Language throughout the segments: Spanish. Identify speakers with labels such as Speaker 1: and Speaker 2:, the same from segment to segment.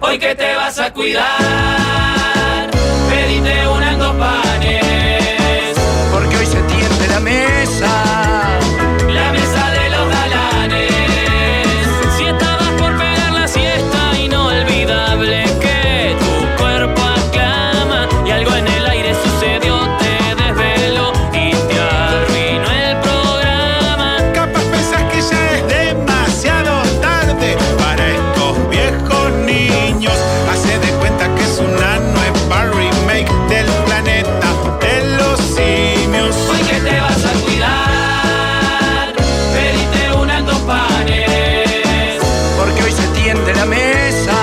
Speaker 1: Hoy que te vas a cuidar, pedite unas dos panes.
Speaker 2: Porque hoy se tiende la mesa.
Speaker 1: La mesa de los galanes. Si estabas por pegar la siesta, inolvidable que tu cuerpo aclama. Y algo en el aire sucedió, te desveló y te arruinó el programa.
Speaker 3: Capaz pensás que ya es demasiado tarde para estos viejos niños. Hace de cuenta que es una nueva remake del planeta de los simios.
Speaker 1: Hoy que te vas a cuidar, pedite unas dos panes.
Speaker 2: Porque hoy se tiende la mesa.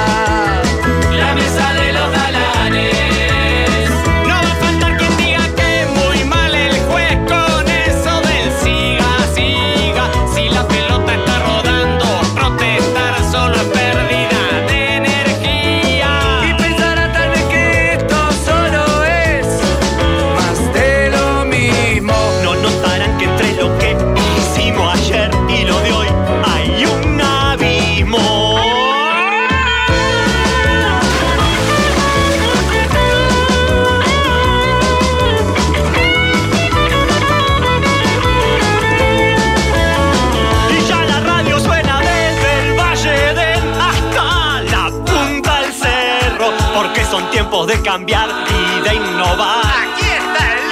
Speaker 1: La mesa de los galanes.
Speaker 4: No va a faltar quien diga que muy mal el juez con eso del siga, siga. Si la pelota está rodando, protestar solo es pérdida de
Speaker 2: Y
Speaker 4: energía.
Speaker 2: pensará tal vez que esto solo es más de lo mismo.
Speaker 4: No notarán que entre lo que hicimos ayer y lo de hoy hay un abismo. Y ya la radio suena desde el Valle del hasta la punta del cerro, porque son tiempos de cambiar y de innovar.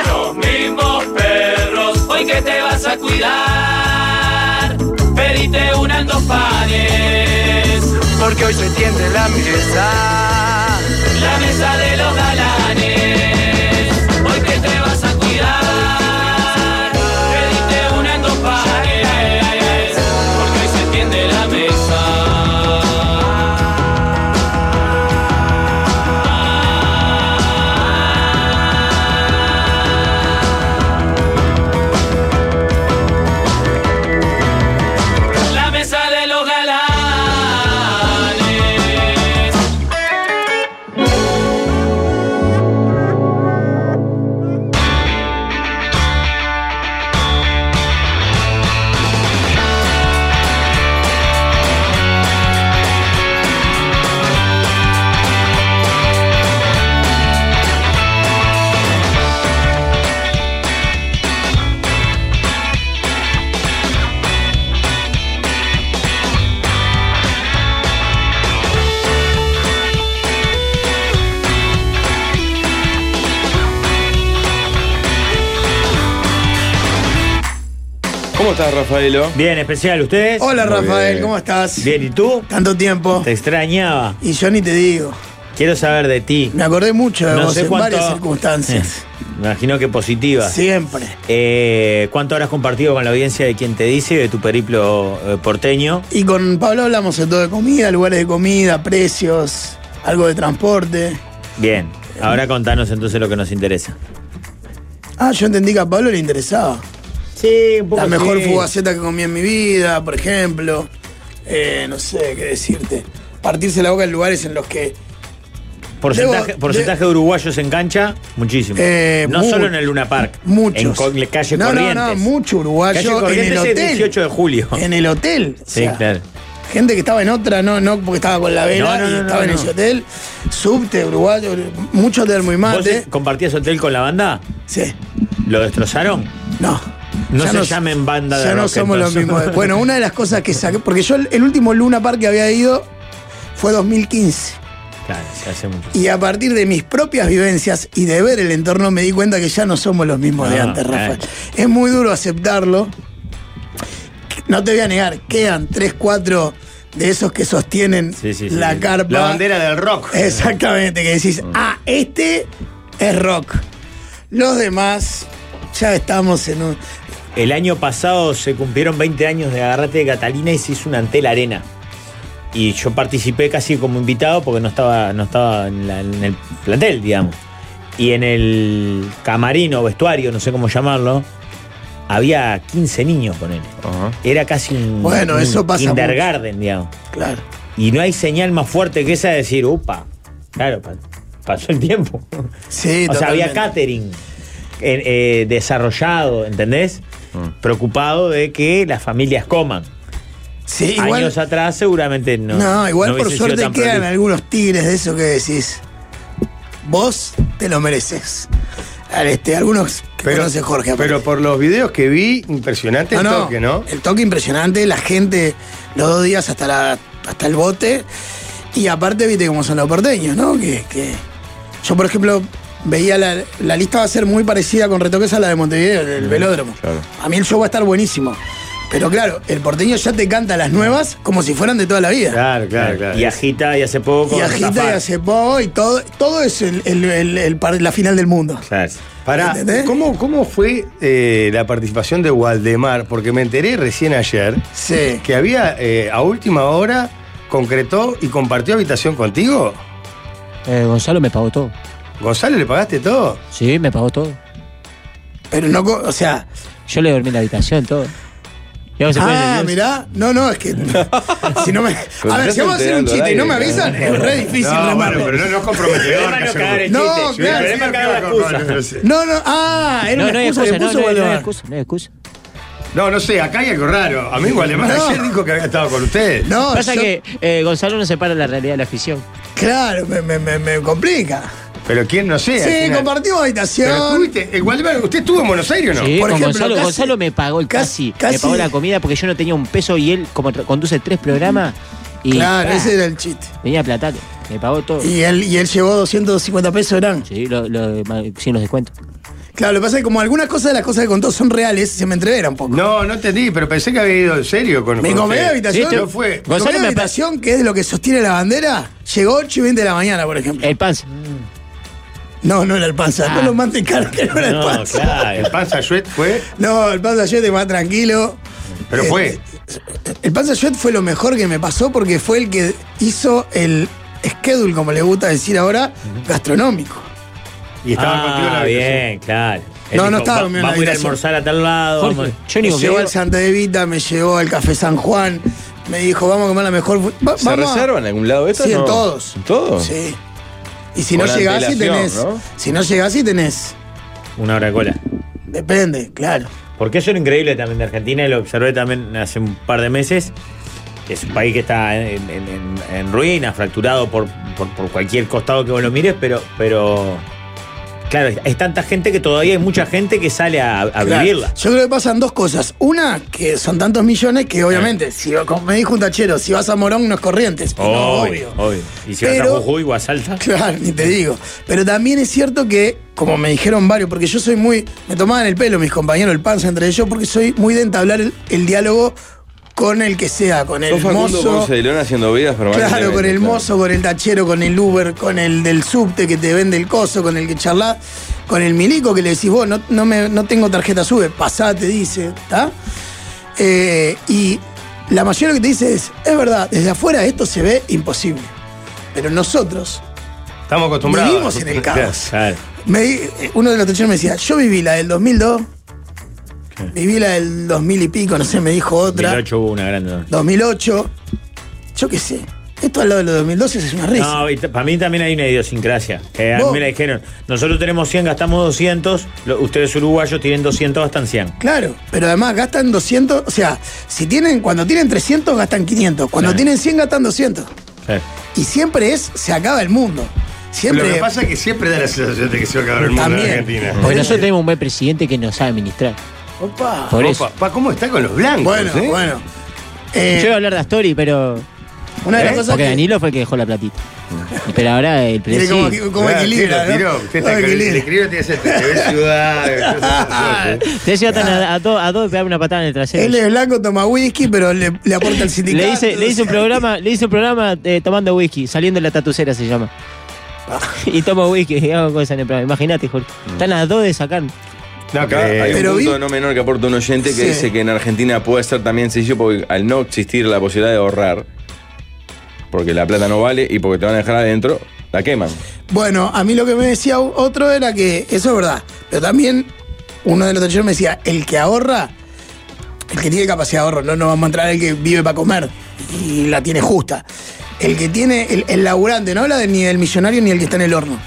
Speaker 1: Los mismos perros, hoy que te vas a cuidar, pedite unas dos panes.
Speaker 2: Porque hoy se tiende la mesa.
Speaker 1: La mesa de los galanes, hoy que te vas a cuidar, pedite unas dos panes, porque hoy se tiende la mesa. La mesa de los galanes.
Speaker 5: ¿Cómo estás, Rafaelo?
Speaker 6: Bien, especial, ¿ustedes?
Speaker 7: Hola
Speaker 5: Muy
Speaker 7: Rafael,
Speaker 5: bien.
Speaker 7: ¿cómo estás?
Speaker 6: Bien, ¿y tú?
Speaker 7: Tanto tiempo.
Speaker 6: Te extrañaba.
Speaker 7: Y yo ni te digo.
Speaker 6: Quiero saber de ti.
Speaker 7: Me acordé mucho de
Speaker 6: No
Speaker 7: vos
Speaker 6: sé
Speaker 7: en
Speaker 6: cuánto- Eh,
Speaker 7: varias circunstancias.
Speaker 6: Me imagino que positiva.
Speaker 7: Siempre.
Speaker 6: Eh, ¿Cuánto habrás compartido con la audiencia de quien te dice de tu periplo eh, porteño?
Speaker 7: Y con Pablo hablamos de todo de comida, lugares de comida, precios, algo de transporte.
Speaker 6: Bien. Ahora contanos entonces lo que nos interesa.
Speaker 7: Ah, yo entendí que a Pablo le interesaba.
Speaker 6: Sí, un
Speaker 7: La mejor fugaceta que comí en mi vida, por ejemplo. Eh, no sé qué decirte. Partirse la boca en lugares en los que.
Speaker 6: Porcentaje,
Speaker 7: Debo-
Speaker 6: porcentaje de... uruguayos en cancha, muchísimo.
Speaker 7: Eh,
Speaker 6: no
Speaker 7: mu-
Speaker 6: solo en el Luna Park.
Speaker 7: Muchos.
Speaker 6: En co- le- calle
Speaker 7: no,
Speaker 6: Corrientes.
Speaker 7: No, no, mucho
Speaker 6: Calle
Speaker 7: uruguayo en
Speaker 6: Corrientes
Speaker 7: el
Speaker 6: es
Speaker 7: hotel.
Speaker 6: 18 de julio.
Speaker 7: En el hotel. o
Speaker 6: Sí,
Speaker 7: sea,
Speaker 6: claro.
Speaker 7: Gente que estaba en otra, no, no porque estaba con la vela
Speaker 6: No, no,
Speaker 7: y
Speaker 6: no, no,
Speaker 7: estaba en
Speaker 6: no.
Speaker 7: ese hotel. Subte, uruguayo, mucho hotel muy
Speaker 6: ¿Vos
Speaker 7: mate.
Speaker 6: compartías hotel con la banda?
Speaker 7: Sí.
Speaker 6: ¿Lo destrozaron?
Speaker 7: No.
Speaker 6: No se
Speaker 7: nos-
Speaker 6: llamen banda de
Speaker 7: Ya no
Speaker 6: rock,
Speaker 7: somos los
Speaker 6: entonces.
Speaker 7: mismos. Bueno, una de las cosas que saqué. Porque yo el el último Luna Park que había ido fue 2015.
Speaker 6: Claro, se hace mucho.
Speaker 7: Y a partir de mis propias vivencias y de ver el entorno me di cuenta que ya no somos los mismos de
Speaker 6: No,
Speaker 7: antes, Rafael.
Speaker 6: claro.
Speaker 7: Es muy duro aceptarlo. No te voy a negar, quedan tres, cuatro de esos que sostienen
Speaker 6: Sí, sí, sí,
Speaker 7: la
Speaker 6: sí.
Speaker 7: carpa.
Speaker 5: La bandera del rock.
Speaker 7: Exactamente, que decís,
Speaker 6: Mm.
Speaker 7: ah, este es rock. Los demás ya estamos en un...
Speaker 6: El año pasado se cumplieron 20 años de Agarrate de Catalina y se hizo una Antel Arena. Y yo participé casi como invitado porque no estaba, no estaba en, la- en el plantel, digamos. Y en el camarín o vestuario, no sé cómo llamarlo, había 15 niños con él.
Speaker 5: Ajá.
Speaker 6: Era casi un,
Speaker 7: Bueno,
Speaker 6: un
Speaker 7: eso pasa
Speaker 6: kindergarten, digamos.
Speaker 7: Claro.
Speaker 6: Y no hay señal más fuerte que esa de decir, upa, claro, pa- pasó el tiempo.
Speaker 7: Sí,
Speaker 6: O sea, había
Speaker 7: totalmente.
Speaker 6: catering eh, eh, desarrollado, ¿entendés? Preocupado de que las familias coman.
Speaker 7: Sí, igual-
Speaker 6: años atrás seguramente no.
Speaker 7: No, igual
Speaker 6: no
Speaker 7: por
Speaker 6: hubiese sido
Speaker 7: suerte
Speaker 6: tan
Speaker 7: quedan
Speaker 6: prolijo.
Speaker 7: algunos tigres de eso que decís. Vos te lo mereces. Al este, algunos que conoce Jorge. aparte.
Speaker 8: pero por los videos que vi, impresionante
Speaker 7: no,
Speaker 8: el
Speaker 7: no,
Speaker 8: toque, ¿no?
Speaker 7: El toque impresionante, la gente los dos días hasta, la, hasta el bote. Y aparte, viste cómo son los porteños, ¿no? Que, que- Yo, por ejemplo, veía la, la lista va a ser muy parecida con retoques a la de Montevideo, el, velódromo.
Speaker 5: claro.
Speaker 7: A mí el show va a estar buenísimo. Pero claro, el porteño ya te canta las nuevas como si fueran de toda la vida.
Speaker 8: Claro, claro, claro.
Speaker 6: Y agita y hace poco.
Speaker 7: Y agita y
Speaker 6: zafar.
Speaker 7: hace poco y todo, todo es el- el- el- el par- la final del mundo.
Speaker 6: Claro.
Speaker 8: Pará,
Speaker 7: ¿Entendés?
Speaker 8: ¿cómo, cómo fue eh, la participación de Waldemar? Porque me enteré recién ayer
Speaker 7: Sí.
Speaker 8: que había, eh, a última hora, concretó y compartió habitación contigo.
Speaker 9: Eh, Gonzalo me pagó todo.
Speaker 8: Gonzalo, ¿le pagaste todo?
Speaker 9: Sí, me pagó todo.
Speaker 7: Pero no, co- o sea.
Speaker 9: Yo le dormí en la habitación, todo. Y ahora se pone
Speaker 7: ah,
Speaker 9: nervioso.
Speaker 7: mirá. No, no, es que. si no me. A ver, si vamos a hacer un
Speaker 5: enterando al
Speaker 7: chiste y no me
Speaker 5: aire,
Speaker 7: avisan, es re difícil
Speaker 8: no,
Speaker 7: remarlo.
Speaker 8: bueno, pero no, no es
Speaker 6: El
Speaker 8: comprometedor.
Speaker 6: problema
Speaker 8: que
Speaker 6: no es
Speaker 8: se-
Speaker 6: cagar el
Speaker 7: No,
Speaker 6: chiste.
Speaker 7: claro,
Speaker 6: El problema es cagar la excusa.
Speaker 7: No, no, ah, era
Speaker 9: No,
Speaker 7: una
Speaker 9: no hay
Speaker 7: excusa
Speaker 9: excusa,
Speaker 7: que
Speaker 9: no, no,
Speaker 7: puso
Speaker 9: hay- no hay
Speaker 7: Valdemar.
Speaker 9: excusa, no hay excusa.
Speaker 8: No, no sé, acá hay algo raro. A mí Waldemar
Speaker 7: No.
Speaker 8: ayer dijo que había estado con ustedes.
Speaker 7: No,
Speaker 9: Pasa
Speaker 7: yo-
Speaker 9: que eh, Gonzalo no separa la realidad de la ficción.
Speaker 7: Claro, me, me, me, me complica.
Speaker 8: Pero quién no sé.
Speaker 7: Sí,
Speaker 8: al final.
Speaker 7: compartimos
Speaker 8: Pero
Speaker 7: habitación.
Speaker 8: estuviste, eh, Waldemar, ¿usted estuvo en Buenos Aires o no?
Speaker 9: Sí,
Speaker 7: Por
Speaker 9: con
Speaker 7: ejemplo,
Speaker 9: Gonzalo,
Speaker 7: casi-
Speaker 9: Gonzalo me pagó el
Speaker 7: casi-
Speaker 9: casi,
Speaker 7: casi-
Speaker 9: me pagó la comida porque yo no tenía un peso y él, como tra- conduce tres programas, y
Speaker 7: Claro,
Speaker 9: ah,
Speaker 7: ese era el chiste.
Speaker 9: tenía plata, me pagó todo.
Speaker 7: Y él, y él llevó 250 pesos, eran.
Speaker 9: Sí, lo- lo- ma- sin los descuentos.
Speaker 7: Claro, lo que pasa es que como algunas cosas de las cosas que contó son reales, se me entrevera un poco.
Speaker 8: No, no entendí, pero pensé que había ido en serio con
Speaker 7: Me
Speaker 8: con
Speaker 7: comí la
Speaker 8: ustedes.
Speaker 7: habitación.
Speaker 9: Sí, te-
Speaker 8: No fue.
Speaker 9: Gonzalo
Speaker 7: Gonzalo
Speaker 9: me
Speaker 7: habitación, que es lo que sostiene la bandera, llegó 8 y 20 de la mañana, por ejemplo.
Speaker 9: El panza. Ah.
Speaker 7: No, no era el panza. No lo manden caro que no era el
Speaker 6: Ah. No,
Speaker 7: panza.
Speaker 6: claro.
Speaker 8: El Panza Shuet fue,
Speaker 7: No, el panza Jet es más tranquilo.
Speaker 8: pero
Speaker 7: Eh,
Speaker 8: fue.
Speaker 7: El panza Jet fue lo mejor que me pasó porque fue el que hizo el schedule, como le gusta decir ahora, gastronómico.
Speaker 8: Y estaba contigo en la
Speaker 6: Ah,
Speaker 8: habitación.
Speaker 6: bien, claro.
Speaker 7: No, no
Speaker 6: dijo,
Speaker 7: estaba
Speaker 6: va-
Speaker 7: conmigo en la
Speaker 6: Vamos a ir a
Speaker 7: habitación.
Speaker 6: almorzar a tal lado.
Speaker 9: Jorge,
Speaker 6: vamos a-
Speaker 9: yo
Speaker 7: Me
Speaker 9: ni que
Speaker 7: llevó al Santa Evita, me llevó al Café San Juan, me dijo, vamos a comer la mejor. fu- Va-
Speaker 5: ¿Se
Speaker 7: vamos a-
Speaker 5: reservan en algún lado esto?
Speaker 7: Sí, en
Speaker 5: no?
Speaker 7: todos.
Speaker 5: ¿En todos?
Speaker 7: Sí. Y si no
Speaker 5: Con
Speaker 7: llegás y tenés.
Speaker 5: antelación, ¿no?
Speaker 7: Si no llegás y tenés.
Speaker 6: Una hora de cola.
Speaker 7: Depende, claro.
Speaker 6: Porque eso era increíble también de Argentina y lo observé también hace un par de meses. Es un país que está en, en- en- en ruinas, fracturado por, por- por cualquier costado que vos lo mires, pero, pero claro, es- es tanta gente que todavía hay mucha gente que sale a, a
Speaker 7: Claro.
Speaker 6: vivirla.
Speaker 7: Yo creo que pasan dos cosas. Una, que son tantos millones que
Speaker 5: Eh.
Speaker 7: obviamente, si, como me dijo un tachero, si vas a Morón no es corrientes. Y no,
Speaker 6: Obvio,
Speaker 7: obvio.
Speaker 6: obvio. Y si vas
Speaker 7: Pero-
Speaker 6: a Jujuy o a Salta,
Speaker 7: Claro, ni te digo. Pero también es cierto que, como me dijeron varios, porque yo soy muy. Me tomaban el pelo mis compañeros, el panza entre ellos, porque soy muy de entablar el, el diálogo con el que sea, con el
Speaker 5: Sos Facundo
Speaker 7: mozo.
Speaker 5: Conceilón haciendo vidas permanentemente.
Speaker 7: Claro, con el
Speaker 5: claro.
Speaker 7: mozo, con el tachero, con el Uber, con el del subte que te vende el coso, con el que charlás, con el milico que le decís, vos, no, no, me, no tengo tarjeta sube, pasá, te dice, ¿está? Eh, y la mayoría lo que te dice es, es verdad, desde afuera esto se ve imposible. Pero nosotros
Speaker 8: Estamos acostumbrados.
Speaker 7: vivimos en el caos.
Speaker 6: claro.
Speaker 7: Me di- uno de los tacheros me decía, yo viví la del 2002, viví la del 2000 y pico, no sé, me dijo otra,
Speaker 6: 2008 hubo una grande.
Speaker 7: 2008, yo qué sé. Esto al lado de los 2012 es una risa.
Speaker 6: No, para mí también hay una idiosincrasia. Que a
Speaker 7: Vos-
Speaker 6: mí me la dijeron, nosotros tenemos 100, gastamos 200, lo- ustedes uruguayos tienen 200, gastan 100.
Speaker 7: Claro, pero además gastan 200, o sea, si tienen cuando tienen 300 gastan 500, cuando
Speaker 6: Claro.
Speaker 7: tienen 100 gastan 200.
Speaker 6: Claro.
Speaker 7: Y siempre es se acaba el mundo.
Speaker 8: Lo
Speaker 7: Siempre
Speaker 8: que pasa es que siempre da la sensación de que se va a acabar el mundo en
Speaker 7: También.
Speaker 8: Argentina.
Speaker 9: Porque nosotros tenemos un buen presidente que nos sabe administrar.
Speaker 7: Opa.
Speaker 9: Por eso.
Speaker 8: Opa, pa, ¿cómo está con los blancos?
Speaker 7: Bueno,
Speaker 8: eh?
Speaker 7: bueno.
Speaker 9: Yo
Speaker 7: Eh,
Speaker 9: iba a hablar de Astori, pero. ¿Eh?
Speaker 7: una de las cosas
Speaker 9: Porque
Speaker 7: que
Speaker 9: Danilo fue el que dejó la platita. Pero ahora el
Speaker 7: Mire cómo,
Speaker 9: presidente.
Speaker 7: cómo
Speaker 8: Claro,
Speaker 7: equilibra,
Speaker 8: tiro,
Speaker 7: ¿no?
Speaker 8: tiro. Usted está
Speaker 7: Cómo
Speaker 8: con el
Speaker 7: equilibra.
Speaker 8: equilibrio, tiene ese TV ciudad. cosas así.
Speaker 9: Te decía tan a, a dos a dos de pegarme una patada en el trasero.
Speaker 7: Él es blanco, toma whisky, pero le, le aporta al sindicato.
Speaker 9: Le hice, le hice un programa, le hice un programa eh, tomando whisky, saliendo de la tatucera se llama.
Speaker 7: Ah.
Speaker 9: y tomo whisky y hago cosas en el programa. Imagínate, Jorge. Están a dos de sacar.
Speaker 8: No,
Speaker 5: Mm. Acá hay
Speaker 8: que
Speaker 7: Pero
Speaker 5: un punto
Speaker 7: vi-
Speaker 5: no menor que aporta un oyente que
Speaker 7: Sí.
Speaker 5: dice que en Argentina puede ser también sencillo porque al no existir la posibilidad de ahorrar, porque la plata no vale y porque te van a dejar adentro, la queman.
Speaker 7: Bueno, a mí lo que me decía u- otro era que eso es verdad, pero también uno de los terceros me decía, el que ahorra, el que tiene capacidad de ahorro, no nos vamos a entrar el que vive para comer y la tiene justa. El que tiene, el, el laburante, no habla de- ni del millonario ni el que está en el horno.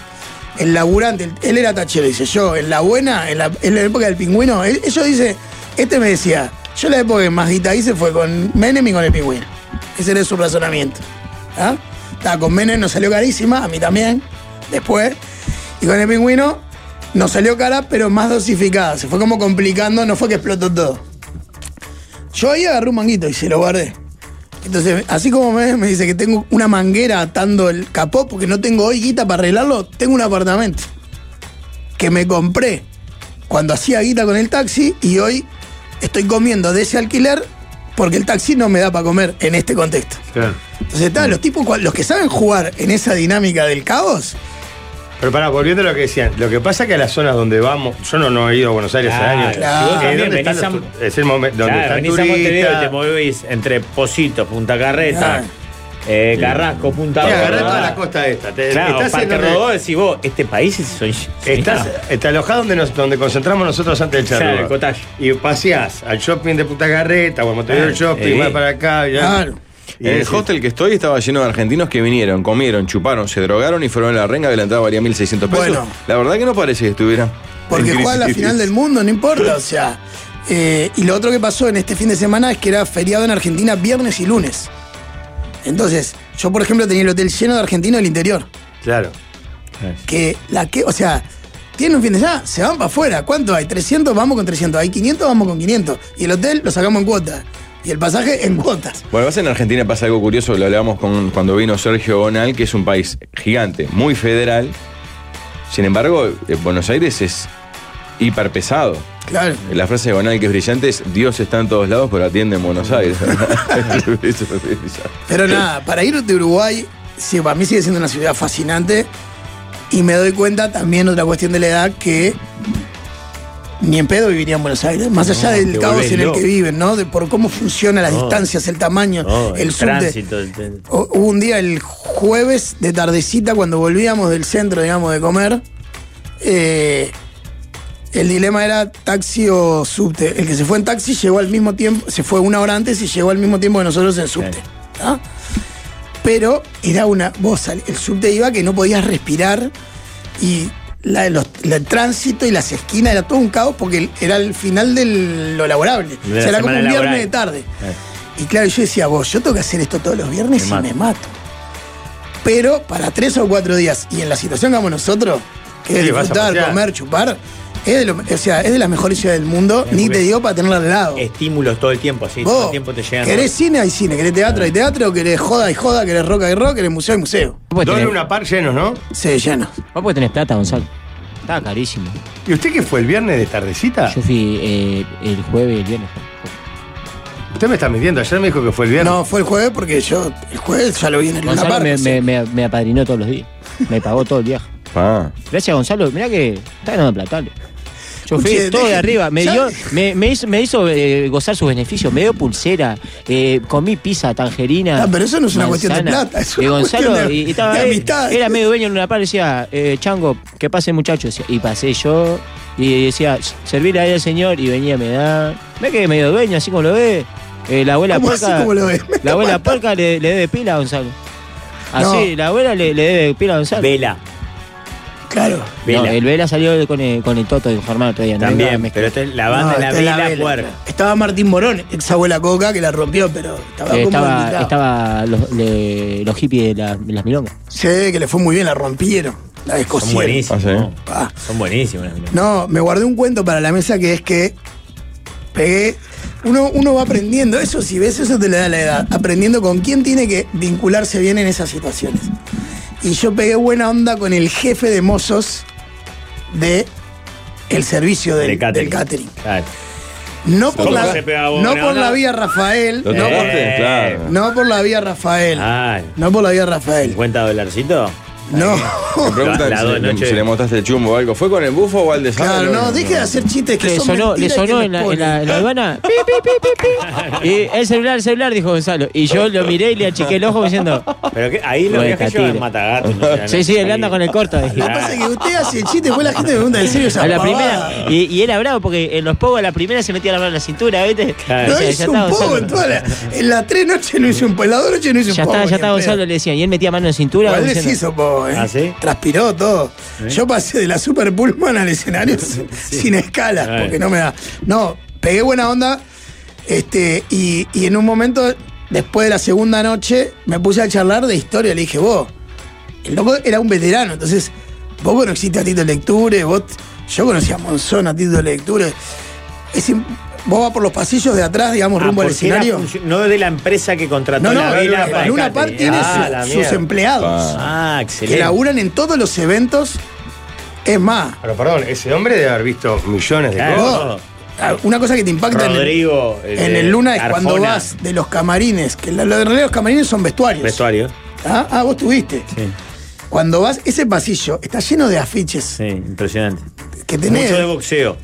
Speaker 7: El laburante, el- él era tachero, dice yo, en la buena, en la, en la época del pingüino, él, ellos dice, este me decía, Yo la época que más guita hice fue con Menem y con el pingüino. Ese era su razonamiento. ¿ah? Estaba con Menem nos salió carísima, a mí también, después. Y con el pingüino nos salió cara, pero más dosificada. Se fue como complicando, no fue que explotó todo. Yo ahí agarré un manguito y se lo guardé. Entonces, así como me, me dice que tengo una manguera atando el capó, porque no tengo hoy guita para arreglarlo, tengo un apartamento que me compré cuando hacía guita con el taxi y hoy estoy comiendo de ese alquiler porque el taxi no me da para comer en este contexto.
Speaker 8: Claro.
Speaker 7: Entonces, está, los tipos, cual- los que saben jugar en esa dinámica del caos,
Speaker 8: Pero pará, volviendo a lo que decían, lo que pasa es que a las zonas donde vamos, yo no, no he ido a Buenos Aires hace
Speaker 6: Claro,
Speaker 8: años.
Speaker 7: claro.
Speaker 8: Eh,
Speaker 6: También
Speaker 8: ¿dónde están
Speaker 6: venís a-
Speaker 8: los tu- es el momento donde
Speaker 6: Claro,
Speaker 8: están
Speaker 6: venís a Montevideo y te
Speaker 8: turistas.
Speaker 6: movís entre Positos, Punta Carreta,
Speaker 7: Claro.
Speaker 6: eh, Carrasco, Punta
Speaker 8: Te
Speaker 6: Gorda.
Speaker 8: agarrás toda la costa esta. Te,
Speaker 6: Claro,
Speaker 8: estás en
Speaker 6: Parque
Speaker 8: donde-
Speaker 6: Rodó, decís vos, este país es soy-
Speaker 8: Estás, te alojás donde, nos- donde concentramos nosotros antes del
Speaker 6: Claro,
Speaker 8: charro.
Speaker 6: el cotaje.
Speaker 8: Y paseás al shopping de Punta Carreta, o al Montevideo
Speaker 6: Ah,
Speaker 8: Shopping,
Speaker 6: sí.
Speaker 8: vas para acá. ya.
Speaker 7: Claro.
Speaker 8: Y
Speaker 5: En el
Speaker 8: decís,
Speaker 5: hostel que estoy estaba lleno de argentinos que vinieron, comieron, chuparon, se drogaron y fueron a la renga que la entrada valía 1.600 pesos.
Speaker 7: Bueno.
Speaker 5: La verdad que no parece que estuviera.
Speaker 7: porque
Speaker 5: en
Speaker 7: juega la
Speaker 5: crisis.
Speaker 7: final del mundo, no importa, o sea. eh, y lo otro que pasó en este fin de semana es que era feriado en Argentina viernes y lunes. Entonces, yo por ejemplo tenía el hotel lleno de argentinos del interior.
Speaker 8: Claro.
Speaker 7: que la que, o sea, tienen un fin de semana, se van para afuera. ¿Cuánto hay? 300, vamos con 300. Hay 500, vamos con 500. Y el hotel lo sacamos en cuotas. Y el pasaje en cuotas.
Speaker 5: Bueno, además en Argentina pasa algo curioso, lo hablábamos con, cuando vino Sergio Bonal, que es un país gigante, muy federal. Sin embargo, eh, Buenos Aires es hiper pesado.
Speaker 7: Claro.
Speaker 5: La frase de Bonal que es brillante es Dios está en todos lados, pero atiende en Buenos Aires. Eso es brillante.
Speaker 7: Pero nada, para ir de Uruguay, sí, para mí sigue siendo una ciudad fascinante. Y me doy cuenta también, otra cuestión de la edad, que ni en pedo viviría en Buenos Aires. Más allá del
Speaker 6: te
Speaker 7: caos
Speaker 6: volvés
Speaker 7: en el
Speaker 6: loco.
Speaker 7: que viven, ¿no? De por cómo funcionan las
Speaker 6: No.
Speaker 7: distancias, el tamaño,
Speaker 6: No,
Speaker 7: el,
Speaker 6: el
Speaker 7: subte.
Speaker 6: tránsito. el- el-
Speaker 7: O- Hubo un día el jueves de tardecita cuando volvíamos del centro, digamos, de comer. eh, el dilema era taxi o subte. El que se fue en taxi llegó al mismo tiempo, se fue una hora antes y llegó al mismo tiempo que nosotros en subte. ¿tá? Pero era una. Vos, sal- el subte iba que no podías respirar y la, los- la- el tránsito y las esquinas era todo un caos porque el- era el final de lo laborable.
Speaker 6: De la
Speaker 7: O sea, era como
Speaker 6: semana
Speaker 7: un viernes
Speaker 6: laboral.
Speaker 7: de tarde.
Speaker 6: Claro.
Speaker 7: Y claro, yo decía, vos, yo tengo que hacer esto todos los viernes
Speaker 6: Me
Speaker 7: y
Speaker 6: mato.
Speaker 7: me mato. Pero para tres o cuatro días, y en la situación que vamos nosotros, que es
Speaker 8: Sí, vas a
Speaker 7: disfrutar,
Speaker 8: pasear.
Speaker 7: comer, chupar, es de, lo- o sea, es de las mejores ciudades del mundo, ni
Speaker 6: porque-
Speaker 7: te digo para tenerla al lado.
Speaker 6: Estímulos todo el tiempo, así,
Speaker 7: Vos,
Speaker 6: todo el tiempo te llegan.
Speaker 7: ¿Querés cine? Hay cine. ¿Querés teatro? Hay teatro. ¿Querés joda? Hay joda. ¿Querés rock? Hay rock. ¿Querés museo? Hay museo.
Speaker 9: Vos
Speaker 8: Dos
Speaker 9: podés tener,
Speaker 8: Luna Park llenos, ¿no?
Speaker 7: Se llena.
Speaker 9: vos podés tener plata, Gonzalo. Estaba carísimo.
Speaker 8: ¿Y usted que fue el viernes de tardecita?
Speaker 9: Yo fui eh, el jueves y el viernes.
Speaker 8: Usted me está mintiendo, ayer me dijo que fue el viernes.
Speaker 7: No, fue el jueves porque yo el jueves ya lo vi en el Luna
Speaker 9: Gonzalo
Speaker 7: Park,
Speaker 9: me,
Speaker 7: sí.
Speaker 9: me- me- me apadrinó todos los días. Me pagó todo el viaje.
Speaker 5: Pa.
Speaker 9: Gracias, Gonzalo. Mirá que está ganando plata. dale. Yo fui
Speaker 7: Escuche,
Speaker 9: todo de
Speaker 7: deje-
Speaker 9: arriba. Me,
Speaker 7: ya-
Speaker 9: dio, me, me hizo, me hizo eh, gozar sus beneficios. Me dio pulsera. eh, comí pizza, tangerina.
Speaker 7: Ah, pero eso no es una cuestión de
Speaker 9: manzana.
Speaker 7: plata, es una
Speaker 9: y Gonzalo
Speaker 7: cuestión de-
Speaker 9: y- y estaba
Speaker 7: de
Speaker 9: ahí,
Speaker 7: amistad.
Speaker 9: Era medio dueño en una par. Decía, eh, Chango, que pase, muchacho. decía, y pasé yo. Y decía, servir ahí al señor. Y venía, me da. Me quedé medio dueño, así como lo ve. Eh, la abuela
Speaker 7: ¿Cómo
Speaker 9: puerca.
Speaker 7: así como lo ves? Me
Speaker 9: La
Speaker 7: está
Speaker 9: abuela
Speaker 7: matando.
Speaker 9: puerca le, le debe pila a Gonzalo. Así,
Speaker 7: No.
Speaker 9: la abuela le, le debe pila a Gonzalo.
Speaker 6: Vela.
Speaker 7: Claro.
Speaker 9: No,
Speaker 6: Vela.
Speaker 9: el Vela salió con el, con el Toto de Germán otro día. ¿no?
Speaker 6: También,
Speaker 9: Me-
Speaker 6: pero esta es la
Speaker 7: No,
Speaker 6: banda
Speaker 7: está
Speaker 6: es
Speaker 7: en
Speaker 6: la vela,
Speaker 7: vela.
Speaker 6: puerca.
Speaker 7: Estaba Martín Morón, ex abuela Coca, que la rompió, pero estaba
Speaker 9: eh,
Speaker 7: como
Speaker 9: estaba
Speaker 7: invitado.
Speaker 9: estaba los, le- los hippies de, la- de las milongas.
Speaker 7: Sí, que le fue muy bien, la rompieron. La
Speaker 6: Son
Speaker 7: descosieron.
Speaker 6: buenísimos.
Speaker 5: Ah,
Speaker 7: Pa.
Speaker 6: Son buenísimos. las minas.
Speaker 7: No, me guardé un cuento para la mesa que es que pegué. Uno, uno va aprendiendo, eso si ves, eso te le da la edad. Aprendiendo con quién tiene que vincularse bien en esas situaciones. Y yo pegué buena onda con el jefe de mozos de el servicio del,
Speaker 6: De catering.
Speaker 7: del catering.
Speaker 6: Claro.
Speaker 7: No por,
Speaker 6: ¿Cómo
Speaker 7: la,
Speaker 6: se pegaba buena
Speaker 7: no por
Speaker 6: onda?
Speaker 7: la vía Rafael.
Speaker 5: ¿Lo
Speaker 7: No
Speaker 6: Eh.
Speaker 7: por,
Speaker 5: tomaste? Claro.
Speaker 7: no por la vía Rafael.
Speaker 6: Claro.
Speaker 7: No por la vía Rafael.
Speaker 6: 50 dolarcitos.
Speaker 7: No.
Speaker 5: Me preguntan
Speaker 6: La- la
Speaker 5: si,
Speaker 6: dos
Speaker 5: le-
Speaker 6: noches.
Speaker 5: si le mostraste el chumbo o algo. ¿Fue con el bufo o al de Sandro?
Speaker 7: Claro, no, deje de hacer chistes que
Speaker 9: Le
Speaker 7: son
Speaker 9: sonó, le
Speaker 7: mentiras y que
Speaker 9: sonó
Speaker 7: me
Speaker 9: en la, en
Speaker 7: ponen.
Speaker 9: la, en la aduana. pi, pi, pi, pi, pi. Y el celular, el celular, dijo Gonzalo. Y yo lo miré y le achiqué el ojo diciendo.
Speaker 6: Pero que, ahí lo
Speaker 9: Bueno,
Speaker 6: que que
Speaker 9: catire.
Speaker 6: llevan matagatos. no sé,
Speaker 9: Sí, sí, él anda con el corto. dije.
Speaker 7: Lo que pasa es que usted hace chiste, después la gente me pregunta en serio esa
Speaker 9: A la
Speaker 7: pavada?
Speaker 9: primera. Y, y era bravo porque en los pogos a la primera se metía la mano en la cintura, ¿viste?
Speaker 6: Claro.
Speaker 7: No
Speaker 9: Decía,
Speaker 7: hice un poco en toda la. En las tres noches no hice un poco, en las dos noches no hice un
Speaker 9: Ya
Speaker 7: poco.
Speaker 9: está, ya está
Speaker 7: ni en pedo.
Speaker 9: Gonzalo, le decían. Y él metía mano en cintura.
Speaker 7: Igual les
Speaker 9: diciendo,
Speaker 7: hizo poco, ¿eh?
Speaker 6: ¿Ah, sí?
Speaker 7: Transpiró todo. Yo pasé de la Super Pullman al escenario sin- sin escalas,
Speaker 6: Ay.
Speaker 7: porque no me da. No, pegué buena onda. Este, y, y en un momento, después de la segunda noche, me puse a charlar de historia. Le dije, vos, el loco era un veterano, entonces, vos conociste a Tito Lecture, vos, yo conocí a Monzón, a Tito Lecture. Es im- vos vas por los pasillos de atrás, digamos,
Speaker 6: Ah,
Speaker 7: rumbo al
Speaker 6: porque era
Speaker 7: escenario.
Speaker 6: funcio- no de la empresa que contrató
Speaker 7: No, no,
Speaker 6: la vela
Speaker 7: Luna,
Speaker 6: para
Speaker 7: Luna
Speaker 6: el
Speaker 7: Park
Speaker 6: catering.
Speaker 7: tiene
Speaker 6: Ah,
Speaker 7: su-
Speaker 6: la
Speaker 7: sus
Speaker 6: mierda.
Speaker 7: empleados
Speaker 6: Ah,
Speaker 7: que
Speaker 6: excelente.
Speaker 7: laburan en todos los eventos. Es más,
Speaker 8: Pero perdón, ese hombre debe haber visto millones de
Speaker 6: Claro.
Speaker 8: cosas.
Speaker 7: vos, una cosa que te impacta en el,
Speaker 6: Rodrigo. el
Speaker 7: en
Speaker 6: de
Speaker 7: el Luna es
Speaker 6: Arjona.
Speaker 7: cuando vas de los camarines, que la- lo de realidad los camarines son vestuarios.
Speaker 6: Vestuario.
Speaker 7: Ah, ah, vos tuviste.
Speaker 6: Sí,
Speaker 7: Cuando vas, ese pasillo está lleno de afiches
Speaker 6: sí, impresionante.
Speaker 7: que tenés,
Speaker 6: Mucho de boxeo.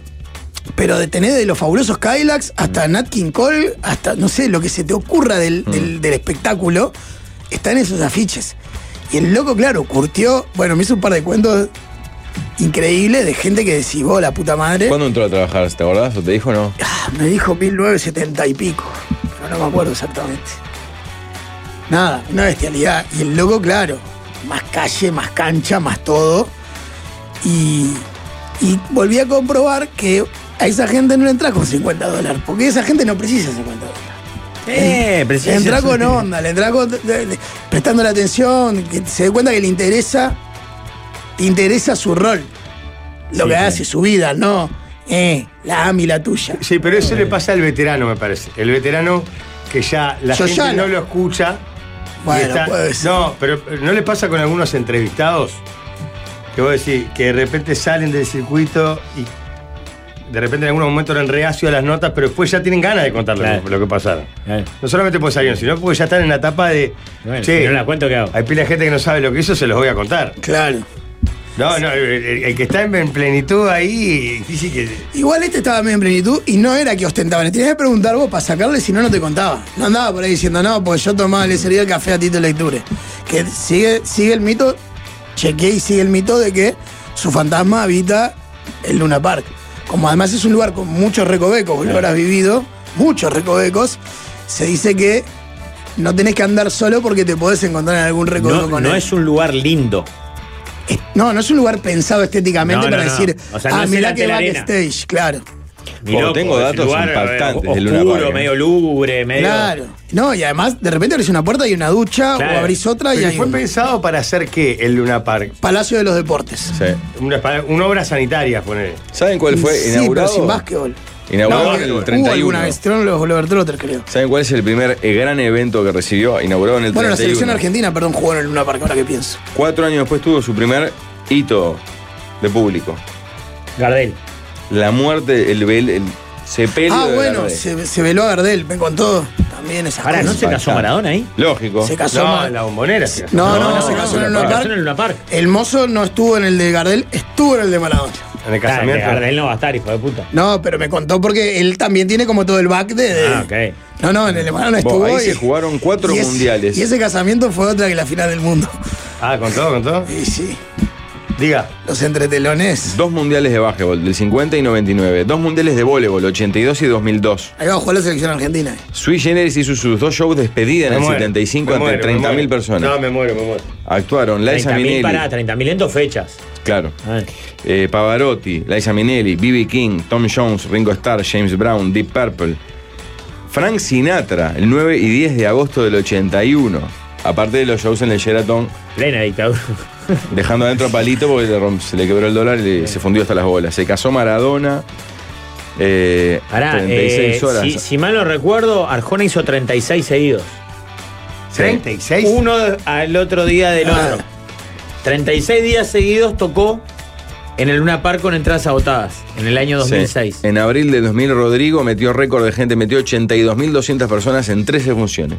Speaker 7: pero de tenés de los fabulosos Cadillacs hasta Nat King Cole, hasta, no sé, lo que se te ocurra del, del- del espectáculo, está en esos afiches. Y el loco, claro, curtió, bueno, me hizo un par de cuentos increíbles de gente que decís, vos, la puta madre.
Speaker 5: ¿Cuándo entró a trabajar? ¿Te acordás o te dijo o no?
Speaker 7: Ah, Me dijo 1970 y pico. Pero no me acuerdo exactamente. Nada, una bestialidad. Y el loco, claro, más calle, más cancha, más todo. Y, y volví a comprobar que a esa gente no le entra con 50 dólares, porque esa gente no precisa 50 dólares.
Speaker 6: Eh,
Speaker 7: Le
Speaker 6: precisa.
Speaker 7: entra con onda, le entra con, de- de- prestando la atención, que se dé cuenta que le interesa, te interesa su rol, lo
Speaker 6: Sí,
Speaker 7: que
Speaker 6: sí.
Speaker 7: hace, su vida, no eh, la AMI, la tuya.
Speaker 8: Sí, pero eso le pasa al veterano, me parece. El veterano que ya la
Speaker 7: Yo
Speaker 8: gente
Speaker 7: ya
Speaker 8: no
Speaker 7: no.
Speaker 8: lo escucha. y
Speaker 7: Bueno,
Speaker 8: está-
Speaker 7: puede ser.
Speaker 8: No, pero ¿no le pasa con algunos entrevistados? Que vos decís, que de repente salen del circuito y de repente en algunos momentos eran reacios a las notas, pero después ya tienen ganas de contar lo que-
Speaker 6: Claro.
Speaker 8: lo que pasaron.
Speaker 6: Claro.
Speaker 8: No solamente por salieron, sino porque ya están en la etapa de.
Speaker 6: Bueno,
Speaker 8: "Che,
Speaker 6: si no la cuento, ¿qué hago?"
Speaker 8: Hay pila de gente que no sabe lo que hizo, se los voy a contar.
Speaker 7: Claro.
Speaker 8: No, no, el, el- el que está en en plenitud ahí, dice que.
Speaker 7: Igual este estaba medio en plenitud y no era que ostentaba. Le tenías que preguntar vos para sacarle, si no, no te contaba. No andaba por ahí diciendo, no, porque yo tomaba, le servía el café a Tito Lecture. Que sigue, sigue el mito, chequeé y sigue el mito de que su fantasma habita el Luna Park. Como además es un lugar con muchos recovecos, vos lo habrás vivido, muchos recovecos, se dice que no tenés que andar solo porque te podés encontrar en algún recoveco
Speaker 6: No,
Speaker 7: con
Speaker 6: no
Speaker 7: él.
Speaker 6: es un lugar lindo.
Speaker 7: Eh, No, no es un lugar pensado estéticamente
Speaker 6: No, no,
Speaker 7: para
Speaker 6: no.
Speaker 7: decir,
Speaker 6: O sea, no
Speaker 7: ah,
Speaker 6: es
Speaker 7: mirá
Speaker 6: el
Speaker 7: que
Speaker 6: Antelarena.
Speaker 7: backstage, claro.
Speaker 6: Ni
Speaker 5: Como tengo
Speaker 6: es un
Speaker 5: datos impactantes
Speaker 6: eh,
Speaker 5: de Luna
Speaker 6: oscuro,
Speaker 5: Park, ¿eh?
Speaker 6: medio lúgubre, medio.
Speaker 7: Claro. No, y además, de repente abrís una puerta y una ducha,
Speaker 6: Claro.
Speaker 7: o abrís otra y
Speaker 8: Pero
Speaker 7: hay
Speaker 8: fue
Speaker 7: un
Speaker 8: pensado para hacer qué el Luna Park?
Speaker 7: Palacio de los Deportes.
Speaker 5: Sí.
Speaker 8: Una, pa- una obra sanitaria, poner.
Speaker 5: ¿Saben cuál fue
Speaker 7: Sí,
Speaker 5: inaugurado?
Speaker 7: pero sin básquetbol.
Speaker 5: Inaugurado
Speaker 7: que
Speaker 5: el
Speaker 7: Hubo
Speaker 5: 31.
Speaker 7: alguna vez, tiraron los Glover Trotter, creo.
Speaker 5: ¿Saben cuál es el primer eh, gran evento que recibió? Inaugurado en el
Speaker 7: Bueno,
Speaker 5: 31.
Speaker 7: la selección argentina, perdón, jugó en el Luna Park, ahora que pienso.
Speaker 5: Cuatro años después tuvo su primer hito de público.
Speaker 6: Gardel.
Speaker 5: La muerte, el, vel- el sepelio
Speaker 7: Ah,
Speaker 5: de
Speaker 7: bueno,
Speaker 5: Gardel.
Speaker 7: se, se veló a Gardel, me contó también esas
Speaker 6: Ahora, ¿no
Speaker 7: cosas.
Speaker 6: se casó Maradona ahí?
Speaker 5: Lógico.
Speaker 7: Se casó
Speaker 8: No,
Speaker 7: Ma-
Speaker 8: en la bombonera. se casó.
Speaker 7: No, no, se casó en el Luna
Speaker 6: Se casó
Speaker 7: Park.
Speaker 6: en el Luna Park.
Speaker 7: El mozo no estuvo en el de Gardel, estuvo en el de Maradona.
Speaker 8: En el
Speaker 6: Claro, Ah, que
Speaker 8: casamiento.
Speaker 6: Gardel no va a estar, hijo de puta.
Speaker 7: No, pero me contó porque él también tiene como todo el back de. de-
Speaker 6: Ah, ok.
Speaker 7: Eh, No, no, en el de Maradona
Speaker 5: Bueno,
Speaker 7: estuvo.
Speaker 5: ahí
Speaker 7: y-
Speaker 5: se jugaron cuatro
Speaker 7: y ese-
Speaker 5: mundiales.
Speaker 7: y ese casamiento fue otra que la final del mundo.
Speaker 8: Ah, con todo, con todo.
Speaker 7: Y sí,
Speaker 8: Diga.
Speaker 7: los entretelones.
Speaker 5: Dos mundiales de básquetbol, del 50 y 99. Dos mundiales de voleibol, 82 y 2002.
Speaker 7: Ahí va a jugar la selección argentina.
Speaker 5: Sui Generis hizo sus dos shows despedida en
Speaker 8: me
Speaker 5: el
Speaker 8: muero,
Speaker 5: 75
Speaker 8: me
Speaker 5: ante
Speaker 8: muero, me
Speaker 5: 30.000
Speaker 8: muero.
Speaker 5: personas.
Speaker 8: No, me muero, me muero.
Speaker 5: Actuaron Liza
Speaker 6: 30.000
Speaker 5: Minelli.
Speaker 6: para 30.000 en dos fechas.
Speaker 5: Claro.
Speaker 6: Ah,
Speaker 5: Eh, Pavarotti, Liza Minnelli, B.B. King, Tom Jones, Ringo Starr, James Brown, Deep Purple. Frank Sinatra, el 9 y 10 de agosto del 81. Aparte de los shows en el Sheraton,
Speaker 6: plena dictadura.
Speaker 5: dejando adentro a Palito porque le rom- se le quebró el dólar y le- se fundió hasta las bolas. Se casó Maradona. eh,
Speaker 6: Pará,
Speaker 5: 36
Speaker 6: eh,
Speaker 5: horas.
Speaker 6: si, si mal no recuerdo, Arjona hizo 36 seguidos.
Speaker 8: 36.
Speaker 6: Uno al otro día del
Speaker 7: Ah.
Speaker 6: otro. 36 días seguidos tocó en el Luna Park con entradas agotadas, en el año
Speaker 5: Sí.
Speaker 6: 2006.
Speaker 5: En abril del 2000, Rodrigo metió récord de gente, metió 82.200 personas en 13 funciones.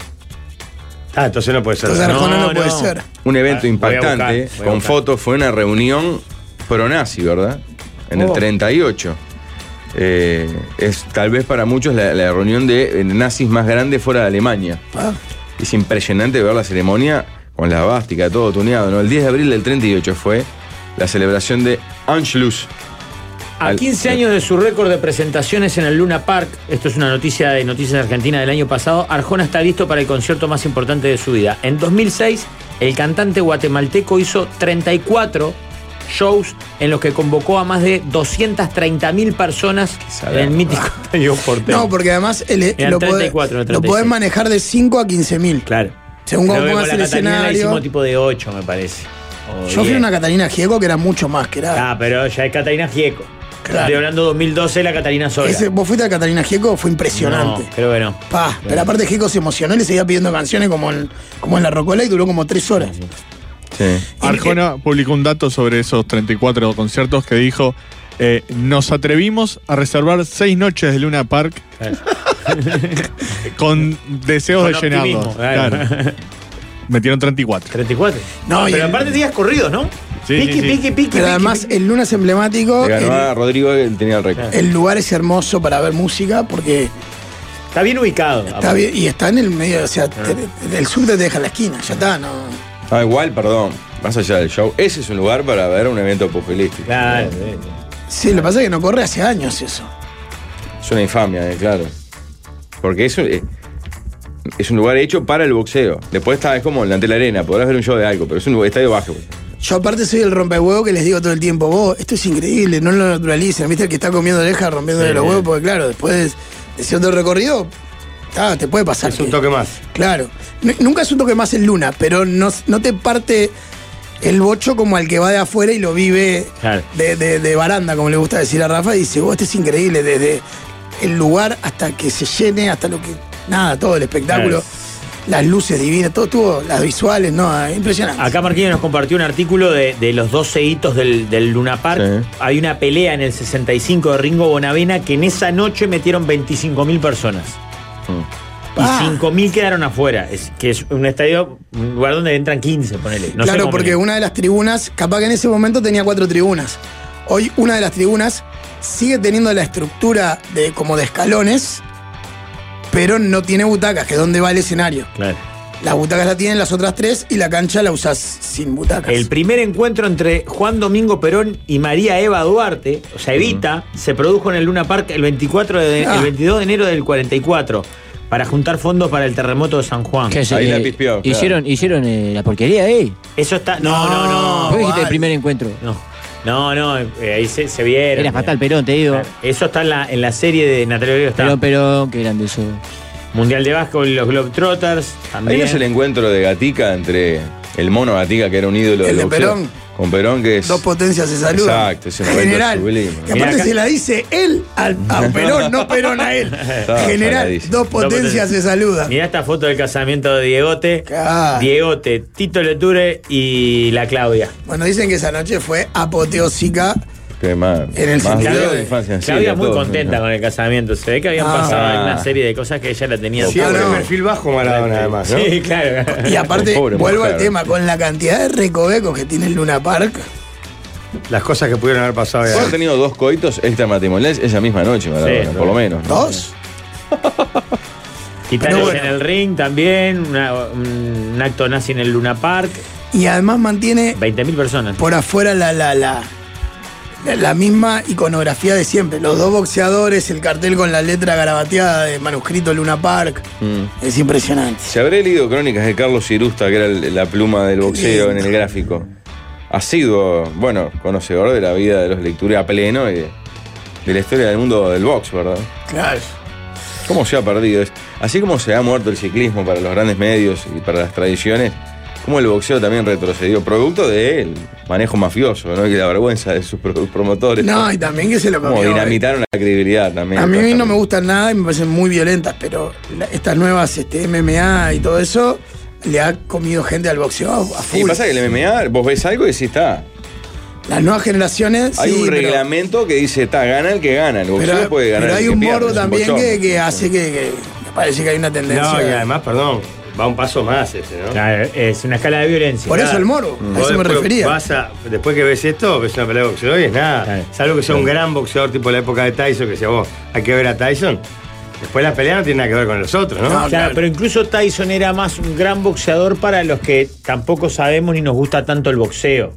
Speaker 8: Ah, entonces no puede ser.
Speaker 7: Entonces
Speaker 8: No.
Speaker 7: Arjona no,
Speaker 6: no.
Speaker 7: puede ser.
Speaker 5: Un evento
Speaker 8: Ah, voy a
Speaker 5: impactante,
Speaker 8: buscar, voy a
Speaker 5: con
Speaker 8: buscar.
Speaker 5: fotos, fue una reunión pro-nazi, ¿verdad? En el
Speaker 6: Oh.
Speaker 5: 38. Eh, es tal vez para muchos la, la reunión de eh, nazis más grande fuera de Alemania.
Speaker 7: Ah.
Speaker 5: Es impresionante ver la ceremonia con la bástica, todo tuneado, ¿no? El 10 de abril del 38 fue la celebración de Anschluss.
Speaker 6: A
Speaker 5: Al-
Speaker 6: 15 años de su récord de presentaciones en el Luna Park, esto es una noticia de Noticias Argentina del año pasado, Arjona está listo para el concierto más importante de su vida. En 2006, el cantante guatemalteco hizo 34
Speaker 10: shows en los que convocó a más de 230.000 personas en el mítico
Speaker 6: Estadio Porteño.
Speaker 7: No, porque además el- e-
Speaker 6: Eran
Speaker 7: eh, lo, podés-
Speaker 6: 34, no
Speaker 7: lo
Speaker 6: 36.
Speaker 7: podés manejar de 5 a 15 mil.
Speaker 6: Claro.
Speaker 7: Según cómo
Speaker 6: Creo que
Speaker 7: pongas
Speaker 6: con
Speaker 7: el
Speaker 6: la Catalina la
Speaker 7: escenario.
Speaker 6: hicimos tipo de 8, me parece. O
Speaker 7: Yo fui a
Speaker 6: 10.
Speaker 7: una Catalina Gieco que era mucho más, que era.
Speaker 6: Ah, pero ya es Catalina Gieco.
Speaker 7: Claro.
Speaker 6: Estoy hablando 2012, la Catalina Sola.
Speaker 7: Ese- vos fuiste a Catalina Gieco, fue impresionante.
Speaker 6: No, creo que no.
Speaker 7: Pa, pero aparte Gieco se emocionó y le seguía pidiendo canciones como en, como en la Rocola y duró como tres horas.
Speaker 5: Sí.
Speaker 6: eh,
Speaker 11: Arjona publicó un dato sobre esos 34 conciertos que dijo, eh, nos atrevimos a reservar seis noches de Luna Park con deseos
Speaker 6: Con
Speaker 11: de llenarlos.
Speaker 6: optimismo, claro.
Speaker 11: Claro. Metieron 34.
Speaker 6: 34.
Speaker 7: No, y-
Speaker 6: pero aparte días corridos, ¿no?
Speaker 11: Sí, sí,
Speaker 6: piqui,
Speaker 11: sí.
Speaker 6: piqui, piqui,
Speaker 7: Pero
Speaker 6: piqui,
Speaker 7: además
Speaker 6: piqui.
Speaker 7: el lunes emblemático,
Speaker 5: Le ganó a
Speaker 7: el,
Speaker 5: Rodrigo, él tenía el récord.
Speaker 7: el lugar es hermoso para ver música porque
Speaker 6: Está bien ubicado.
Speaker 7: está bien, y está en el medio, o sea, te- te- el sur te deja en la esquina, ya está, no.
Speaker 5: Ah, igual, perdón, más allá del show, ese es un lugar para ver un evento populístico.
Speaker 6: Claro.
Speaker 7: Sí, lo que pasa es que no corre hace años eso.
Speaker 5: Es una infamia, eh, claro. Porque eso eh, es un lugar hecho para el boxeo. Después está, es como el ante la arena, podrás ver un show de algo, pero es un lugar- estadio bajo.
Speaker 7: Yo aparte soy el rompehuevo que les digo todo el tiempo, vos, esto es increíble, no lo naturalicen, viste el que está comiendo oreja rompiéndole los huevos, porque claro, después de cierto recorrido, está, te puede pasar.
Speaker 8: Es un
Speaker 7: que-
Speaker 8: toque más.
Speaker 7: Claro. N- nunca es un toque más en luna, pero no, no te parte el bocho como al que va de afuera y lo vive
Speaker 6: Claro.
Speaker 7: de, de- de baranda, como le gusta decir a Rafa, y dice, vos, esto es increíble, desde el lugar hasta que se llene, hasta lo que. nada, todo el espectáculo.
Speaker 6: Claro.
Speaker 7: Las luces divinas, todo tuvo, las visuales, no, eh, impresionante.
Speaker 6: Acá Marquillo nos compartió un artículo de, de los 12 hitos del, del Luna Park.
Speaker 5: Sí.
Speaker 6: Hay una pelea en el 65 de Ringo Bonavena que en esa noche metieron 25.000 personas.
Speaker 7: Ah.
Speaker 6: Y 5.000 quedaron afuera. Es, que es un estadio, un lugar donde entran 15, ponele. No sé
Speaker 7: claro,
Speaker 6: cómo
Speaker 7: porque
Speaker 6: meten.
Speaker 7: una de las tribunas, capaz que en ese momento tenía cuatro tribunas. Hoy una de las tribunas sigue teniendo la estructura de como de escalones, pero no tiene butacas, que es donde va el escenario.
Speaker 6: Claro.
Speaker 7: Las butacas la tienen las otras tres y la cancha la usás sin butacas.
Speaker 6: El primer encuentro entre Juan Domingo Perón y María Eva Duarte, o sea, Evita, se produjo en el Luna Park el, 24 de-
Speaker 7: Ah.
Speaker 6: el 22 de enero del 44 para juntar fondos para el terremoto de San Juan.
Speaker 9: ¿Qué hace?
Speaker 5: Ahí la pispeó, claro.
Speaker 9: Hicieron, hicieron eh, la porquería ahí.
Speaker 6: Eso está. No, no, no.
Speaker 9: ¿Por qué dijiste
Speaker 7: vale.
Speaker 9: el primer encuentro?
Speaker 6: No, no, no, eh, ahí se, se vieron.
Speaker 9: Era fatal Perón, te digo.
Speaker 6: Claro, Eso está en la, en la serie de Natalia Oreiro, está
Speaker 9: Perón, Perón, qué grande eso.
Speaker 6: Mundial de Básquetbol, los Globetrotters,
Speaker 5: Ahí
Speaker 6: también.
Speaker 5: no es el encuentro de Gatica entre el mono Gatica, que era un ídolo
Speaker 7: El
Speaker 5: del
Speaker 7: de
Speaker 5: boxeo,
Speaker 7: Perón.
Speaker 5: con Perón, que es.
Speaker 7: Dos potencias se saludan.
Speaker 5: Exacto, ese momento
Speaker 7: General.
Speaker 5: sublime.
Speaker 7: Que
Speaker 6: Mirá
Speaker 7: aparte
Speaker 6: acá.
Speaker 7: se la dice él al, a Perón, no Perón a él. General,
Speaker 5: saladísimo.
Speaker 7: dos potencias se saludan.
Speaker 6: Mirá esta foto del casamiento de Diegote.
Speaker 7: Claro.
Speaker 6: Diegote, Tito Leture y la Claudia.
Speaker 7: Bueno, dicen que esa noche fue apoteósica.
Speaker 5: que más,
Speaker 7: En el
Speaker 5: más
Speaker 7: sentido
Speaker 5: duro
Speaker 7: de-
Speaker 5: la infancia en
Speaker 6: Claudia
Speaker 5: Siria,
Speaker 6: muy
Speaker 5: todo,
Speaker 6: contenta
Speaker 5: ¿no?
Speaker 6: con el casamiento. Se ve que habían
Speaker 7: Ah.
Speaker 6: pasado una serie de cosas que ella la tenía.
Speaker 5: Sí,
Speaker 8: Siempre
Speaker 7: Ah, no.
Speaker 8: perfil bajo Maradona, además. ¿no?
Speaker 6: Sí, claro.
Speaker 7: Y aparte,
Speaker 5: Pobre
Speaker 7: vuelvo
Speaker 5: mujer.
Speaker 7: al tema, con la cantidad de recovecos que tiene el Luna Park.
Speaker 8: Las cosas que pudieron haber pasado.
Speaker 5: Bueno,
Speaker 8: ya.
Speaker 5: ha tenido dos coitos extramatrimoniales esa misma noche, Maradona,
Speaker 6: Sí,
Speaker 5: por lo menos. ¿no?
Speaker 7: ¿Dos?
Speaker 6: Titanes
Speaker 7: Pero bueno.
Speaker 6: en el ring también. una- un acto nazi en el Luna Park.
Speaker 7: Y además mantiene
Speaker 6: 20.000 personas.
Speaker 7: por afuera la, la, la, la- la misma iconografía de siempre. Los dos boxeadores, el cartel con la letra garabateada de manuscrito Luna Park.
Speaker 5: Mm.
Speaker 7: Es impresionante.
Speaker 5: Se habré leído crónicas de Carlos Cirusta, que era el- la pluma del boxeo en el gráfico. Ha sido, bueno, conocedor de la vida de los lecturas a pleno y de, de la historia del mundo del box, ¿verdad?
Speaker 7: Claro.
Speaker 5: ¿Cómo se ha perdido? Es- Así como se ha muerto el ciclismo para los grandes medios y para las tradiciones, como el boxeo también retrocedió, producto del manejo mafioso, ¿no? Y la vergüenza de sus pro- promotores.
Speaker 7: No, y también que se lo
Speaker 5: como
Speaker 7: comió. eh.
Speaker 5: dinamitaron la credibilidad también.
Speaker 7: A mí no me gustan nada y me parecen muy violentas, pero la- estas nuevas este, MMA y todo eso le ha comido gente al boxeo a, a
Speaker 5: Y
Speaker 7: full.
Speaker 5: pasa que el MMA, vos ves algo y decís, está,
Speaker 7: Las nuevas generaciones.
Speaker 5: Hay
Speaker 7: sí,
Speaker 5: un
Speaker 7: pero-
Speaker 5: reglamento que dice, está, gana el que gana. El boxeo
Speaker 7: Pero,
Speaker 5: puede ganar
Speaker 7: pero
Speaker 5: el
Speaker 7: hay
Speaker 5: que
Speaker 7: un
Speaker 5: pierde, es
Speaker 7: morbo también
Speaker 5: bochón.
Speaker 7: que, que hace que, que- que parece que hay una tendencia.
Speaker 8: No, y además, perdón, va un paso más ese, ¿no? Mm.
Speaker 6: Claro, Ah, es una escala de violencia.
Speaker 7: Por eso
Speaker 6: Claro.
Speaker 7: el morbo, a
Speaker 8: Vos
Speaker 7: eso me
Speaker 8: después
Speaker 7: refería.
Speaker 8: vas a- después que ves esto, ves una pelea de boxeo y es nada.
Speaker 6: Claro.
Speaker 8: Salvo que sea un gran boxeador tipo la época de Tyson, que decía vos, hay que ver a Tyson. Después la pelea no tiene nada que ver con los otros, ¿no?
Speaker 7: No,
Speaker 6: Claro, pero incluso Tyson era más un gran boxeador para los que tampoco sabemos ni nos gusta tanto el boxeo.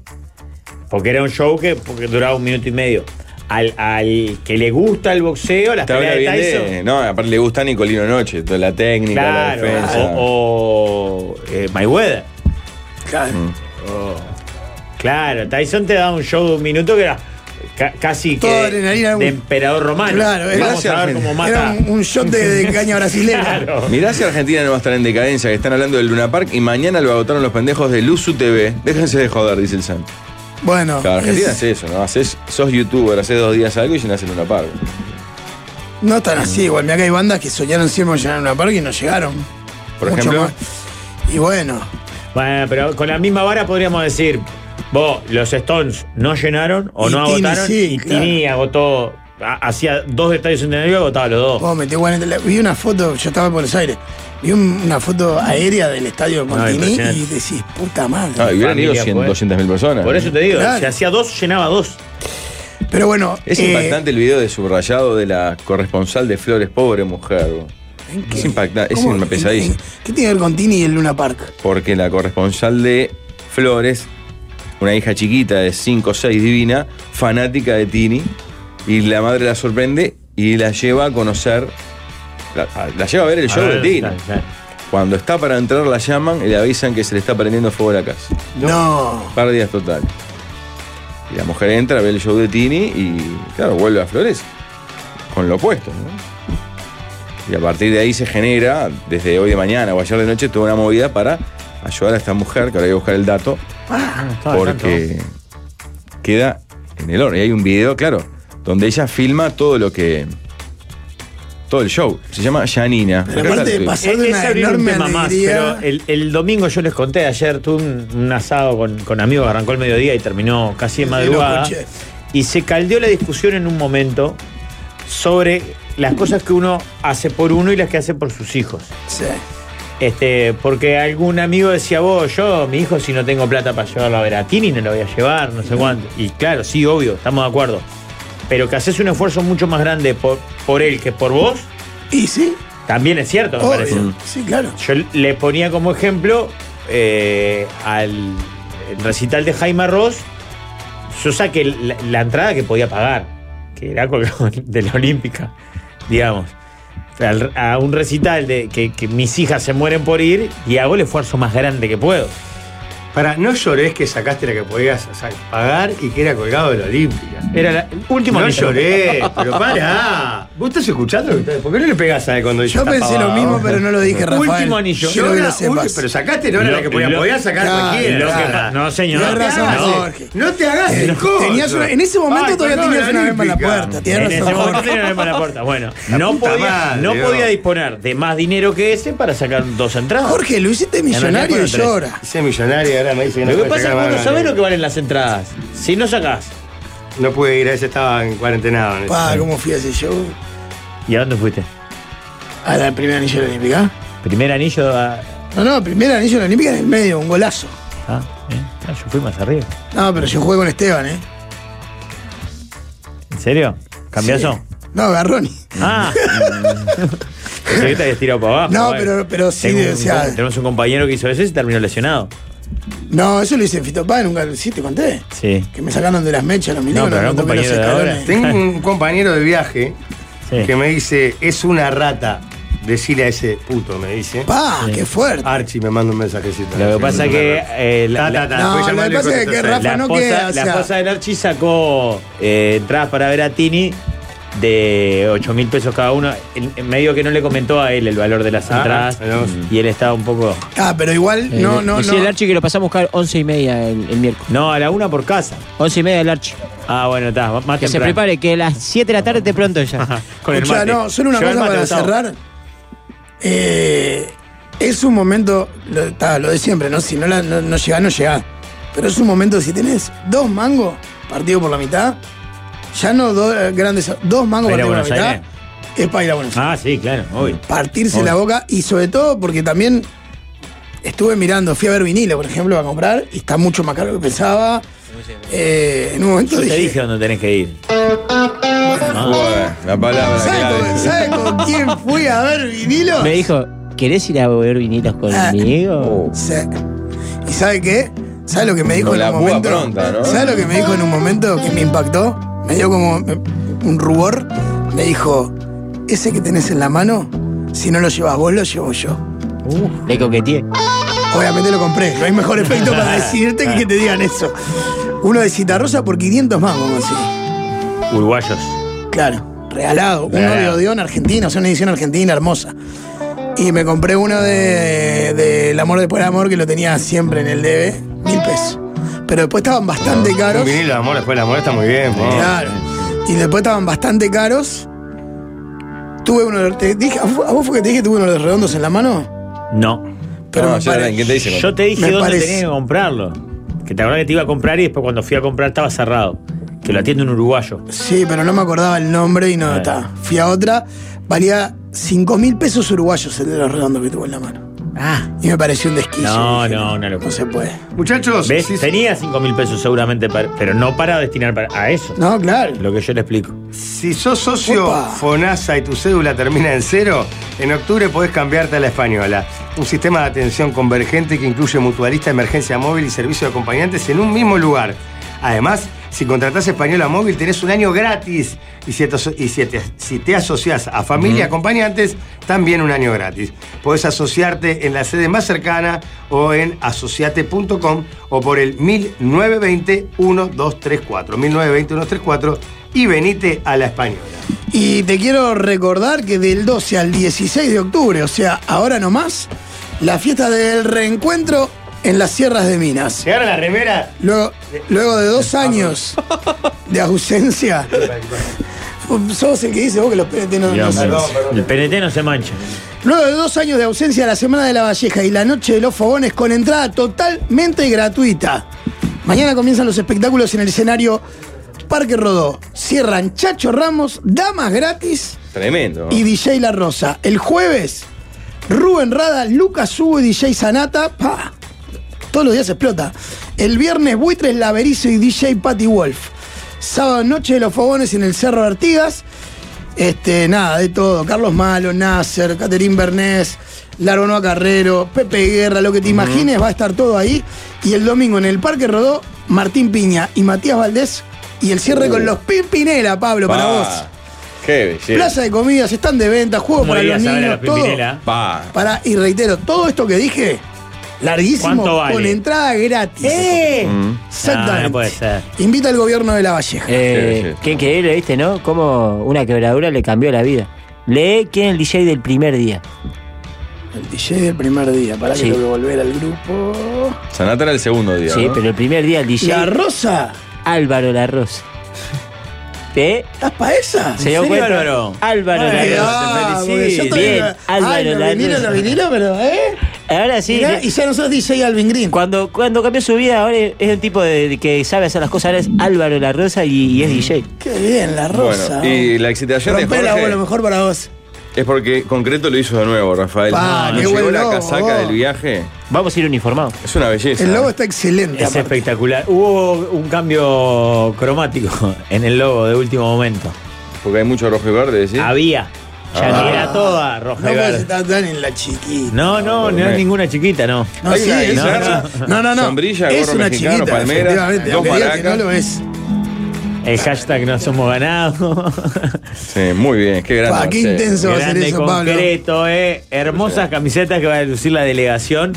Speaker 6: Porque era un show que porque duraba un minuto y medio. Al, al que le gusta el boxeo, las
Speaker 5: Te habla
Speaker 6: peleas de
Speaker 5: bien de-
Speaker 6: Tyson.
Speaker 5: no, aparte le gusta a Nicolino Noche, toda la técnica,
Speaker 6: Claro,
Speaker 5: la defensa. Mm.
Speaker 6: o, o, eh, Mayweather.
Speaker 7: Claro.
Speaker 6: Claro, Tyson te da un show de un minuto que era ca- casi que
Speaker 7: Toda
Speaker 6: de,
Speaker 7: adrenalina, un-
Speaker 6: emperador romano.
Speaker 7: Claro, era-
Speaker 6: Vamos a ver cómo
Speaker 7: Era
Speaker 6: mata.
Speaker 7: un, un shot de, de caña brasilera.
Speaker 6: Claro.
Speaker 5: Mirá si Argentina no va a estar en decadencia, que están hablando del Luna Park y mañana lo agotaron los pendejos de Luzu TV. Déjense de joder, dice el Sam.
Speaker 7: Bueno,
Speaker 5: Claro, Argentina
Speaker 7: es-
Speaker 5: hace eso, ¿no? Haces, sos youtuber, haces dos días algo y llenás el Luna Park.
Speaker 7: no tan así, igual. Mirá que hay bandas que soñaron siempre con llegar a una parque y no llegaron.
Speaker 5: Por
Speaker 7: Mucho
Speaker 5: ejemplo,
Speaker 7: más. Y bueno,
Speaker 6: Bueno, pero con la misma vara podríamos decir, vos, los Stones no llenaron o
Speaker 7: Y
Speaker 6: no
Speaker 7: Tini
Speaker 6: agotaron
Speaker 7: sí,
Speaker 6: y
Speaker 7: claro.
Speaker 6: Tini agotó, ha- hacía dos detalles en el y agotaba los dos.
Speaker 7: vos metí buena- la- Vi una foto, yo estaba en Buenos Aires. Vi un- una foto aérea del estadio de
Speaker 6: No,
Speaker 7: Montini y
Speaker 6: impresionante.
Speaker 7: decís, puta madre.
Speaker 5: Ah, y hubieran ido
Speaker 6: Familia,
Speaker 5: 100,
Speaker 6: pues.
Speaker 5: 200.000 personas.
Speaker 6: Por eso te digo,
Speaker 7: Claro.
Speaker 6: si hacía dos, llenaba dos.
Speaker 7: Pero bueno,
Speaker 5: Es
Speaker 7: eh,
Speaker 5: impactante el video de subrayado de la corresponsal de Flores, pobre mujer. bo.
Speaker 7: ¿en qué?
Speaker 5: Es impactante, es
Speaker 7: ¿Cómo?
Speaker 5: una pesadilla.
Speaker 7: ¿En- en- ¿Qué tiene que ver con Tini y el Luna Park?
Speaker 5: Porque la corresponsal de Flores, una hija chiquita de 5 o 6 divina, fanática de Tini, y la madre la sorprende y la lleva a conocer, la, a- la lleva a ver el show
Speaker 6: A
Speaker 5: de
Speaker 6: ver,
Speaker 5: Tini.
Speaker 6: claro, claro.
Speaker 5: Cuando está para entrar la llaman y le avisan que se le está prendiendo fuego la casa.
Speaker 7: No.
Speaker 5: Pérdidas total. Y la mujer entra, ve el show de Tini y, claro, vuelve a Flores con lo opuesto. ¿no? Y a partir de ahí se genera, desde hoy de mañana o ayer de noche, toda una movida para ayudar a esta mujer, que ahora voy a buscar el dato,
Speaker 6: Ah, Estaba
Speaker 5: porque queda en el horno. Y hay un video, claro, donde ella filma todo lo que. todo el show. Se llama Janina.
Speaker 7: Pero aparte de pasar
Speaker 6: Es,
Speaker 7: de
Speaker 6: es
Speaker 7: una
Speaker 6: abrir un
Speaker 7: enorme
Speaker 6: tema más,
Speaker 7: alegría.
Speaker 6: pero el, el domingo yo les conté, ayer tuve un, un asado con, con amigos, arrancó el mediodía y terminó casi de
Speaker 7: Sí, lo
Speaker 6: madrugada.
Speaker 7: escuché.
Speaker 6: Y se caldeó la discusión en un momento sobre las cosas que uno hace por uno y las que hace por sus hijos.
Speaker 7: Sí.
Speaker 6: Este, porque algún amigo decía, vos, yo, mi hijo, si no tengo plata para llevarlo a ver a Tini, no lo voy a llevar, no sé cuánto. Y claro, sí, obvio, estamos de acuerdo. Pero que haces un esfuerzo mucho más grande por, por él que por vos,
Speaker 7: Y sí,
Speaker 6: también es cierto, me parece.
Speaker 7: obvio. Sí, claro.
Speaker 6: Yo le ponía como ejemplo eh, al el recital de Jaime Ross. Yo saqué la, la entrada que podía pagar, que era con lo- de la Olímpica, digamos. Al- a un recital de que, que mis hijas se mueren por ir y hago el esfuerzo más grande que puedo.
Speaker 8: Para, no llores que sacaste la que podías o sea, pagar y que era colgado de la Olímpica.
Speaker 6: Era la- el último
Speaker 8: No
Speaker 6: anillo.
Speaker 8: lloré, pero pará. ¿Vos estás escuchando? ¿Por qué no le pegas a él cuando
Speaker 7: Yo
Speaker 8: está
Speaker 7: pensé lo
Speaker 8: pavado?
Speaker 7: mismo, pero no lo dije, Rafael.
Speaker 6: Último anillo.
Speaker 7: Quiero que
Speaker 8: Llora,
Speaker 7: lo
Speaker 8: uy,
Speaker 7: sepas.
Speaker 8: pero sacaste no era
Speaker 6: Lo-
Speaker 8: la que podías,
Speaker 6: lo-
Speaker 8: podías sacar
Speaker 7: Claro,
Speaker 8: cualquiera.
Speaker 7: lo que
Speaker 8: Nada.
Speaker 7: pa-
Speaker 6: no, señor.
Speaker 8: No te
Speaker 7: Tenés
Speaker 8: hagas
Speaker 7: razón,
Speaker 8: el-
Speaker 7: Jorge.
Speaker 8: No te hagas el coso.
Speaker 7: Tenías una- en ese momento
Speaker 8: Ay,
Speaker 7: todavía
Speaker 8: colgado
Speaker 7: tenías
Speaker 8: de
Speaker 7: una vez más la
Speaker 8: Olímpica.
Speaker 7: puerta. Tenés
Speaker 6: En
Speaker 7: razón,
Speaker 6: ese momento
Speaker 7: Jorge.
Speaker 6: tenía la mala puerta. Bueno, no,
Speaker 8: puta
Speaker 6: podía,
Speaker 8: madre,
Speaker 6: no
Speaker 8: Dios.
Speaker 6: podía disponer de más dinero que ese para sacar dos entradas.
Speaker 7: Jorge, lo hiciste millonario y
Speaker 6: realidad fueron
Speaker 7: llora.
Speaker 8: Ese millonario ahora me dice que no
Speaker 6: Lo que
Speaker 8: puede
Speaker 6: pasa es que
Speaker 8: sacar
Speaker 6: vos no
Speaker 8: más
Speaker 6: sabés
Speaker 8: ganas.
Speaker 6: lo que valen las entradas. Si no sacás.
Speaker 8: No pude ir, a ese estaba en cuarentena. en ese
Speaker 7: Pa,
Speaker 8: momento.
Speaker 7: ¿cómo fui a ese show?
Speaker 6: ¿Y a dónde fuiste?
Speaker 7: A Ah, la primera anillo de la Olímpica.
Speaker 6: Primer anillo ah, a.
Speaker 7: No, no, primera anillo de la Olímpica en el medio, un golazo.
Speaker 6: Ah, ¿eh? Ah, yo fui más arriba.
Speaker 7: No, pero yo jugué con Esteban, ¿eh?
Speaker 6: ¿En serio? ¿Cambiazo?
Speaker 7: Sí. No, Garroni.
Speaker 6: Ah. Pensé que te habías tirado para abajo.
Speaker 7: No,
Speaker 6: bueno.
Speaker 7: pero- pero sí,
Speaker 6: Tengo un-
Speaker 7: o sea-
Speaker 6: tenemos un compañero que hizo eso y se terminó lesionado.
Speaker 7: No, eso lo hice en Fitopá, nunca sí, te conté.
Speaker 6: Sí.
Speaker 7: Que me sacaron de las mechas los milicos,
Speaker 6: No, pero era un
Speaker 7: cuando tomé los
Speaker 6: compañero de ahora.
Speaker 7: escalones.
Speaker 8: Tengo un compañero de viaje
Speaker 6: sí.
Speaker 8: que me dice, es una rata decirle a ese puto, me dice.
Speaker 7: Pa, qué fuerte.
Speaker 8: Archie me manda un mensajecito.
Speaker 6: Lo que pasa
Speaker 8: es
Speaker 6: es que. eh, la,
Speaker 8: Ta, ta, ta.
Speaker 7: No,
Speaker 8: Después
Speaker 7: lo que
Speaker 8: llamarle
Speaker 7: pasa es
Speaker 8: cosas
Speaker 7: que
Speaker 8: así.
Speaker 7: Rafa
Speaker 6: la
Speaker 7: no
Speaker 6: esposa,
Speaker 7: queda. o
Speaker 6: la
Speaker 7: sea,
Speaker 6: esposa del Archie sacó eh, entradas para ver a Tini de 8 mil pesos cada uno. En, en medio que no le comentó a él el valor de las
Speaker 8: Ah,
Speaker 6: entradas.
Speaker 8: mirá vos.
Speaker 6: y él estaba un poco.
Speaker 7: Ah, pero igual,
Speaker 9: Eh,
Speaker 7: no, no,
Speaker 9: y si el
Speaker 7: no.
Speaker 9: Archi que lo pasamos a buscar 11 y media el, el miércoles.
Speaker 6: No, a la una por casa.
Speaker 9: 11 y media el Archi.
Speaker 6: Ah, bueno, está. Más
Speaker 9: Que se
Speaker 6: temprano.
Speaker 9: prepare, que a las 7 de la tarde esté pronto ya.
Speaker 6: Con el
Speaker 7: Escuchá,
Speaker 6: mate.
Speaker 7: no, solo una
Speaker 6: Lleva el
Speaker 7: cosa
Speaker 6: mate,
Speaker 7: para
Speaker 6: Gustavo.
Speaker 7: cerrar. Eh, es un momento, lo, ta, lo de siempre, ¿no? Si no, la, no, no llegás, no llegás. Pero es un momento, si tenés dos mangos partido por la mitad, ya no dos eh, grandes, dos mangos
Speaker 6: Para ir
Speaker 7: partido por
Speaker 6: a
Speaker 7: la
Speaker 6: Buenos
Speaker 7: mitad,
Speaker 6: Aires.
Speaker 7: es para ir a Buenos Aires.
Speaker 6: Ah, sí, claro, obvio.
Speaker 7: Partirse la boca y sobre todo porque también estuve mirando, fui a ver vinilo, por ejemplo, a comprar y está mucho más caro que pensaba. Eh, en un momento
Speaker 6: Yo te
Speaker 7: dije,
Speaker 6: dije dónde tenés que ir.
Speaker 5: Bueno, la palabra clave.
Speaker 7: ¿sabes con, sabe con quién fui a ver vinilo?
Speaker 9: Me dijo, ¿querés ir a beber vinitos conmigo?
Speaker 7: Ah. Oh. Sí. ¿Y sabe qué? ¿Sabe lo que me dijo
Speaker 5: Con
Speaker 7: en
Speaker 5: la
Speaker 7: un
Speaker 5: púa
Speaker 7: momento?
Speaker 5: pronta, ¿no?
Speaker 7: ¿Sabe lo que me dijo en un momento que me impactó? Me dio como eh, un rubor. Me dijo,
Speaker 5: Uh.
Speaker 7: ese que tenés en la mano, si no lo llevas vos, lo llevo yo.
Speaker 9: Le coqueteé.
Speaker 7: Obviamente lo compré. No hay mejor efecto para decirte que que te digan eso. Uno de Citarrosa por 500 mangos, así.
Speaker 6: Uruguayos.
Speaker 7: Claro, regalado. Uno de
Speaker 6: Regalado.
Speaker 7: Odeón argentino, o sea, una edición argentina hermosa. Y me compré uno de, de El amor después del amor que lo tenía siempre en el DB, mil pesos. Pero después estaban bastante
Speaker 8: Un
Speaker 7: caros.
Speaker 8: vinilo de amor después del amor está muy bien, po.
Speaker 7: Claro. Y después estaban bastante caros. Tuve uno de. Te dije, ¿A fu- a vos fue que te dije que tuve uno de los redondos en la mano?
Speaker 6: No.
Speaker 7: Pero me pare-
Speaker 5: ¿Qué te dice?
Speaker 6: Yo te dije
Speaker 7: Me
Speaker 6: dónde
Speaker 7: parece-
Speaker 6: tenía que comprarlo. Que te acordás que te iba a comprar y después cuando fui a comprar estaba cerrado. Que lo atiende un uruguayo.
Speaker 7: Sí, pero no me acordaba el nombre y no está. Fui a otra, valía 5 mil pesos uruguayos el de los redondos que tuve en la mano.
Speaker 6: Ah.
Speaker 7: Y me pareció un desquicio.
Speaker 6: No,
Speaker 7: dije,
Speaker 6: no, no lo
Speaker 7: No se puede.
Speaker 8: Muchachos,
Speaker 6: ¿Ves?
Speaker 8: si-
Speaker 6: Tenía 5 mil pesos seguramente, para- pero no para destinar para, a eso.
Speaker 7: No, claro.
Speaker 6: Lo que yo le explico.
Speaker 8: Si sos socio
Speaker 7: Opa.
Speaker 8: FONASA y tu cédula termina en cero, en octubre podés cambiarte a la española. Un sistema de atención convergente que incluye mutualista, emergencia móvil y servicio de acompañantes en un mismo lugar. Además, si contratás española móvil tenés un año gratis. Y si te, aso- y si te- si te asociás a familia y acompañantes, también un año gratis. Podés asociarte en la sede más cercana o en asociate.com o por el 1920-1234. 1920-1234 y venite a la española.
Speaker 7: Y te quiero recordar que del 12 al 16 de octubre, o sea, ahora nomás, la fiesta del reencuentro en las sierras de Minas.
Speaker 8: Llegaron la remera. Ah,
Speaker 7: Luego, luego de dos años de ausencia, sos el que dice vos que los PNT no- no,
Speaker 6: Digamos,
Speaker 7: se-
Speaker 6: el PNT no se mancha.
Speaker 7: Luego de dos años de ausencia, la Semana de la Valleja y la Noche de los Fogones con entrada totalmente gratuita. Mañana comienzan los espectáculos en el escenario Parque Rodó. Cierran Chacho Ramos, Damas Gratis
Speaker 5: Tremendo.
Speaker 7: y DJ La Rosa. El jueves, Rubén Rada, Lucas Hugo y DJ Sanata. pa. Todos los días explota. El viernes, Buitres Laberizo y DJ Patty Wolf. Sábado noche de los fogones en el Cerro de Artigas. Este, nada, de todo. Carlos Malo, Nasser, Caterín Bernés, Laronoa Carrero, Pepe Guerra, lo que te imagines, va a estar todo ahí. Y el domingo en el Parque Rodó, Martín Piña y Matías Valdés. Y el cierre con los Pimpinela, Pablo, para
Speaker 5: Pa.
Speaker 7: vos.
Speaker 5: Qué belleza.
Speaker 7: Plaza de comidas, están de venta, juegos
Speaker 6: ¿Cómo
Speaker 7: para
Speaker 6: le
Speaker 7: los
Speaker 6: ibas a ver a
Speaker 7: niños,
Speaker 6: los
Speaker 7: todo.
Speaker 6: Pimpinela?
Speaker 5: Pa.
Speaker 7: Para, y reitero, todo esto que dije, larguísimo,
Speaker 6: ¿Cuánto vale? Ah,
Speaker 7: con entrada gratis.
Speaker 5: Mm.
Speaker 9: Ah,
Speaker 7: Exactamente.
Speaker 6: No, no puede ser.
Speaker 7: Invita al gobierno de La Valleja.
Speaker 9: Eh,
Speaker 5: Sí, sí.
Speaker 9: Qué increíble, ¿viste, no? Cómo una quebradura le cambió la vida. Lee quién es el DJ del primer día.
Speaker 7: El DJ del primer día, para
Speaker 9: Sí.
Speaker 7: que tengo que volver al grupo.
Speaker 5: Sanata era el segundo día.
Speaker 9: sí,
Speaker 5: ¿no?
Speaker 9: pero el primer día el DJ
Speaker 7: La Rosa,
Speaker 9: Álvaro Larroz. ¿Eh?
Speaker 7: ¿estás pa' esa?
Speaker 9: ¿Se dio
Speaker 6: serio,
Speaker 9: cuenta?
Speaker 6: Álvaro?
Speaker 9: Álvaro
Speaker 7: Ay,
Speaker 9: Larroz.
Speaker 7: ah,
Speaker 6: te
Speaker 7: porque yo
Speaker 6: felicito.
Speaker 7: todavía-
Speaker 9: Bien,
Speaker 7: Ay,
Speaker 9: Álvaro
Speaker 7: lo
Speaker 9: Larroz.
Speaker 7: vinilo, lo vinilo, pero, ¿eh?
Speaker 9: Ahora sí,
Speaker 7: Mirá,
Speaker 9: le-
Speaker 7: y ya no sos DJ Alvin Green.
Speaker 9: cuando, cuando cambió su vida, ahora es un tipo de, de que sabe hacer las cosas. Ahora es Álvaro Larrosa y, y es DJ.
Speaker 7: Qué bien, La Rosa.
Speaker 5: Bueno, y la excitación de
Speaker 7: Rompela
Speaker 5: Jorge
Speaker 7: vos, lo mejor para vos.
Speaker 5: es porque concreto lo hizo de nuevo, Rafael.
Speaker 7: Pa, qué
Speaker 5: Nos
Speaker 7: buen
Speaker 5: llegó la
Speaker 7: logo,
Speaker 5: casaca
Speaker 7: vos.
Speaker 5: del viaje.
Speaker 9: Vamos a ir uniformados.
Speaker 5: Es una belleza.
Speaker 7: El logo está excelente.
Speaker 6: Es
Speaker 7: aparte.
Speaker 6: espectacular. Hubo un cambio cromático en el logo de último momento.
Speaker 5: Porque hay mucho rojo y verde, ¿sí?
Speaker 6: Había. Ya
Speaker 5: Ah.
Speaker 6: ni era toda roja
Speaker 7: No
Speaker 6: y
Speaker 7: puedes
Speaker 6: verde.
Speaker 7: estar tan en la chiquita.
Speaker 6: No, no, no,
Speaker 5: Gourmet.
Speaker 6: es ninguna chiquita, no.
Speaker 7: No,
Speaker 5: Hay
Speaker 7: sí,
Speaker 5: una
Speaker 7: es
Speaker 5: guitarra,
Speaker 7: una chi- no, no, no.
Speaker 5: sombrilla,
Speaker 7: es
Speaker 5: gorro
Speaker 7: una
Speaker 5: mexicano,
Speaker 7: chiquita,
Speaker 5: palmera,
Speaker 7: efectivamente,
Speaker 5: dos
Speaker 7: aunque diga que
Speaker 5: maracas.
Speaker 7: no lo es.
Speaker 6: El hashtag no somos ganados.
Speaker 5: Sí, muy bien. Qué grande.
Speaker 7: Pa, qué
Speaker 5: Marcelo.
Speaker 7: intenso va a ser
Speaker 6: Grande
Speaker 7: eso, Pablo.
Speaker 6: concreto, eh. Hermosas camisetas que va a lucir la delegación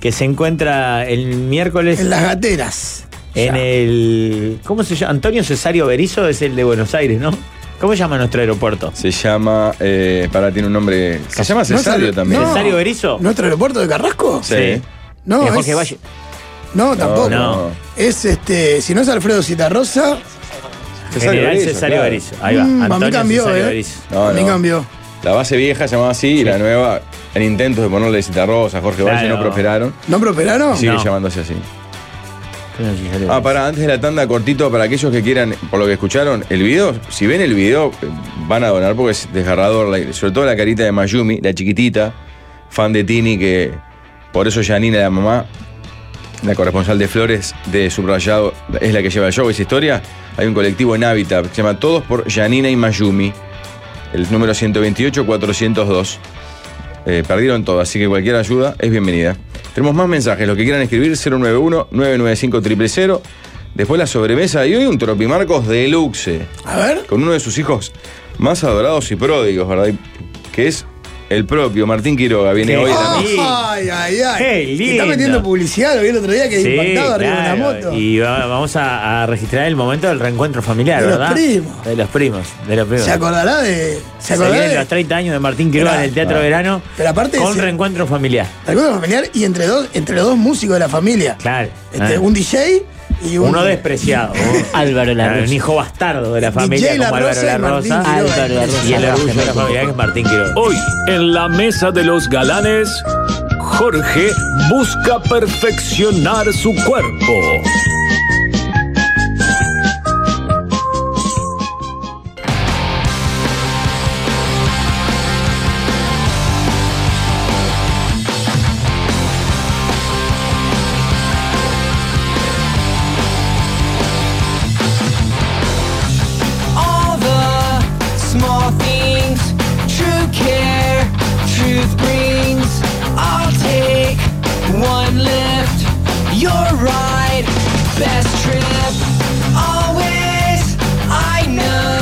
Speaker 6: que se encuentra el miércoles
Speaker 7: En las gateras.
Speaker 6: en el. ¿Cómo se llama? Antonio Cesario Berizo es el de Buenos Aires, ¿no? ¿Cómo se llama nuestro aeropuerto?
Speaker 5: Se llama. Eh, para, tiene un nombre. Se llama
Speaker 7: No,
Speaker 5: Cesario
Speaker 7: no,
Speaker 5: también.
Speaker 7: no.
Speaker 6: ¿Cesario Berizo?
Speaker 7: ¿Nuestro aeropuerto de Carrasco?
Speaker 5: Sí.
Speaker 7: No,
Speaker 9: Eh, Jorge
Speaker 7: es-
Speaker 9: Valle.
Speaker 7: No, tampoco.
Speaker 6: no.
Speaker 7: Es este, si no es Alfredo Citarrosa,
Speaker 5: Cesario
Speaker 6: General
Speaker 5: Berizo,
Speaker 6: Cesario
Speaker 5: claro.
Speaker 6: Berizo. Ahí va.
Speaker 7: mm, a mí
Speaker 6: Antonio
Speaker 7: cambió,
Speaker 6: Cesario
Speaker 7: ¿eh?
Speaker 6: Berizo.
Speaker 5: No,
Speaker 7: a mí
Speaker 5: no.
Speaker 7: cambió.
Speaker 5: La base vieja se llamaba así y la nueva, en intentos de ponerle Citarrosa, Jorge
Speaker 6: Claro.
Speaker 5: Valle, no prosperaron.
Speaker 7: ¿No prosperaron?
Speaker 5: Y sigue
Speaker 6: No.
Speaker 5: llamándose así.
Speaker 9: Antonio Cesario
Speaker 5: Ah,
Speaker 9: Berizo.
Speaker 5: para, antes de la tanda, cortito, para aquellos que quieran, por lo que escucharon, el video, si ven el video, eh, van a donar porque es desgarrador, la- sobre todo la carita de Mayumi, la chiquitita, fan de Tini, que por eso Janina, la mamá, la corresponsal de Flores de Subrayado, es la que lleva el show, esa historia. Hay un colectivo en Habitat que se llama Todos por Janina y Mayumi, el número 128-402. Eh, perdieron todo, así que cualquier ayuda es bienvenida. Tenemos más mensajes, los que quieran escribir, 091-995-000. Después la sobremesa y hoy un Tropimarcos deluxe,
Speaker 7: A ver.
Speaker 5: con uno de sus hijos más adorados y pródigos, ¿verdad? Que es El propio Martín Quiroga viene
Speaker 7: Qué
Speaker 5: hoy a la
Speaker 7: ay,
Speaker 5: mesa.
Speaker 7: ay, ay,
Speaker 6: Qué
Speaker 7: Que
Speaker 6: lindo.
Speaker 7: Está metiendo publicidad, lo vi el otro día que
Speaker 6: Sí,
Speaker 7: impactado arriba de una
Speaker 6: claro.
Speaker 7: moto.
Speaker 6: Y va- vamos a, a registrar el momento del reencuentro familiar,
Speaker 7: De los
Speaker 6: ¿verdad?
Speaker 7: primos.
Speaker 6: De los primos. De los primos.
Speaker 7: ¿Se acordará de.? ¿Se
Speaker 6: Se
Speaker 7: acordará
Speaker 6: vienen
Speaker 7: de.?
Speaker 6: los 30 años de Martín Quiroga
Speaker 7: Mirá.
Speaker 6: en el Teatro
Speaker 7: Ah.
Speaker 6: Verano
Speaker 7: Pero aparte.
Speaker 6: con
Speaker 7: se-
Speaker 6: reencuentro familiar.
Speaker 7: Recuerdo familiar y entre dos, entre los dos músicos de la familia.
Speaker 6: Claro.
Speaker 7: Este,
Speaker 6: Ah.
Speaker 7: Un DJ y un.
Speaker 6: Uno despreciado.
Speaker 9: Álvaro
Speaker 6: Claro, un
Speaker 9: Larrosa.
Speaker 6: hijo bastardo de la familia
Speaker 7: DJ
Speaker 6: como
Speaker 7: La
Speaker 6: Álvaro
Speaker 7: Rosa y
Speaker 6: La
Speaker 7: Martín
Speaker 6: Rosa.
Speaker 7: Quiroga.
Speaker 9: Álvaro La Rosa.
Speaker 6: Y el orgullo de la
Speaker 9: Martín
Speaker 6: familia que es Martín Quiroga.
Speaker 1: Hoy, en la mesa de los galanes, Jorge busca perfeccionar su cuerpo.
Speaker 4: All the small things, true care, truth brings. I'll take one lift, your ride, best trip. Always, I know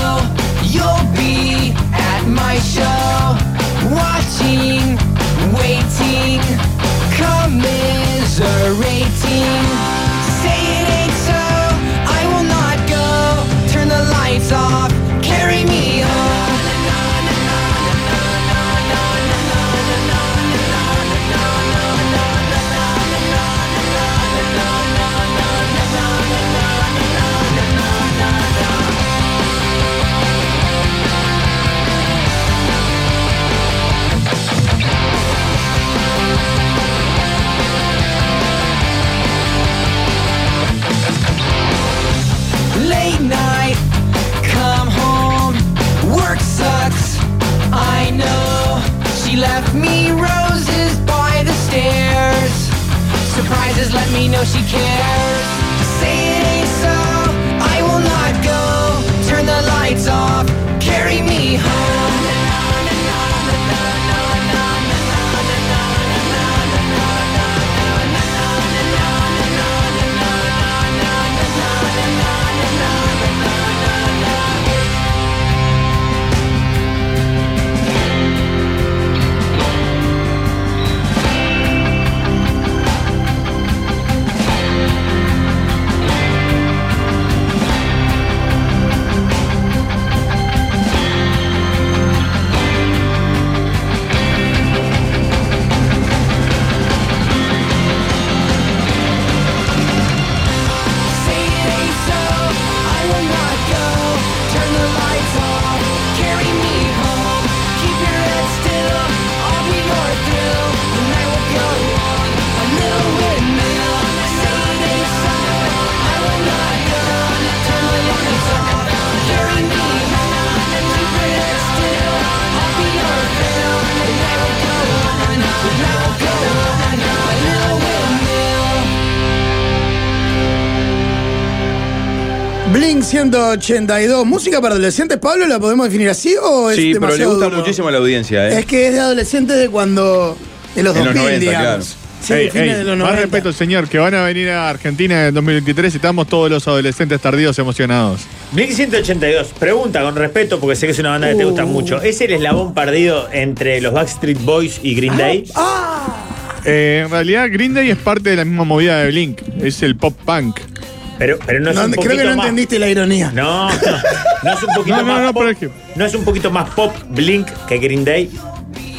Speaker 4: you'll be at my show. Watching, waiting, commiserating. Say it ain't so, I will not go. Turn the lights off, carry me on. Late night, come home, work sucks, I know. She left me roses by the stairs. Surprises let me know she cares. Say it ain't so, I will not go. Turn the lights off, carry me home. Say it ain't so, I will not go. Turn the lights off, carry me home. Keep your head still, I'll be your thrill, and I will go on a little windmill. Say it ain't so, I will not go. Turn the lights off, carry me home. Keep your head still, I'll be your thrill, and I will go on, and I will go on a little windmill.
Speaker 7: Blink 182. Música para adolescentes, Pablo, ¿la podemos definir así o es
Speaker 5: Sí, pero le
Speaker 7: demasiado
Speaker 5: gusta
Speaker 7: duro?
Speaker 5: muchísimo a la audiencia, ¿eh?
Speaker 7: Es que es de adolescentes de cuando. de los
Speaker 5: En los
Speaker 7: 2000,
Speaker 5: 90,
Speaker 7: digamos.
Speaker 5: claro.
Speaker 7: Sí,
Speaker 11: Ey,
Speaker 7: fines
Speaker 11: ey,
Speaker 7: de los 90.
Speaker 11: más respeto, señor, que van a venir a Argentina en 2023 y estamos todos los adolescentes tardíos emocionados.
Speaker 6: Blink 182, pregunta con respeto, porque sé que es una banda que te gusta mucho. ¿Es el eslabón perdido entre los Backstreet Boys y
Speaker 7: Ah,
Speaker 6: Green Day?
Speaker 11: Eh, en realidad, Green Day es parte de la misma movida de Blink. Es el pop punk.
Speaker 6: Pero, pero no es
Speaker 7: No,
Speaker 6: un poquito
Speaker 7: creo que no
Speaker 6: más-
Speaker 7: entendiste la ironía.
Speaker 6: No, no, no es un poquito
Speaker 11: No, no,
Speaker 6: más
Speaker 11: no,
Speaker 6: pop,
Speaker 11: por ejemplo.
Speaker 6: no es un poquito más pop Blink que Green Day,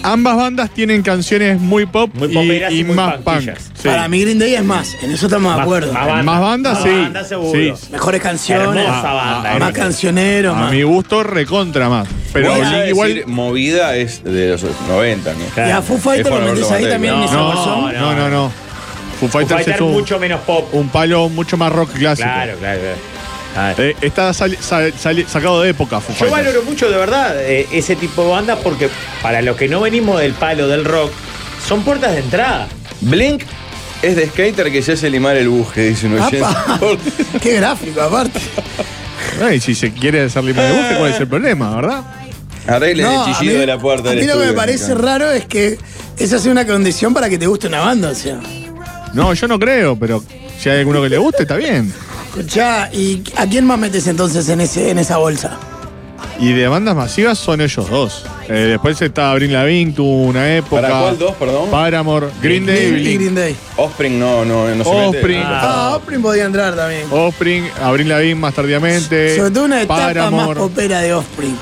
Speaker 11: Ambas bandas tienen canciones muy pop,
Speaker 6: Muy
Speaker 11: y-
Speaker 6: poperas
Speaker 11: y,
Speaker 6: y muy
Speaker 11: más punk.
Speaker 6: punquillas.
Speaker 11: Sí.
Speaker 7: Para mí Green Day es más, en eso estamos de
Speaker 6: Más-
Speaker 7: acuerdo.
Speaker 6: más
Speaker 11: Más
Speaker 6: banda.
Speaker 11: bandas,
Speaker 6: Más
Speaker 11: sí.
Speaker 6: banda, seguro.
Speaker 11: Sí.
Speaker 7: Mejores canciones,
Speaker 6: hermosa banda.
Speaker 11: a-
Speaker 7: más
Speaker 11: a-
Speaker 6: Green Day.
Speaker 7: cancionero,
Speaker 11: A
Speaker 7: más.
Speaker 11: mi gusto, recontra más. Pero
Speaker 5: Voy a
Speaker 11: Blink
Speaker 5: decir,
Speaker 11: igual.
Speaker 5: movida es de los 90, ¿no?
Speaker 7: Y a Foo
Speaker 5: Es
Speaker 7: Fighters
Speaker 5: por
Speaker 7: lo metés
Speaker 5: Alberto
Speaker 7: ahí
Speaker 5: Mateo,
Speaker 7: también
Speaker 5: ¿no?
Speaker 7: en esa
Speaker 11: No,
Speaker 7: bolsón.
Speaker 11: no, no, no. Foo
Speaker 6: Foo
Speaker 11: Fighters
Speaker 6: Fighters
Speaker 11: es un,
Speaker 6: mucho menos pop.
Speaker 11: un palo mucho más rock clásico.
Speaker 6: Claro, claro, claro. Ah,
Speaker 11: Eh, está sali- sal- sali- sacado de época Foo
Speaker 6: Yo
Speaker 11: Fighters.
Speaker 6: valoro mucho de verdad eh, ese tipo de bandas porque para los que no venimos del palo del rock, son puertas de entrada.
Speaker 5: Blink es de skater que se hace limar el buje, dice un oyente.
Speaker 7: Apa. Qué gráfico, aparte.
Speaker 11: Ah, y si se quiere hacer lima de buque, ¿cuál es el problema, verdad?
Speaker 5: Arreglen
Speaker 7: No,
Speaker 5: el
Speaker 7: a
Speaker 5: chillido
Speaker 7: mí-
Speaker 5: de la puerta
Speaker 7: a
Speaker 5: del
Speaker 7: mí lo que me
Speaker 5: estudio,
Speaker 7: parece
Speaker 5: Nico.
Speaker 7: raro es que esa sea una condición para que te guste una banda, o sea.
Speaker 11: No, yo no creo, pero si hay alguno que le guste, está bien.
Speaker 7: Escuchá, ¿y a quién más metes entonces en, ese, en esa bolsa?
Speaker 11: Y de bandas masivas son ellos dos. Eh, después está Abril Lavigne, tuvo una época.
Speaker 5: ¿Para cuál dos, perdón?
Speaker 11: Paramore, Green Day,
Speaker 7: Y
Speaker 11: Blink.
Speaker 7: Green Day.
Speaker 5: Offspring no, no, no se
Speaker 11: Offspring.
Speaker 5: mete.
Speaker 7: Ah, Offspring podía entrar también.
Speaker 11: Offspring, Abril Lavigne más tardíamente.
Speaker 7: Sobre todo una etapa más
Speaker 11: Paramore.
Speaker 7: popera de Offspring.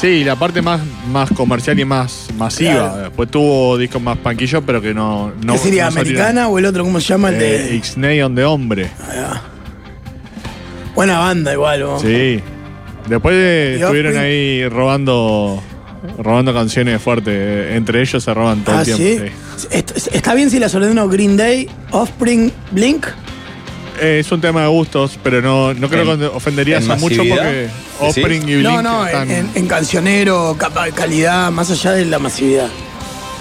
Speaker 11: Sí, la parte más, más comercial y más masiva.
Speaker 7: Claro.
Speaker 11: Después tuvo discos más panquillos, pero que no. no
Speaker 7: ¿Qué sería?
Speaker 11: no salieron.
Speaker 7: ¿Americana o el otro? ¿Cómo se llama? El de.
Speaker 11: Eh, Ixneyon de hombre.
Speaker 7: Buena banda igual, vos.
Speaker 11: Sí. Después eh,
Speaker 7: Y
Speaker 11: estuvieron
Speaker 7: Offspring.
Speaker 11: ahí robando robando canciones fuertes. Eh, Entre ellos se roban todo
Speaker 7: Ah,
Speaker 11: el tiempo.
Speaker 7: sí. Est- est- ¿Está bien si las ordeno Green Day, Offspring, Blink?
Speaker 11: Eh, es un tema de gustos, pero no, no creo
Speaker 5: En-
Speaker 11: que ofenderías
Speaker 5: en
Speaker 11: a mucho
Speaker 5: masividad,
Speaker 11: porque
Speaker 5: decís.
Speaker 11: Offspring y Blink
Speaker 7: No, no, en,
Speaker 11: están-
Speaker 7: en- en cancionero, capa- calidad, más allá de la masividad.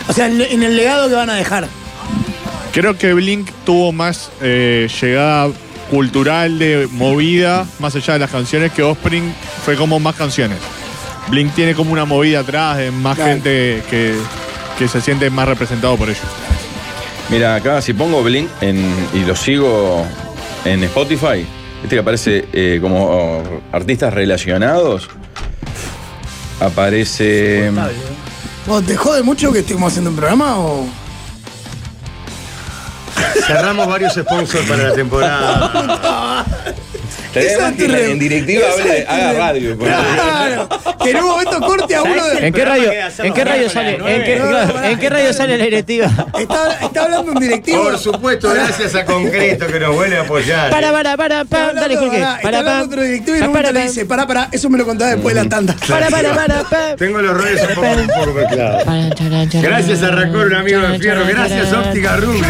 Speaker 7: O sea, en, en el legado que van a dejar.
Speaker 11: Creo que Blink tuvo más eh, llegada cultural de movida, más allá de las canciones, que Offspring fue como más canciones. Blink tiene como una movida atrás, de más
Speaker 7: Claro.
Speaker 11: gente que, que se siente más representado por ellos.
Speaker 5: Mira, acá si pongo Blink en- y lo sigo en Spotify, este que aparece eh, como artistas relacionados, aparece...
Speaker 7: ¿Vos te jode mucho que estemos haciendo un programa o.?
Speaker 8: Cerramos varios sponsors para la temporada.
Speaker 5: Estaría
Speaker 7: Esa
Speaker 5: bien que
Speaker 7: es tu
Speaker 5: la-
Speaker 7: re-
Speaker 5: en directiva
Speaker 7: esa
Speaker 5: hable de-
Speaker 7: es tu
Speaker 5: haga
Speaker 7: re-
Speaker 5: radio. porque-
Speaker 7: Claro, que en un momento corte a uno de.
Speaker 9: ¿En qué radio, ¿en qué radio
Speaker 6: Con la
Speaker 9: sale?
Speaker 6: nueve.
Speaker 9: ¿En qué,
Speaker 7: No, no,
Speaker 9: ¿en qué radio sale la directiva?
Speaker 7: Está, está hablando un directivo.
Speaker 8: Por supuesto, gracias a Concreto que nos vuelve a apoyar. eh.
Speaker 9: Para, para, para,
Speaker 7: Está
Speaker 9: para,
Speaker 7: hablando,
Speaker 9: dale, Jorge.
Speaker 7: pará, está
Speaker 9: Para,
Speaker 7: hablando
Speaker 9: para,
Speaker 7: otro directivo y en
Speaker 9: para,
Speaker 7: un
Speaker 9: para,
Speaker 7: momento le dice, pará, pará, eso me lo contás después de
Speaker 11: Mm.
Speaker 7: la tanda.
Speaker 9: para, para, para, para.
Speaker 8: Tengo los roles un poco, un poco mezclados. Gracias a Racor, un amigo de Fierro. Gracias, Óptica Rubio.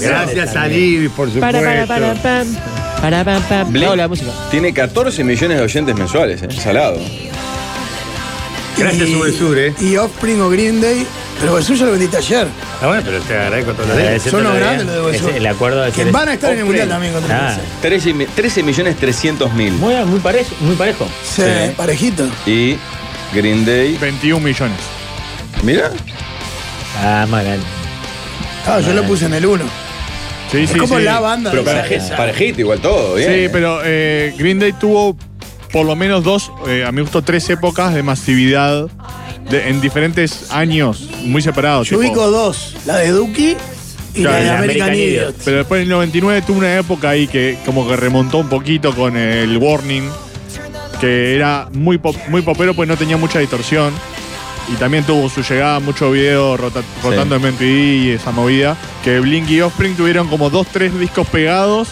Speaker 8: Gracias a Libis, por
Speaker 9: Para, para, para,
Speaker 8: supuesto.
Speaker 9: pam. Para, pam, pam.
Speaker 5: Blink
Speaker 9: No, la música.
Speaker 5: Tiene 14 millones de oyentes mensuales, eh, salado.
Speaker 8: Gracias, Subesur, eh.
Speaker 7: Y Offspring o Green Day. Pero Ubesur ya lo vendiste ayer.
Speaker 8: Ah, bueno, pero te agradezco todos los días.
Speaker 7: Son los grandes los de
Speaker 6: Es
Speaker 7: Ubesur.
Speaker 6: el acuerdo de
Speaker 7: Que van a estar en el mundial también contra
Speaker 6: Ah,
Speaker 7: Francia.
Speaker 5: 13, mi- 13 millones 300 mil.
Speaker 6: muy, muy parejo, muy parejo.
Speaker 7: Sí, parejito.
Speaker 5: Y Green Day.
Speaker 11: 21 millones.
Speaker 5: Mira,
Speaker 6: Ah, más grande.
Speaker 7: Ah, yo lo puse en el 1.
Speaker 11: Sí,
Speaker 7: Es
Speaker 11: sí,
Speaker 7: como
Speaker 11: sí.
Speaker 7: la banda de esa.
Speaker 5: parejito igual todo, bien.
Speaker 11: Sí, pero eh, Green Day tuvo por lo menos dos, eh, a mi gusto, tres épocas de masividad de- en diferentes años, muy separados.
Speaker 7: Yo
Speaker 11: tipo.
Speaker 7: ubico dos, la de Duki y
Speaker 11: Claro,
Speaker 7: la de
Speaker 11: la
Speaker 7: American,
Speaker 6: American
Speaker 7: Idiot.
Speaker 6: Idiot.
Speaker 11: Pero después en el 99 tuvo una época ahí que como que remontó un poquito con el Warning, que era muy, pop- muy popero pues no tenía mucha distorsión. Y también tuvo su llegada, mucho video rota- rotando en MTV y esa movida. Que Blink y Offspring tuvieron como dos, tres discos pegados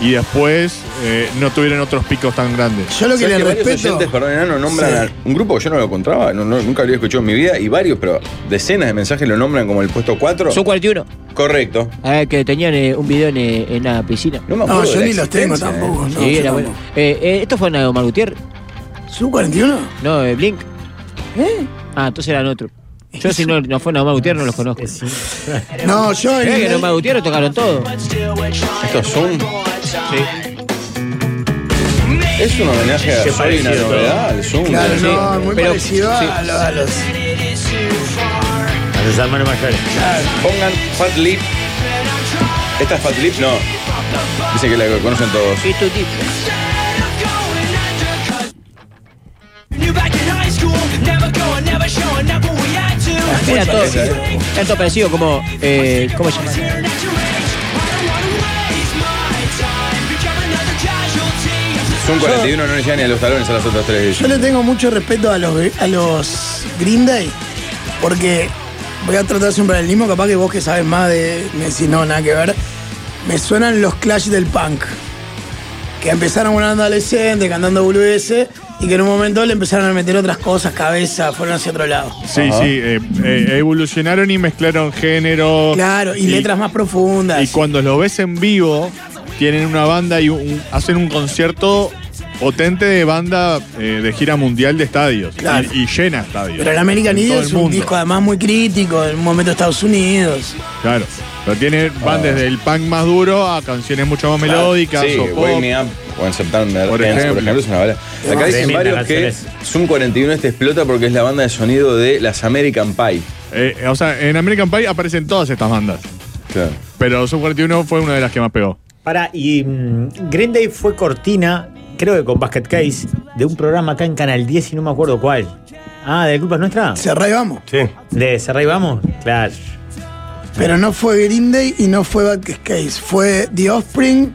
Speaker 11: y después eh, no tuvieron otros picos tan grandes.
Speaker 7: Yo lo
Speaker 5: ¿Sabes
Speaker 7: que le
Speaker 5: que varios
Speaker 7: respeto.
Speaker 5: oyentes, perdón, enano, nombran
Speaker 7: Sí.
Speaker 5: a un grupo que yo no lo encontraba, no- no- nunca lo había escuchado en mi vida, y varios, pero decenas de mensajes lo nombran como el puesto 4.
Speaker 9: Son 41.
Speaker 5: Correcto.
Speaker 9: A ver, que tenían eh, un video en, eh, en la piscina.
Speaker 5: No, me acuerdo
Speaker 7: No,
Speaker 5: de
Speaker 7: yo
Speaker 5: la
Speaker 7: ni los tengo
Speaker 5: existencia,
Speaker 7: tampoco. No,
Speaker 9: sí,
Speaker 7: yo
Speaker 9: era bueno.
Speaker 7: tampoco.
Speaker 9: Eh, eh, ¿Esto fue en la de Omar Gutiérrez?
Speaker 7: ¿Sub 41?
Speaker 9: No, eh, Blink.
Speaker 7: ¿Eh?
Speaker 9: Ah, entonces eran otro. Yo si no, no fue Omar Gutiérrez no los conozco.
Speaker 7: No, yo.
Speaker 9: ¿Crees que en
Speaker 7: en-
Speaker 9: Omar Gutiérrez tocaron todo?
Speaker 5: ¿eh? Esto es Zoom. Es un homenaje a Soy una novedad, al Zoom.
Speaker 7: Claro,
Speaker 5: Sí.
Speaker 7: no, es muy
Speaker 9: pero-
Speaker 7: parecido
Speaker 9: sí.
Speaker 7: a, lo- a los.
Speaker 6: A sus hermanos mayores.
Speaker 5: Pongan Fat Lip. ¿Esta es Fat Lip? No. Dice que la conocen todos.
Speaker 9: Y tu tipo. Era todo.
Speaker 5: Esa, ¿eh?
Speaker 9: Tanto parecido como. Eh, ¿Cómo se llama?
Speaker 5: Zoom 41 no le llegan ni a los talones a las otras tres.
Speaker 7: Yo le tengo mucho respeto a los, a los Green Day. Porque voy a tratar de hacer un paralelismo, capaz que vos que sabes más de. Me decís, no, nada que ver. Me suenan los Clash del Punk. Que empezaron una banda adolescente cantando boludeces y que en un momento le empezaron a meter otras cosas, cabeza, fueron hacia otro lado.
Speaker 11: Sí, sí, eh, eh, evolucionaron y mezclaron género.
Speaker 7: Claro, y, letras más profundas.
Speaker 11: Y cuando los ves en vivo, tienen una banda y un- hacen un concierto potente de banda eh, de gira mundial de estadios.
Speaker 7: Claro.
Speaker 11: Y, y llena estadios.
Speaker 7: Pero el American
Speaker 11: En todo
Speaker 7: Idiot
Speaker 11: el
Speaker 7: es un
Speaker 11: mundo.
Speaker 7: disco además muy crítico, en un momento de Estados Unidos.
Speaker 11: Claro. Pero tiene van desde el punk más duro a canciones mucho más melódicas
Speaker 5: Ah. Sí,
Speaker 11: o pop.
Speaker 5: Wake Me Up o en September
Speaker 11: Por
Speaker 5: Ends,
Speaker 11: ejemplo.
Speaker 5: por ejemplo, es una bala. Acá dicen
Speaker 6: Tremenda
Speaker 5: varios que
Speaker 6: canción
Speaker 5: Zoom 41 este explota porque es la banda de sonido de las American Pie.
Speaker 11: Eh, o sea, en American Pie aparecen todas estas bandas.
Speaker 5: Claro.
Speaker 11: Pero Sub 41 fue una de las que más pegó.
Speaker 6: Para, y mm, Green Day fue cortina, creo que con Basket Case, de un programa acá en Canal 10 y no me acuerdo cuál. Ah, ¿de culpa es nuestra?
Speaker 7: Cerrá y vamos.
Speaker 8: Sí.
Speaker 6: ¿De Cerrá y vamos? Claro.
Speaker 7: Pero no fue Green Day y no fue Bad Case. Fue The Offspring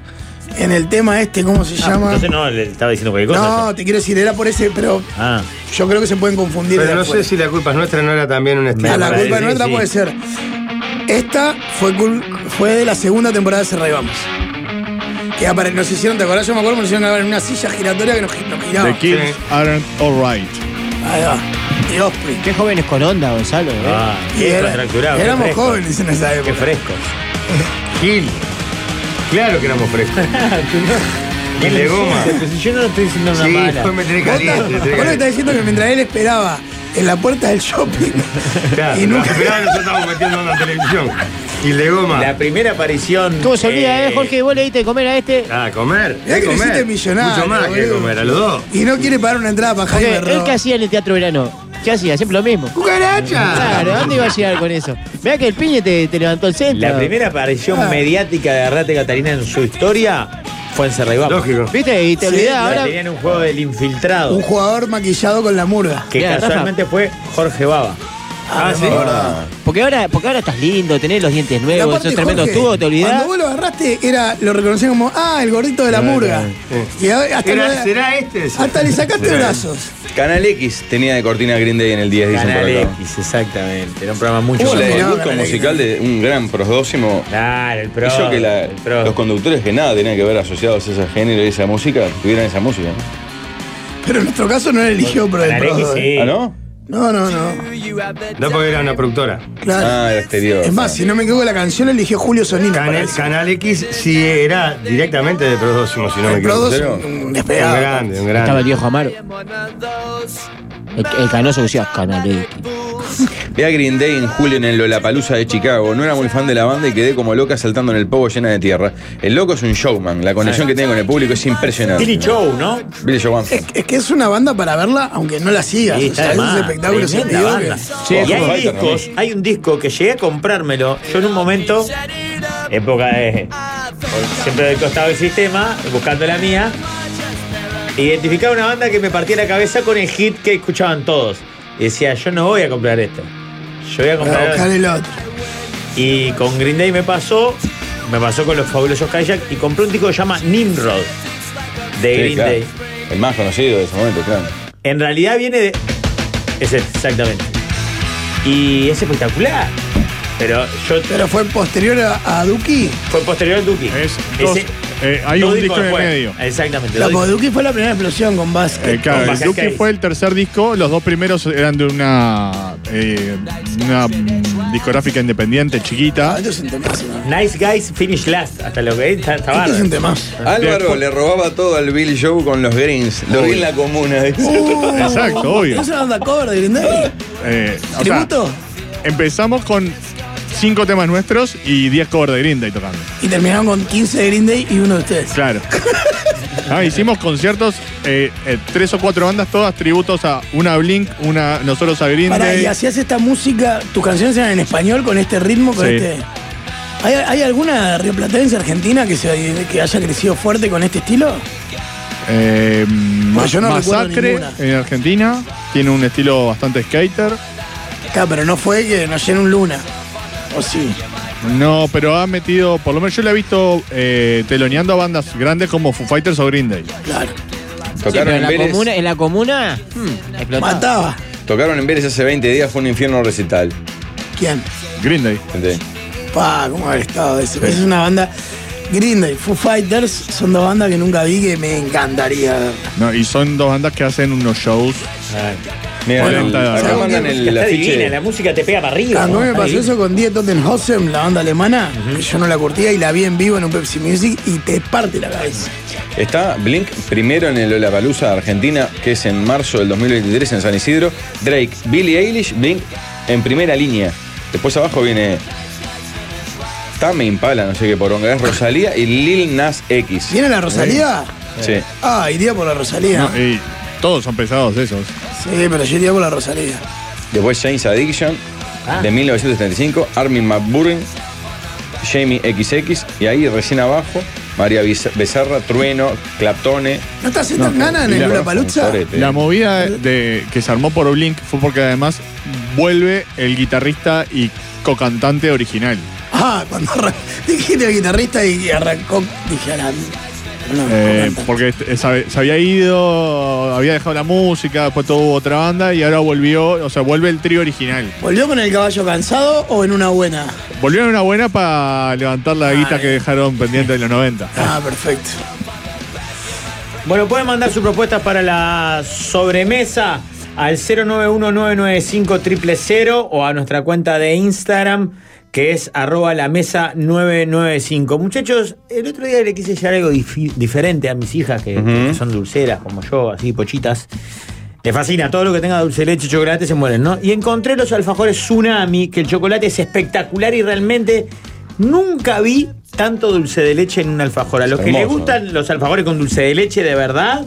Speaker 7: en el tema este, ¿cómo se
Speaker 6: Ah,
Speaker 7: llama?
Speaker 6: entonces no, le estaba diciendo cualquier cosa.
Speaker 7: No, te quiero decir, era por ese, pero
Speaker 6: Ah,
Speaker 7: yo creo que se pueden confundir. de
Speaker 8: Pero no
Speaker 7: afuera.
Speaker 8: sé si la culpa es nuestra no era también un
Speaker 7: A
Speaker 8: estilo.
Speaker 7: la
Speaker 6: parece,
Speaker 7: culpa no otra
Speaker 6: sí.
Speaker 7: puede ser. Esta fue, cul- fue de la segunda temporada de Cerra y Vamos. Que apare- nos hicieron, ¿te acordás? Yo me acuerdo que nos hicieron grabar en una silla giratoria que nos, gi- nos giraba.
Speaker 11: The kids
Speaker 8: sí.
Speaker 11: aren't alright.
Speaker 7: Ahí va. The Offspring.
Speaker 9: Qué jóvenes con onda, Gonzalo. ¿eh?
Speaker 6: ah,
Speaker 7: Y
Speaker 6: qué
Speaker 7: era-
Speaker 6: contracturado, qué
Speaker 7: éramos
Speaker 6: fresco,
Speaker 7: jóvenes en esa
Speaker 6: Qué
Speaker 7: época.
Speaker 6: fresco.
Speaker 8: Gil. Claro que éramos frescos. Y de goma.
Speaker 6: Yo no estoy diciendo una
Speaker 8: Sí,
Speaker 6: mala.
Speaker 8: fue meter
Speaker 7: Vos ta-
Speaker 8: caliente.
Speaker 7: vos
Speaker 8: meter
Speaker 7: me estás
Speaker 8: caliente.
Speaker 7: diciendo que mientras él esperaba en la puerta del shopping
Speaker 8: Claro,
Speaker 7: y nunca.
Speaker 8: esperaba, nosotros estábamos metiendo en la televisión. Y de goma.
Speaker 6: La primera aparición.
Speaker 9: ¿Cómo se olvida,
Speaker 6: eh,
Speaker 9: eh, Jorge? ¿Vos le diste de comer a este?
Speaker 8: Ah, comer.
Speaker 7: Mirá
Speaker 8: de
Speaker 7: que le
Speaker 8: comer.
Speaker 7: hiciste millonario,
Speaker 8: Mucho más que
Speaker 7: boludo.
Speaker 8: comer, a los dos.
Speaker 7: Y no quiere pagar una entrada para
Speaker 9: Porque
Speaker 7: Jaime
Speaker 9: él
Speaker 7: Ross.
Speaker 9: que hacía en el teatro verano. ¿Qué hacía? Siempre lo mismo.
Speaker 8: ¡Cucaracha!
Speaker 9: Claro, ¿a ¿dónde iba a llegar con eso? Vea que el piñe te, te levantó el centro.
Speaker 6: La primera aparición
Speaker 7: Ah.
Speaker 6: mediática de Arrate Catalina en su historia fue en Cerrá y Vamos.
Speaker 8: Lógico.
Speaker 9: ¿Viste? Y te
Speaker 7: Sí,
Speaker 9: olvidás
Speaker 6: La
Speaker 9: ahora.
Speaker 6: tenían un juego del infiltrado.
Speaker 7: Un jugador maquillado con la murga.
Speaker 6: que
Speaker 9: Mira, Rafa.
Speaker 6: casualmente fue Jorge Baba.
Speaker 7: Ah, sí.
Speaker 9: Porque ahora, porque ahora estás lindo, tenés los dientes
Speaker 7: Y
Speaker 9: nuevos,
Speaker 7: aparte,
Speaker 9: esos tremendos
Speaker 7: Jorge,
Speaker 9: tubos, te olvidás.
Speaker 7: Cuando vos lo agarraste, era, lo reconocían como, ah, el gordito de la murga.
Speaker 11: Eh,
Speaker 7: Y a- hasta,
Speaker 8: Era-
Speaker 7: lo-
Speaker 8: ¿Será este?
Speaker 7: hasta le sacaste
Speaker 8: Será.
Speaker 7: brazos.
Speaker 5: Canal X tenía de cortina Green Day en el 10, dicen por
Speaker 6: Canal
Speaker 5: acá.
Speaker 6: X, exactamente. Era un programa mucho
Speaker 5: Hubo
Speaker 7: Yo
Speaker 5: la
Speaker 7: me
Speaker 5: debut
Speaker 7: miraba
Speaker 5: con
Speaker 7: Canal X.
Speaker 5: musical de un gran prosdócimo.
Speaker 6: Claro, el pro.
Speaker 5: Hizo que la-
Speaker 6: el pro.
Speaker 5: los conductores que nada tenían que ver asociados a ese género y esa música tuvieran esa música. ¿no?
Speaker 7: Pero en nuestro caso no lo eligió por el
Speaker 6: Canal X,
Speaker 7: pro.
Speaker 6: sí.
Speaker 5: ¿Ah, no?
Speaker 7: No, no, no.
Speaker 8: No, porque era una productora.
Speaker 7: Claro.
Speaker 5: Ah, era exterior.
Speaker 7: es más, si no me equivoco, la canción la eligió Julio Sonino. para
Speaker 8: Canal,
Speaker 7: eso.
Speaker 8: Canal X sí era directamente de Prodóximo, si no me
Speaker 7: el Pro
Speaker 8: equivoco.
Speaker 7: 2
Speaker 5: ¿en serio?
Speaker 7: un
Speaker 8: Un
Speaker 7: despegado.
Speaker 8: grande,
Speaker 9: Estaba el
Speaker 8: un grande.
Speaker 9: viejo Amaro. El, el canoso que decía, canal.
Speaker 5: Vi a Green Day en julio en el Lollapalooza de Chicago. No era muy fan de la banda y quedé como loca saltando en el povo llena de tierra. El loco es un showman. La conexión que tiene con el público es impresionante.
Speaker 6: Billy Show, ¿no?
Speaker 5: Billy Joe Armstrong.
Speaker 7: Es, es que es una banda para verla, aunque no la sigas.
Speaker 6: Sí,
Speaker 7: o sea,
Speaker 6: está de
Speaker 7: es un
Speaker 6: más.
Speaker 7: espectáculo
Speaker 6: Tremenda
Speaker 7: sentido
Speaker 6: banda.
Speaker 7: que-
Speaker 5: Sí,
Speaker 6: y
Speaker 5: es un
Speaker 6: hay
Speaker 5: hater,
Speaker 6: discos, hay un disco que llegué a comprármelo. Yo en un momento, época de. Siempre del costado del sistema, buscando la mía. Identificaba una banda que me partía la cabeza con el hit que escuchaban todos. Y decía, yo no voy a comprar esto. Yo voy
Speaker 7: Para
Speaker 6: a comprar.
Speaker 7: buscar el otro.
Speaker 6: Y con Green Day me pasó, me pasó con los fabulosos Kayak y compré un disco que se llama Nimrod de
Speaker 5: Sí,
Speaker 6: Green
Speaker 5: claro.
Speaker 6: Day.
Speaker 5: El más conocido de ese momento, claro.
Speaker 6: En realidad viene de. Es este, exactamente. Y es espectacular. Pero yo
Speaker 7: Pero fue posterior a, a Duki.
Speaker 6: fue posterior al Duki.
Speaker 11: Es dos-
Speaker 6: Ese-
Speaker 11: eh, hay
Speaker 6: dos
Speaker 11: un
Speaker 6: discos
Speaker 11: disco en el
Speaker 6: después.
Speaker 11: medio.
Speaker 6: Exactamente.
Speaker 7: La,
Speaker 6: dos
Speaker 7: porque
Speaker 6: discos.
Speaker 7: Duki fue la primera explosión con Basket.
Speaker 11: Eh, claro,
Speaker 6: Con
Speaker 11: el
Speaker 6: Basket
Speaker 11: Duque
Speaker 6: Case.
Speaker 11: fue el tercer disco, los dos primeros eran de una, eh, una mm, discográfica independiente
Speaker 7: Ah,
Speaker 11: chiquita.
Speaker 7: esto es un temazo, ¿no?
Speaker 6: Nice Guys Finish Last. Hasta lo que está, está
Speaker 7: Esto Este es un
Speaker 6: bárbaro.
Speaker 7: temazo.
Speaker 5: Álvaro le robaba todo al Billy Joe con los Greens. Lo vi en la comuna.
Speaker 7: Uh,
Speaker 11: Exacto, obvio.
Speaker 7: ¿No es una banda cover de Green Day?
Speaker 11: Eh, o sea,
Speaker 7: ¿Tributo?
Speaker 11: empezamos con cinco temas nuestros y 10 covers de Green Day tocando.
Speaker 7: Y terminaron con 15 de Green Day y uno de ustedes.
Speaker 11: Claro. Ah, hicimos conciertos, eh, eh, tres o cuatro bandas, todas tributos a una a Blink, una nosotros a Green
Speaker 7: Pará,
Speaker 11: Day.
Speaker 7: y hacías esta música, tus canciones eran en español con este ritmo, con
Speaker 11: Sí.
Speaker 7: este. ¿Hay, hay alguna rioplatense argentina que, se, que haya crecido fuerte con este estilo?
Speaker 11: Eh,
Speaker 7: Pues yo no
Speaker 11: Masacre
Speaker 7: recuerdo ninguna.
Speaker 11: en Argentina. Tiene un estilo bastante skater.
Speaker 7: Claro, pero no fue que nos llenó un luna. ¿O sí?
Speaker 11: No, pero ha metido, por lo menos yo la he visto eh, teloneando a bandas grandes como Foo Fighters o Green Day.
Speaker 7: Claro.
Speaker 9: Sí, pero
Speaker 5: Tocaron
Speaker 9: en
Speaker 5: en
Speaker 9: la
Speaker 5: Vélez.
Speaker 9: comuna, en la comuna hmm, explotaba.
Speaker 7: Mataba.
Speaker 5: Tocaron en Vélez hace 20 días, fue un infierno recital.
Speaker 7: ¿Quién?
Speaker 11: Green Day.
Speaker 5: gente.
Speaker 7: Pa, ¿cómo haber estado eso? Es una banda. Green Day, Foo Fighters son dos bandas que nunca vi que me encantaría.
Speaker 11: No, y son dos bandas que hacen unos shows.
Speaker 5: Mira,
Speaker 11: Bueno,
Speaker 5: el-
Speaker 11: está-
Speaker 5: acá
Speaker 7: ¿sabes
Speaker 5: mandan
Speaker 7: qué?
Speaker 5: el
Speaker 6: Está divina,
Speaker 5: afiche.
Speaker 6: la música te pega para arriba.
Speaker 7: A mí
Speaker 6: ¿no?
Speaker 7: me
Speaker 6: Está
Speaker 7: pasó
Speaker 6: divina.
Speaker 7: eso con Die Tottenhausen, la banda alemana, que yo no la curtía y la vi en vivo en un Pepsi Music y te parte la cabeza.
Speaker 5: Está Blink primero en el Lollapalooza Argentina, que es en marzo del 2023 en San Isidro. Drake, Billie Eilish, Blink en primera línea. Después abajo viene Tame Impala, no sé qué poronga es, Rosalía y Lil Nas X.
Speaker 7: ¿Viene la Rosalía?
Speaker 5: Sí.
Speaker 7: Ah, iría por la Rosalía.
Speaker 11: No, y todos son pesados esos.
Speaker 7: Sí, pero yo iría por la Rosalía. Ah.
Speaker 5: Ah. Después James Addiction de 1975, Armin McBurren, Jamie XX y ahí recién abajo María Biza- Becerra, Trueno, Claptone.
Speaker 7: ¿No está haciendo ganas en Eh. el
Speaker 5: Lula
Speaker 7: Lollapalooza?
Speaker 11: La movida de- que se armó por Oblink fue porque además vuelve el guitarrista y cocantante original.
Speaker 7: Ah, cuando arran- dijiste el guitarrista y arrancó, dije, a la- no,
Speaker 11: Eh,
Speaker 7: no,
Speaker 11: porque este, sabe- se había ido, había dejado la música, después tuvo otra banda y ahora volvió, o sea, vuelve el trío original.
Speaker 7: ¿Volvió con el caballo cansado o en una buena?
Speaker 11: Volvió en una buena para levantar la guita que dejaron pendiente de los 90.
Speaker 7: Ah, perfecto.
Speaker 6: Bueno, pueden mandar sus propuestas para la sobremesa al 091995000 o a nuestra cuenta de Instagram que es arroba la mesa 995. Muchachos, el otro día le quise llevar algo difi- diferente a mis hijas que, que son dulceras como yo, así pochitas. Le fascina todo lo que tenga dulce de leche, chocolate, se mueren, ¿no? Y encontré los alfajores Tsunami, que el chocolate es espectacular y realmente nunca vi tanto dulce de leche en un alfajor. A los que les
Speaker 5: Hermoso.
Speaker 6: gustan los alfajores con dulce de leche de verdad,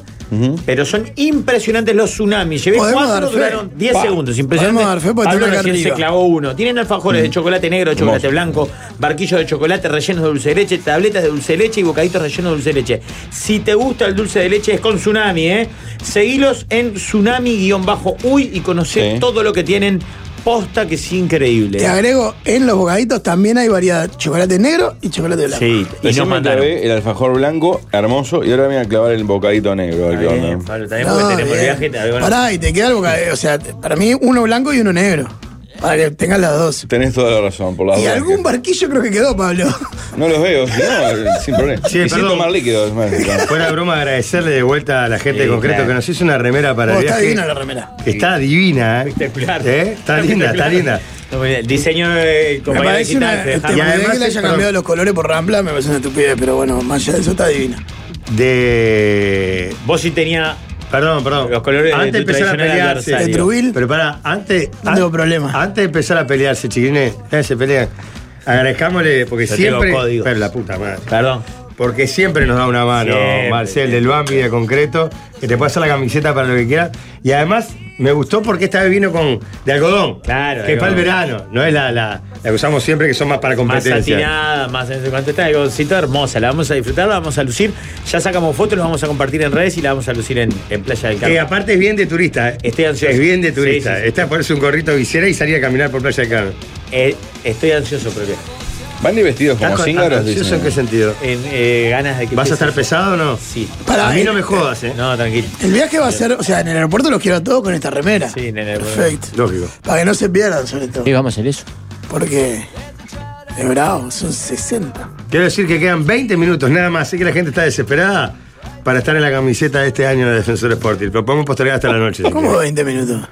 Speaker 6: pero son impresionantes los tsunamis. Llevé
Speaker 7: Podemos dar
Speaker 6: cuatro,
Speaker 7: fe.
Speaker 6: duraron 10
Speaker 7: Pa.
Speaker 6: segundos. Impresionante.
Speaker 7: Podemos dar fe porque
Speaker 6: Pablo
Speaker 7: tengo acá
Speaker 6: recién se
Speaker 7: arriba.
Speaker 6: clavó uno. Tienen alfajores de chocolate negro, de chocolate blanco, barquillos de chocolate rellenos de dulce de leche, tabletas de dulce de leche y bocaditos rellenos de dulce de leche. Si te gusta el dulce de leche es con Tsunami, ¿eh? Seguilos en Tsunami-Uy y conocé
Speaker 5: Sí.
Speaker 6: todo lo que tienen. Posta que es increíble.
Speaker 7: Te agrego, en los bocaditos también hay variedad chocolate negro y chocolate blanco.
Speaker 6: Sí, y
Speaker 5: Recién me
Speaker 6: nos mandaron.
Speaker 5: clavé el alfajor blanco, hermoso, y ahora me voy a clavar el bocadito negro. a ver qué
Speaker 6: Está bien,
Speaker 5: onda.
Speaker 6: Pablo, también
Speaker 7: No,
Speaker 6: porque tenemos el
Speaker 7: bien.
Speaker 6: viaje, te digo, no.
Speaker 7: eh, Pará, y te queda el bocadito. O sea, te- para mí uno blanco y uno negro. Para que tengas las dos.
Speaker 5: Tenés toda la razón, por las
Speaker 7: Y
Speaker 5: dudas
Speaker 7: algún barquillo creo que quedó, Pablo.
Speaker 5: que- No los veo, si no, sin problema.
Speaker 8: Sí,
Speaker 5: y sin
Speaker 8: perdón.
Speaker 5: tomar líquidos. más, claro.
Speaker 8: Fuera de broma, agradecerle de vuelta a la gente
Speaker 6: Sí,
Speaker 8: de concreto
Speaker 6: claro.
Speaker 8: que nos hizo una remera para
Speaker 7: Oh,
Speaker 8: el
Speaker 7: está
Speaker 8: viaje.
Speaker 7: divina la remera.
Speaker 8: Está divina, ¿eh?
Speaker 6: Espectacular.
Speaker 8: ¿Eh? Está linda, está
Speaker 6: Espectacular.
Speaker 8: linda.
Speaker 6: No, mira, El diseño de
Speaker 7: Me
Speaker 6: compañero de
Speaker 7: parece una.
Speaker 6: Quintana,
Speaker 7: Este,
Speaker 6: Alejandro.
Speaker 8: Y además
Speaker 7: además que le
Speaker 8: es
Speaker 7: hayan
Speaker 8: pro-
Speaker 7: cambiado los colores por Rampla me parece una estupidez, pero bueno, más allá de eso está divina.
Speaker 8: De.
Speaker 6: Vos sí tenía.
Speaker 8: Perdón, perdón.
Speaker 6: Los colores
Speaker 8: antes de
Speaker 6: de tu
Speaker 8: empezar a
Speaker 6: tradicional
Speaker 8: pelearse.
Speaker 6: adversario.
Speaker 7: De Trubil.
Speaker 8: Pero para, antes.
Speaker 7: No tengo problema.
Speaker 8: Antes de empezar a pelearse, chiquines, eh, se pelean. Agradezcámosle, porque
Speaker 6: Yo tengo
Speaker 8: siempre.
Speaker 6: códigos.
Speaker 8: Pero la puta madre.
Speaker 6: Perdón.
Speaker 8: Porque siempre nos da una mano,
Speaker 6: Siempre.
Speaker 8: Marcel, del Bambi de concreto, que te puede hacer la camiseta para lo que quieras. Y además, me gustó porque esta vez vino con. de algodón.
Speaker 6: Claro,
Speaker 8: Que es para el
Speaker 6: algodón.
Speaker 8: verano, no es la, la, la que usamos siempre, que son más para
Speaker 6: Más
Speaker 8: competencia.
Speaker 6: satinada, más en cuanto está cosita hermosa. La vamos a disfrutar, la vamos a lucir. Ya sacamos fotos, la vamos a compartir en redes y la vamos a lucir en, en Playa del
Speaker 8: Que
Speaker 6: Carmen.
Speaker 8: aparte es bien de turista, ¿eh?
Speaker 6: Estoy ansioso.
Speaker 8: Es bien de turista.
Speaker 6: Sí, sí, sí.
Speaker 8: Está a ponerse un gorrito visera y salir a caminar por Playa del Carmen.
Speaker 6: Eh, estoy ansioso, pero
Speaker 5: Van de vestidos como
Speaker 8: ¿Estás
Speaker 5: cíngaros,
Speaker 8: ansioso
Speaker 5: dicen.
Speaker 8: en qué sentido?
Speaker 6: en eh, ganas de que.
Speaker 8: ¿Vas a estar
Speaker 6: empiece
Speaker 8: pesado o no?
Speaker 6: eso. Sí.
Speaker 7: Para
Speaker 8: a mí
Speaker 7: el-
Speaker 8: no me jodas, ¿eh?
Speaker 6: No, tranquilo.
Speaker 7: El viaje va a ser, o sea, en el aeropuerto los quiero a todos con esta remera.
Speaker 6: Sí, en el aeropuerto.
Speaker 7: Perfecto.
Speaker 8: Lógico.
Speaker 7: Para que no se pierdan, sobre todo.
Speaker 9: Y vamos a hacer eso.
Speaker 7: Porque es bravo, son 60.
Speaker 8: Quiero decir que quedan 20 minutos nada más. Sé que la gente está desesperada para estar en la camiseta de este año de Defensor Sporting. Pero podemos postergar hasta la noche. si
Speaker 7: ¿Cómo 20 minutos?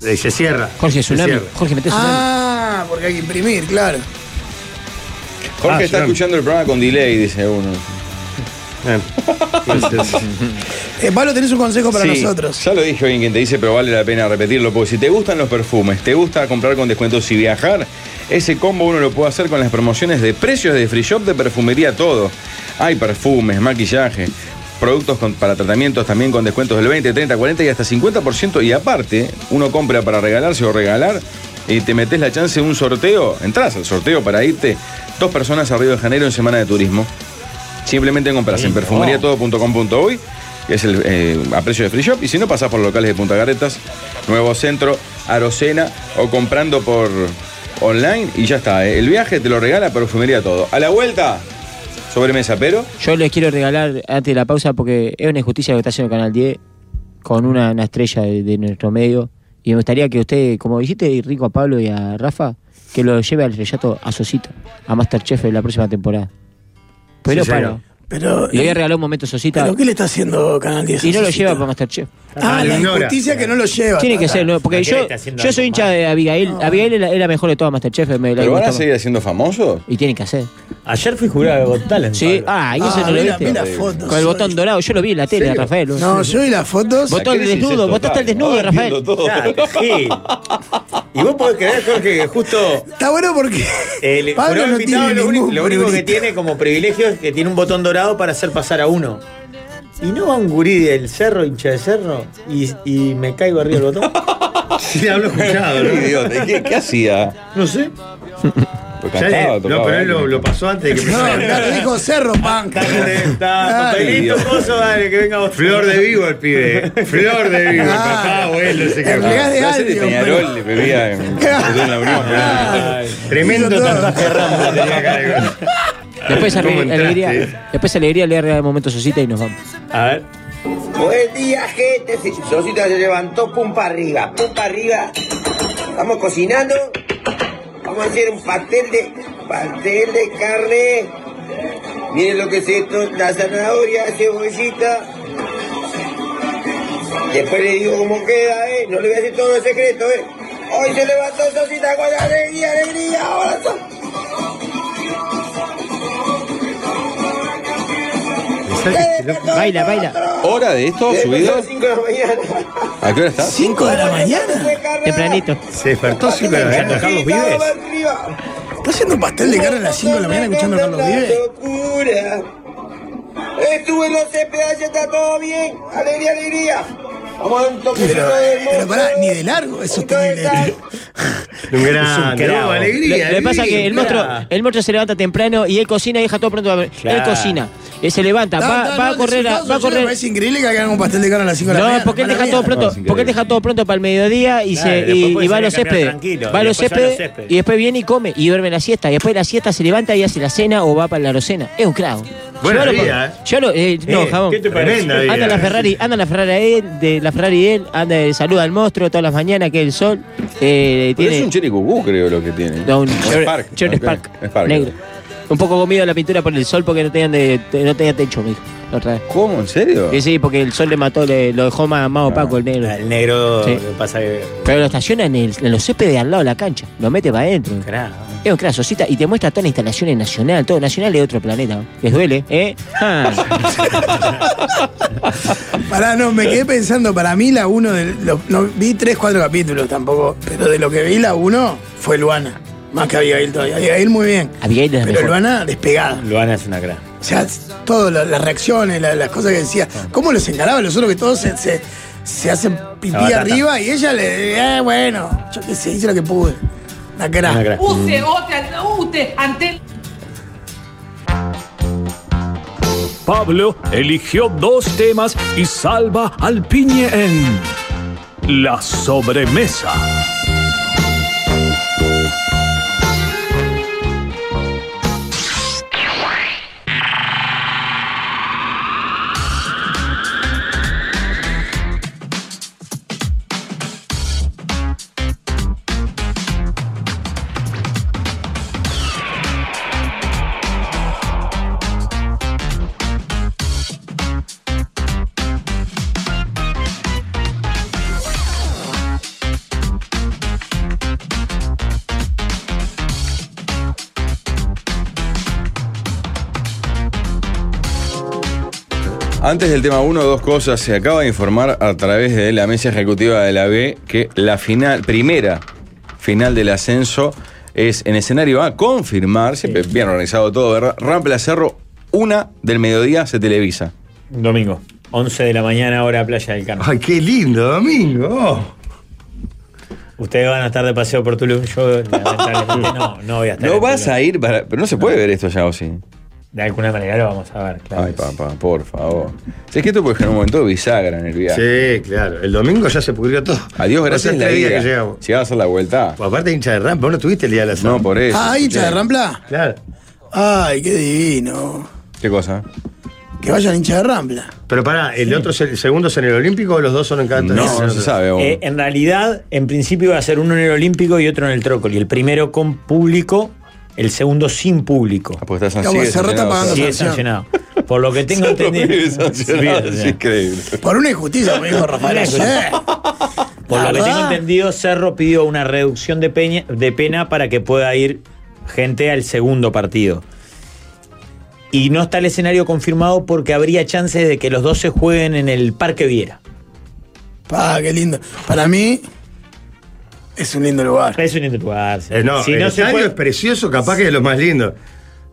Speaker 8: querés. Y se cierra.
Speaker 9: Jorge,
Speaker 8: se
Speaker 9: tsunami.
Speaker 8: cierra.
Speaker 9: Jorge, metés tsunami.
Speaker 7: Ah, porque hay que imprimir, claro.
Speaker 5: Jorge
Speaker 8: Ah,
Speaker 5: está
Speaker 8: claro.
Speaker 5: escuchando el programa con delay, dice uno.
Speaker 8: Bien. Este Entonces,
Speaker 7: Eh, Pablo, tenés un consejo para
Speaker 5: Sí,
Speaker 7: nosotros.
Speaker 5: Ya lo dije hoy en quien te dice, pero vale la pena repetirlo, porque si te gustan los perfumes, te gusta comprar con descuentos y viajar, ese combo uno lo puede hacer con las promociones de precios de Free Shop de perfumería todo. Hay perfumes, maquillaje, productos con- para tratamientos también con descuentos del 20, 30, 40 y hasta 50%. Y aparte, uno compra para regalarse o regalar. Y te metes la chance de un sorteo, entras al sorteo para irte dos personas a Río de Janeiro en Semana de Turismo. Simplemente compras en perfumeríatodo.com.uy, que es el, eh, a precio de free shop, y si no pasás por los locales de Punta Carretas, Nuevo Centro, Arocena, o comprando por online, y ya está. eh. El viaje te lo regala Perfumería Todo. A la vuelta, sobremesa, pero
Speaker 9: Yo les quiero regalar antes de la pausa porque es una injusticia lo que está haciendo Canal 10 con una, una estrella de, de nuestro medio. Y me gustaría que usted, como dijiste, y rico a Pablo y a Rafa, que lo lleve al estrellato a Sosito, a Masterchef en la próxima temporada. Pero
Speaker 8: Sí,
Speaker 9: paro.
Speaker 7: Pero, eh,
Speaker 9: Le voy a regalar un momento a Sosita
Speaker 7: ¿Pero qué le está haciendo Canal 10?
Speaker 9: y no lo
Speaker 7: Sosito?
Speaker 9: lleva para Masterchef.
Speaker 7: Ah, la
Speaker 8: Ah, lo ignora.
Speaker 7: injusticia que no lo lleva.
Speaker 9: Tiene que
Speaker 7: Tata.
Speaker 9: ser, ¿no? Porque
Speaker 6: ¿A qué
Speaker 9: yo,
Speaker 6: le está haciendo
Speaker 9: yo soy
Speaker 6: algo
Speaker 9: hincha
Speaker 6: mal?
Speaker 9: de Abigail. Abigail es la, es la mejor de todas Masterchef. Me, la
Speaker 5: ¿Pero van a
Speaker 9: gusta-
Speaker 5: seguir siendo famosos?
Speaker 9: Y tiene que hacer.
Speaker 6: Ayer fui jurado de Got Talent,
Speaker 9: Sí,
Speaker 6: Pablo.
Speaker 9: ah, y eso
Speaker 7: Ah,
Speaker 9: no lo
Speaker 7: vi la-
Speaker 9: viste.
Speaker 7: vi la foto,
Speaker 9: Con el
Speaker 7: soy-
Speaker 9: botón dorado, yo lo vi en la tele,
Speaker 5: ¿Serio?
Speaker 9: Rafael.
Speaker 7: No, yo vi las fotos.
Speaker 9: Vos- Votó
Speaker 5: ¿A qué
Speaker 9: el
Speaker 5: decís
Speaker 9: desnudo,
Speaker 5: esto,
Speaker 9: votaste el
Speaker 5: Pablo?
Speaker 9: desnudo,
Speaker 5: Ahora
Speaker 9: Rafael.
Speaker 5: entiendo todo.
Speaker 6: Claro, Gil. Y vos podés creer, Jorge, que justo Eh,
Speaker 7: Está bueno porque.
Speaker 6: El
Speaker 7: Pablo
Speaker 6: jurado
Speaker 7: no
Speaker 6: invitado
Speaker 7: tiene
Speaker 6: lo, único,
Speaker 7: ningún
Speaker 6: lo único que
Speaker 7: privilegio.
Speaker 6: tiene como privilegio es que tiene un botón dorado para hacer pasar a uno. Y no va un gurí del cerro, hincha de cerro, y, y me caigo arriba del botón.
Speaker 8: sí, hablo escuchado, ¿no?
Speaker 5: Qué idiota, ¿y ¿Qué, qué hacía?
Speaker 6: No sé.
Speaker 5: Pues
Speaker 8: Ya
Speaker 5: cantaba,
Speaker 8: le-
Speaker 5: tocaba
Speaker 8: no, pero él lo,
Speaker 5: algo.
Speaker 8: lo pasó antes de que
Speaker 7: No,
Speaker 8: empezara.
Speaker 7: claro, dijo cerro, punk.
Speaker 6: Está, papelito,
Speaker 5: Dios.
Speaker 6: coso, dale, que venga vos.
Speaker 8: Flor de vivo el pibe. Flor de vivo. el Papá, abuelo, ese
Speaker 7: El
Speaker 8: que
Speaker 7: regalo
Speaker 5: Parece
Speaker 7: de
Speaker 5: de
Speaker 7: Albion,
Speaker 5: Peñarol
Speaker 7: pero-
Speaker 5: le bebía en, en la Unión Peñarol.
Speaker 6: Ay,
Speaker 8: Tremendo
Speaker 7: Hizo todo.
Speaker 8: tatuaje Rambo tenía cara de-
Speaker 9: Después,
Speaker 8: ¿Cómo
Speaker 9: ale-
Speaker 8: entraste?
Speaker 9: alegría, después alegría le da de momento Sosita y nos vamos.
Speaker 6: A ver.
Speaker 12: Buen día, gente. Sosita se levantó, pum para arriba, pum para arriba. Vamos cocinando. Vamos a hacer un pastel de pastel de carne. Miren lo que es esto, la zanahoria, cebollita. Después le digo cómo queda, eh. No le voy a decir todo el secreto, eh. Hoy se levantó Sosita con alegría, alegría, ahora son-
Speaker 9: Baila, baila.
Speaker 5: ¿Hora de esto
Speaker 12: Despertó a
Speaker 5: subido?
Speaker 12: las 5 de la mañana.
Speaker 5: ¿A qué hora está?
Speaker 7: 5 de la mañana.
Speaker 9: Tempranito.
Speaker 8: Se despertó sin de la mañana.
Speaker 6: Carlos Vives.
Speaker 7: ¿Está haciendo un pastel de carne a las 5 de la mañana escuchando a Carlos Vives?
Speaker 12: locura. Estuve en los CPA, ya está todo bien. Alegría, alegría. Vamos a un toquecito
Speaker 7: Pero,
Speaker 12: de
Speaker 7: pero pará,
Speaker 12: moto.
Speaker 7: ni de largo es
Speaker 12: Un toque de
Speaker 7: sostenible.
Speaker 12: sal.
Speaker 8: Un
Speaker 6: Es un
Speaker 8: gran.
Speaker 6: cravo.
Speaker 8: no, alegría.
Speaker 9: Lo, lo que pasa es que
Speaker 8: alegría.
Speaker 9: el monstruo, el monstruo se levanta temprano y él cocina y deja todo pronto. para- Él
Speaker 6: Claro.
Speaker 9: cocina, él se levanta, va,
Speaker 7: No, no,
Speaker 9: va a
Speaker 7: no,
Speaker 9: correr, a-
Speaker 7: resultados
Speaker 9: va a
Speaker 7: sociales,
Speaker 9: correr.
Speaker 7: Me parece increíble que hagan un pastel de carne a las 5 de la
Speaker 9: No,
Speaker 7: mañana.
Speaker 9: es porque él
Speaker 7: para
Speaker 9: deja
Speaker 7: mí.
Speaker 9: todo pronto,
Speaker 5: es increíble.
Speaker 9: porque él deja todo pronto para el mediodía y
Speaker 6: Claro,
Speaker 9: se
Speaker 6: después
Speaker 9: y, y
Speaker 6: puede
Speaker 9: va a
Speaker 6: salir a
Speaker 9: los
Speaker 6: caminar
Speaker 9: céspedes.
Speaker 6: tranquilo,
Speaker 9: Va a
Speaker 6: y
Speaker 9: los
Speaker 6: después va a los
Speaker 9: céspedes
Speaker 6: céspedes.
Speaker 9: y después viene y come y duerme la siesta. Y después de la siesta se levanta y hace la cena o va para la arocena. Es un clavo.
Speaker 8: Buena
Speaker 9: Llévalo
Speaker 8: vida,
Speaker 9: pa-
Speaker 8: eh.
Speaker 9: llévalo, eh, no,
Speaker 8: Eh,
Speaker 9: jabón.
Speaker 8: ¿qué te parece? Tremenda vida.
Speaker 9: Anda la Ferrari, anda la Ferrari él, de la Ferrari él, anda eh, saluda al monstruo todas las mañanas que es el sol. eh,
Speaker 5: Pero
Speaker 9: tiene
Speaker 5: es un Cherry Cucú, creo, lo que tiene.
Speaker 9: no, un
Speaker 5: O
Speaker 9: Chevrolet-
Speaker 5: Spark.
Speaker 9: Chevrolet
Speaker 5: Ok,
Speaker 9: Spark, negro. Un poco comido la pintura por el sol porque no tenían de, te- no tenía techo, mijo. la otra vez.
Speaker 5: ¿Cómo? ¿En serio?
Speaker 9: Sí, sí, porque el sol le mató, le- lo dejó más,
Speaker 7: Ah,
Speaker 9: más opaco el negro.
Speaker 6: El negro,
Speaker 9: Sí.
Speaker 6: lo que pasa que.
Speaker 9: Pero lo estaciona en, el, en los céspedes de al lado de la cancha. Lo mete para adentro.
Speaker 6: Carajo.
Speaker 9: Es un crasosita y te muestra todas las instalaciones nacional, todo nacional es de otro planeta. ¿no? Les duele, ¿eh? Ah.
Speaker 7: Pará, no, me quedé pensando, para mí la 1 del. lo- no, vi 3, 4 capítulos tampoco, pero de lo que vi la 1 fue Luana. Más que Abigail todavía. Abigail muy bien.
Speaker 9: Abigail es la
Speaker 7: Pero
Speaker 9: mejor.
Speaker 7: Luana despegada.
Speaker 6: Luana es una cra.
Speaker 7: O sea, todas las reacciones, la- las cosas que decía. ¿Cómo los encaraba los otros que todos se, se, se hacen
Speaker 6: La
Speaker 7: pipí
Speaker 6: batata.
Speaker 7: arriba y ella le. Eh, bueno, yo qué sé, hice lo que pude. La cara.
Speaker 6: Una cra.
Speaker 13: Use, otra, ute, ante.
Speaker 14: Pablo eligió dos temas y salva al piñe en La sobremesa.
Speaker 5: Antes del tema 1, dos cosas. Se acaba de informar a través de la mesa ejecutiva de la B que la final, primera final del ascenso es en escenario A confirmar, siempre bien organizado todo, ¿verdad? Rampla Cerro, una del mediodía se televisa.
Speaker 6: Domingo. 11 de la mañana, hora Playa del Carmen.
Speaker 8: Ay, qué lindo, domingo. oh.
Speaker 6: Ustedes van a estar de paseo por Tulum. Yo, lamentablemente, no, no voy a estar.
Speaker 5: No
Speaker 6: en
Speaker 5: vas
Speaker 6: Tulum.
Speaker 5: a ir para. Pero no se puede ver esto ya, ¿o sí?
Speaker 6: De alguna manera lo vamos a ver, claro.
Speaker 5: Ay, papá, por favor. Si es que esto puede generar un momento de bisagra en el viaje.
Speaker 8: Sí, claro. El domingo ya se pudrió todo.
Speaker 5: Adiós, gracias.
Speaker 8: Hace
Speaker 5: la
Speaker 8: tres días
Speaker 5: ida.
Speaker 8: que llegamos.
Speaker 5: Si vas a hacer la vuelta.
Speaker 8: Pues aparte, hincha de rampa, vos no tuviste el día de la
Speaker 5: No,
Speaker 8: semana.
Speaker 5: por eso.
Speaker 7: Ah, hincha de Rampla.
Speaker 8: Claro.
Speaker 7: Ay, qué divino.
Speaker 5: ¿Qué cosa?
Speaker 7: Que vayan hincha de Rampla.
Speaker 8: Pero pará, ¿el otro es el segundo es en el Olímpico o los dos son en cada
Speaker 5: No, no se sabe aún.
Speaker 6: Eh, en realidad, en principio va a ser uno en el Olímpico y otro en el Trócoli. El primero con público, el segundo sin público.
Speaker 5: Ah, porque está
Speaker 7: Digamos,
Speaker 5: sigue
Speaker 7: Cerro está
Speaker 5: sancionado,
Speaker 7: pagando
Speaker 6: Sí,
Speaker 5: Cerro.
Speaker 6: es sancionado. Por lo que tengo
Speaker 5: Cerro vive
Speaker 6: entendido.
Speaker 5: sancionado,
Speaker 6: Sí,
Speaker 5: es increíble.
Speaker 7: Por una injusticia, me dijo Rafael ayer.
Speaker 6: Por
Speaker 7: La
Speaker 6: lo que
Speaker 7: verdad.
Speaker 6: tengo entendido, Cerro pidió una reducción de, peña- de pena para que pueda ir gente al segundo partido. Y no está el escenario confirmado porque habría chances de que los dos se jueguen en el Parque Viera.
Speaker 7: Pa, qué lindo. Para mí, es un lindo lugar.
Speaker 6: Es un indudable.
Speaker 8: Eh, no,
Speaker 6: si
Speaker 8: el
Speaker 6: no se
Speaker 8: estadio
Speaker 6: juega-
Speaker 8: es precioso, capaz que es de los más lindos.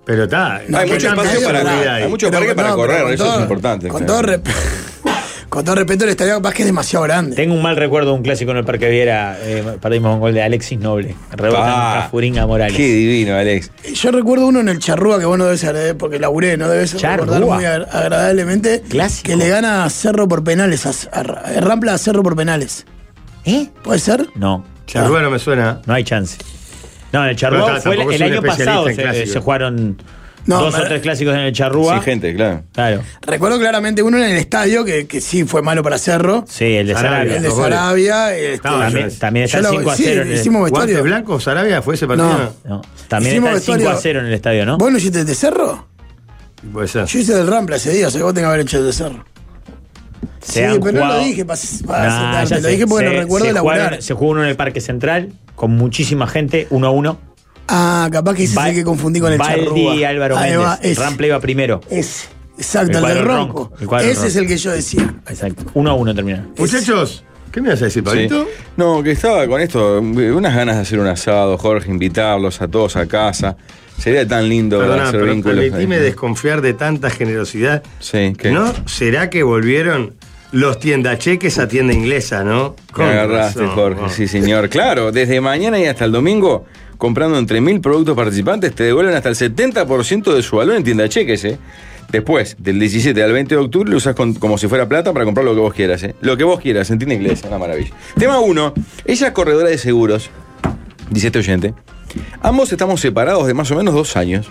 Speaker 8: Pero está.
Speaker 7: No,
Speaker 5: hay mucho
Speaker 7: pero el
Speaker 5: espacio
Speaker 7: estadio
Speaker 5: para
Speaker 7: no da.
Speaker 5: cuidar, hay mucho
Speaker 7: Pero
Speaker 5: parque para
Speaker 7: no, pero
Speaker 5: correr,
Speaker 7: con
Speaker 5: eso es
Speaker 7: todo-
Speaker 5: importante,
Speaker 7: Con
Speaker 5: claro.
Speaker 7: todo respeto. con todo respeto, el estadio capaz que es demasiado grande.
Speaker 6: Tengo un mal recuerdo de un clásico en el Parque Viera. eh, perdimos un gol de Alexis Noble. Rebota
Speaker 5: Ah,
Speaker 6: en Furinga Morales.
Speaker 5: Qué divino, Alex.
Speaker 7: Yo recuerdo uno en el Charrúa que vos no debes saber, porque laburé, no debes recordar
Speaker 6: Charrúa.
Speaker 7: muy agra- agradablemente. Que le gana a Cerro por penales, a, a- a Rampla a Cerro por penales.
Speaker 6: ¿Eh?
Speaker 7: ¿Puede ser?
Speaker 6: No.
Speaker 8: Charrúa no me suena.
Speaker 6: No hay chance. No, en el
Speaker 8: No,
Speaker 6: Charrúa
Speaker 8: ta-
Speaker 6: fue el,
Speaker 8: tampoco soy
Speaker 6: el
Speaker 8: un
Speaker 6: año
Speaker 8: especialista
Speaker 6: pasado
Speaker 8: en
Speaker 6: se, eh,
Speaker 8: clásicos.
Speaker 6: se jugaron
Speaker 7: No,
Speaker 6: dos o
Speaker 7: para-
Speaker 6: tres clásicos en el Charrúa.
Speaker 5: Sí, gente, claro.
Speaker 6: Claro.
Speaker 7: Recuerdo claramente uno en el estadio que, que sí fue malo para Cerro.
Speaker 6: Sí, el de Sarabia.
Speaker 7: El de Sarabia. este,
Speaker 8: No,
Speaker 6: También, también está
Speaker 7: yo lo-
Speaker 6: 5 a
Speaker 7: sí,
Speaker 6: 0. en el-
Speaker 7: hicimos
Speaker 8: ¿Guantes
Speaker 7: vestuario.
Speaker 8: blancos, Arabia? ¿Fue ese partido?
Speaker 6: No, también
Speaker 7: Hicimos
Speaker 6: está el 5 a
Speaker 7: vestuario.
Speaker 6: 0 en el estadio, ¿no?
Speaker 7: ¿Vos no hiciste el de Cerro?
Speaker 8: Puede ser.
Speaker 7: Yo hice del Rampla ese día, o sea que vos tenés que haber hecho el de Cerro.
Speaker 6: Se
Speaker 7: sí,
Speaker 6: han
Speaker 7: pero no
Speaker 6: jugado-
Speaker 7: lo dije para
Speaker 6: Nah, ya
Speaker 7: Lo
Speaker 6: sé,
Speaker 7: dije porque
Speaker 6: se-
Speaker 7: lo recuerdo
Speaker 6: se
Speaker 7: de laburar.
Speaker 6: jugaron- Se jugó uno en el Parque Central con muchísima gente, 1 a 1.
Speaker 7: Ah, capaz que ese es
Speaker 6: Ba-
Speaker 7: el que confundí con el Charrúa.
Speaker 6: Baldi Álvaro
Speaker 7: Ahí va,
Speaker 6: Méndez.
Speaker 7: ese.
Speaker 6: Rampla iba primero.
Speaker 7: Ese. Exacto,
Speaker 6: El
Speaker 7: el, del
Speaker 6: cuadro
Speaker 7: Ronco.
Speaker 6: ronco, el cuadro
Speaker 7: ese
Speaker 6: ronco.
Speaker 7: es el que yo decía.
Speaker 6: Exacto. 1 a 1 terminaron.
Speaker 8: Muchachos, ¿qué me vas a decir,
Speaker 5: Sí.
Speaker 8: Pablito?
Speaker 5: No, que estaba con esto, unas ganas de hacer un asado, Jorge, invitarlos a todos a casa. Sería tan lindo
Speaker 8: Perdona,
Speaker 5: hacer
Speaker 8: pero
Speaker 5: vínculos.
Speaker 8: permitime desconfiar de tanta generosidad.
Speaker 5: Sí, que
Speaker 8: ¿No? ¿Será que volvieron los tiendacheques a tienda inglesa, no?
Speaker 5: me agarraste,
Speaker 8: razón,
Speaker 5: Jorge.
Speaker 8: no.
Speaker 5: Sí, señor. Claro, desde mañana y hasta el domingo, comprando entre mil productos participantes, te devuelven hasta el 70% de su valor en tienda cheques, ¿eh? Después, del 17 al 20 de octubre, lo usas con- como si fuera plata para comprar lo que vos quieras, ¿eh? Lo que vos quieras, en tienda inglesa, una maravilla. Tema 1. Ella es corredora de seguros, dice este oyente. Ambos estamos separados de más o menos dos años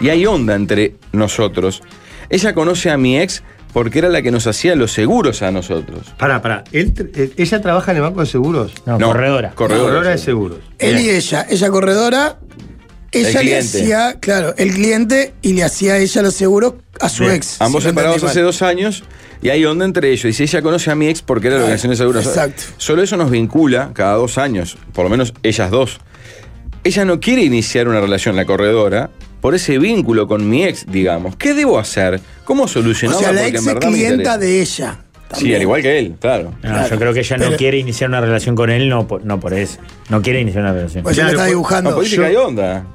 Speaker 5: y hay onda entre nosotros. Ella conoce a mi ex porque era la que nos hacía los seguros a nosotros.
Speaker 8: Pará, pará. Él tr- eh, ¿Ella trabaja en el banco de seguros?
Speaker 6: No,
Speaker 5: No,
Speaker 6: corredora.
Speaker 5: Corredora.
Speaker 8: Corredora de seguros.
Speaker 7: Él y ella, ella corredora, ella le
Speaker 5: cliente.
Speaker 7: hacía, claro, el cliente y le hacía a ella los seguros a su
Speaker 8: Bien.
Speaker 7: ex.
Speaker 5: Ambos
Speaker 7: si no entendí
Speaker 5: separados hace
Speaker 7: mal.
Speaker 5: dos años y hay onda entre ellos. Dice, ella conoce a mi ex porque era la organización de seguros.
Speaker 7: Ah, Exacto.
Speaker 5: Solo eso nos vincula cada dos años, por lo menos ellas dos. Ella no quiere iniciar una relación, la corredora, por ese vínculo con mi ex, digamos. ¿Qué debo hacer? ¿Cómo solucionarlo?
Speaker 7: O sea, la
Speaker 5: Porque en
Speaker 7: ex es
Speaker 5: verdad me
Speaker 7: clienta
Speaker 5: interesa.
Speaker 7: de ella.
Speaker 5: Sí,
Speaker 7: también.
Speaker 5: al igual que él, claro.
Speaker 6: No,
Speaker 7: Claro.
Speaker 6: yo creo que ella no
Speaker 7: Pero-
Speaker 6: quiere iniciar una relación con él, no por, no por eso. No quiere iniciar una relación.
Speaker 7: Pues ya
Speaker 8: Claro,
Speaker 7: lo está
Speaker 8: pues-
Speaker 5: No,
Speaker 7: dibujando.
Speaker 5: política hay onda.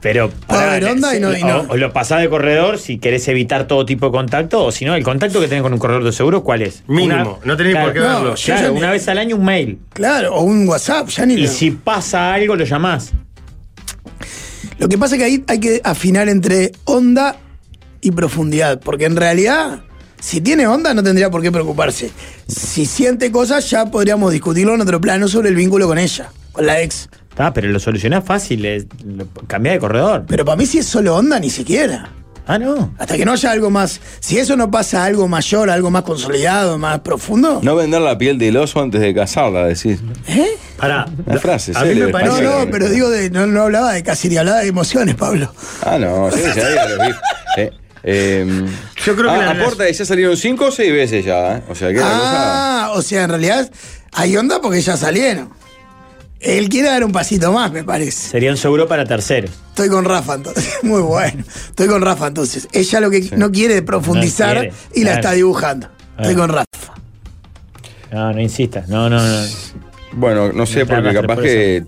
Speaker 6: Pero pará,
Speaker 7: haber
Speaker 6: le-
Speaker 7: onda y no- y
Speaker 6: o-
Speaker 7: no.
Speaker 6: O, lo pasás de corredor si querés evitar todo tipo de contacto, o si no, el contacto que tenés con un corredor de seguro, ¿cuál es?
Speaker 8: Mínimo, no tenés por qué
Speaker 7: No,
Speaker 8: verlo.
Speaker 7: yo
Speaker 6: Claro,
Speaker 7: ya ni-
Speaker 6: una vez al año un mail.
Speaker 7: Claro, o un WhatsApp, ya ni
Speaker 6: Y
Speaker 7: lo.
Speaker 6: si pasa algo, lo llamás.
Speaker 7: Lo que pasa es que ahí hay que afinar entre onda y profundidad, porque en realidad, si tiene onda, no tendría por qué preocuparse. Si siente cosas, ya podríamos discutirlo en otro plano sobre el vínculo con ella, con la ex.
Speaker 6: Está, pero lo solucionás fácil, es, lo- cambiá de corredor.
Speaker 7: Pero para mí, si es solo onda, ni siquiera.
Speaker 6: Ah, no.
Speaker 7: Hasta que no haya algo más. Si eso no pasa a algo mayor, a algo más consolidado, más profundo.
Speaker 5: No vender la piel del oso antes de casarla, decís.
Speaker 7: ¿Eh?
Speaker 8: Pará.
Speaker 5: Una frase
Speaker 8: A mí me
Speaker 5: célebre,
Speaker 8: parece.
Speaker 7: No,
Speaker 5: española.
Speaker 7: no, pero digo, de, no, no hablaba de casi ni hablaba de emociones, Pablo.
Speaker 5: Ah, no, sí, ya había los vi. Eh, eh,
Speaker 8: Yo creo que
Speaker 5: ah,
Speaker 8: la
Speaker 5: aporta, ya salieron cinco o seis veces ya, ¿eh? O sea, que la cosa-
Speaker 7: Ah, o sea, en realidad hay onda porque ya salieron. Él quiere dar un pasito más, me parece.
Speaker 6: Sería un seguro para terceros.
Speaker 7: Estoy con Rafa entonces. Muy bueno. Estoy con Rafa entonces. Ella lo que no quiere es profundizar
Speaker 6: No quiere,
Speaker 7: y la
Speaker 6: claro.
Speaker 7: está dibujando. Estoy
Speaker 6: Ah.
Speaker 7: con Rafa.
Speaker 6: No, no insistas. No, no, no.
Speaker 5: Bueno, no sé,
Speaker 6: Está
Speaker 5: porque
Speaker 6: arrastre
Speaker 5: capaz
Speaker 6: por
Speaker 5: que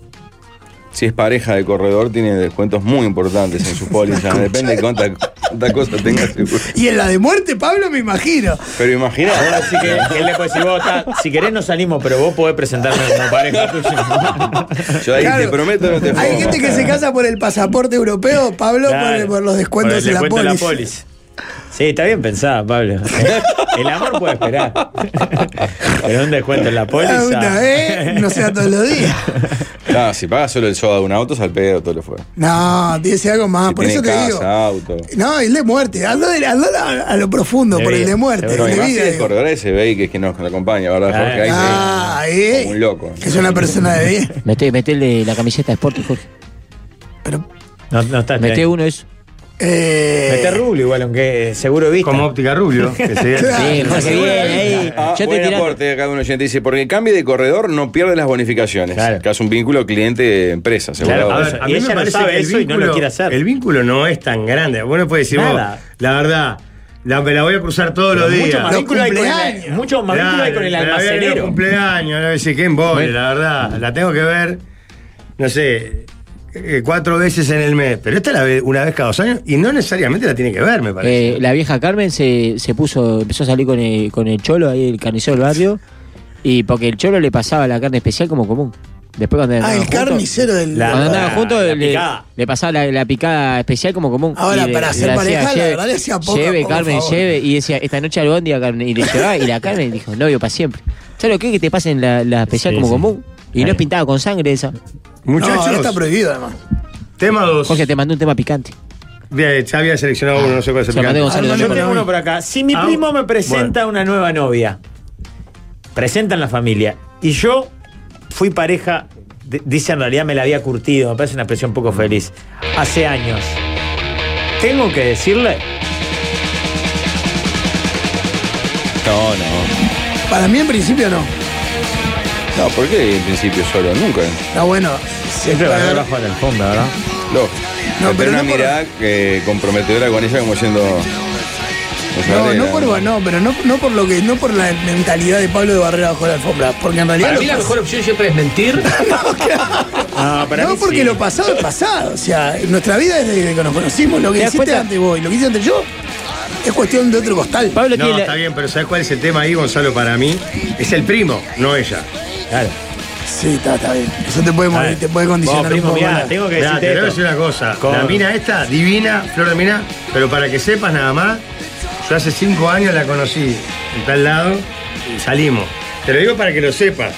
Speaker 5: si es pareja de corredor, tiene descuentos muy importantes en su póliza. Depende de cuánta, cuánta cosa tenga seguro.
Speaker 7: Y en la de muerte, Pablo, me imagino.
Speaker 5: Pero imagina.
Speaker 6: Así que él le puede decir, vos, ta, si querés nos salimos, pero vos podés presentarme como pareja tuya.
Speaker 5: Yo ahí
Speaker 7: Claro.
Speaker 5: te prometo, no te
Speaker 7: Hay
Speaker 5: jodo.
Speaker 7: gente que se casa por el pasaporte europeo, Pablo, por-
Speaker 6: Claro.
Speaker 7: por, los descuentos
Speaker 6: Por el
Speaker 7: en la
Speaker 6: descuento
Speaker 7: póliza.
Speaker 6: Sí, está bien pensada, Pablo. El amor puede esperar. Pero un descuento en la
Speaker 7: Ah, una
Speaker 6: póliza.
Speaker 7: vez, no sea todos los días.
Speaker 5: No, si pagas solo el soda de un auto, es al pedo todo lo fue.
Speaker 7: No, tiene que ser algo más.
Speaker 5: Si
Speaker 7: Ah, por eso
Speaker 5: tiene
Speaker 7: te
Speaker 5: casa,
Speaker 7: digo.
Speaker 5: auto.
Speaker 7: No, el de muerte. Anda, de- anda a, a lo profundo,
Speaker 6: De
Speaker 7: por el
Speaker 6: vida,
Speaker 7: de muerte.
Speaker 6: seguro.
Speaker 5: No, Ah, y
Speaker 7: el de
Speaker 5: más si
Speaker 7: vida.
Speaker 5: el
Speaker 7: digo.
Speaker 5: corredor ese, veis que es quien nos nos acompaña, ¿verdad,
Speaker 6: Claro.
Speaker 5: Jorge? Ahí se-
Speaker 7: Ah, eh.
Speaker 5: como un loco.
Speaker 7: Es una persona de bien.
Speaker 9: Meté, metele la camiseta de Sporting, Jorge.
Speaker 7: Pero.
Speaker 6: No, no está
Speaker 9: Meté
Speaker 6: bien.
Speaker 9: uno eso.
Speaker 7: Eh,
Speaker 6: Mete rublo igual, aunque seguro viste.
Speaker 8: Como óptica rubio. que sería-
Speaker 7: Claro.
Speaker 9: Sí, Jorge, bien, ahí.
Speaker 5: Ah,
Speaker 9: Yo te
Speaker 5: buen
Speaker 9: tiraba.
Speaker 5: aporte acá de un oyente. Dice, porque cambie de corredor no pierde las bonificaciones.
Speaker 6: Claro.
Speaker 5: Que hace un vínculo cliente-empresa, seguro.
Speaker 6: Claro,
Speaker 8: A
Speaker 6: Por
Speaker 8: ver,
Speaker 6: eso.
Speaker 8: a
Speaker 6: Y
Speaker 8: mí me
Speaker 6: ella no
Speaker 8: parece
Speaker 6: sabe
Speaker 8: que el
Speaker 6: eso y no
Speaker 8: vínculo,
Speaker 6: lo quiere hacer.
Speaker 8: El vínculo no es tan grande. Bueno, puede decir, vos,
Speaker 6: Nada.
Speaker 8: la verdad, la, me la voy a cruzar todos los
Speaker 6: Mucho
Speaker 8: días.
Speaker 6: más
Speaker 7: Los
Speaker 6: vínculo hay con el,
Speaker 7: cumpleaños.
Speaker 6: mucho más vínculo hay con el
Speaker 8: Claro, me la voy a ver en los
Speaker 6: almacenero.
Speaker 8: cumpleaños, no sé qué embole, la verdad. La tengo que ver, no sé, eh, cuatro veces en el mes, pero esta la ve una vez cada dos años y no necesariamente la tiene que ver, me parece.
Speaker 9: Eh, la vieja Carmen se, se puso, empezó a salir con el, con el cholo ahí, el carnicero del barrio, y porque el cholo le pasaba la carne especial como común. Después cuando
Speaker 7: Ah,
Speaker 9: andaban
Speaker 7: el
Speaker 9: juntos-
Speaker 7: carnicero del.
Speaker 9: cuando andaban
Speaker 7: Ah,
Speaker 9: juntos
Speaker 7: la
Speaker 9: le,
Speaker 7: picada.
Speaker 9: le pasaba la, la picada especial como común.
Speaker 7: Ahora,
Speaker 9: Y le-
Speaker 7: para
Speaker 9: le
Speaker 7: hacer
Speaker 9: hacía,
Speaker 7: pareja, la
Speaker 9: "Lleve-
Speaker 7: verdad le hacía poco,
Speaker 9: Lleve,
Speaker 7: por
Speaker 9: Carmen,
Speaker 7: favor".
Speaker 9: lleve. Y decía, esta noche albóndiga, Carmen. Y le llevaba, y la Carmen dijo, novio para siempre. ¿Sabes lo que es que te pasen la, la especial
Speaker 8: Sí,
Speaker 9: como
Speaker 8: sí.
Speaker 9: común? Y no es pintada con sangre esa.
Speaker 8: Muchachos. ahora está prohibido,
Speaker 7: además.
Speaker 8: Tema 2.
Speaker 9: Jorge, te mandé un tema picante.
Speaker 8: Bien, ya había seleccionado uno, no sé cuál es el
Speaker 9: Se mandé
Speaker 8: picante.
Speaker 9: Gonzalo
Speaker 8: Ah,
Speaker 9: de
Speaker 8: yo
Speaker 9: León.
Speaker 8: tengo uno
Speaker 6: por acá. Si mi
Speaker 8: Ah,
Speaker 6: primo me presenta una nueva novia, presentan la familia, y yo fui pareja, d- dice en realidad me la había curtido, me parece una expresión poco feliz, hace años. ¿Tengo que decirle?
Speaker 5: No, no.
Speaker 7: Para mí, en principio, no.
Speaker 5: No, ¿por qué en principio solo? Nunca.
Speaker 7: Está bueno. Se
Speaker 5: Siempre
Speaker 7: puede-
Speaker 5: bajo
Speaker 6: la alfombra, ¿verdad?
Speaker 5: No. No,
Speaker 7: pero
Speaker 5: pero una
Speaker 7: no por-
Speaker 5: mirada eh, comprometedora con ella como siendo. o sea,
Speaker 7: No,
Speaker 5: de-
Speaker 7: no por, no, pero no, no por lo que, no por la mentalidad de Pablo de Barrera bajo la alfombra, porque en realidad.
Speaker 10: Para
Speaker 7: lo
Speaker 10: mí la
Speaker 7: pas-
Speaker 10: mejor opción siempre es mentir.
Speaker 7: no, porque lo pasado es pasado. O sea, nuestra vida es desde que nos conocimos. Lo
Speaker 8: ¿Te
Speaker 7: que
Speaker 8: das
Speaker 7: hiciste
Speaker 8: cuenta?
Speaker 7: antes vos y lo que hice antes yo es cuestión de otro costal.
Speaker 9: Pablo
Speaker 8: No, está bien, pero ¿sabes cuál es el tema ahí, Gonzalo? Para mí es el primo, no ella.
Speaker 6: Claro.
Speaker 7: Sí, está, está bien. Eso te puede, mover, te puede condicionar
Speaker 8: Vos, primo,
Speaker 7: un poco.
Speaker 8: mirá,
Speaker 7: la-
Speaker 8: tengo que Mirá, decirte te voy a esto. decir una cosa.
Speaker 7: Con-
Speaker 8: La mina esta, divina, Flor de Mina, pero para que sepas nada más, yo hace cinco años la conocí en tal lado y salimos. Te lo digo para que lo sepas.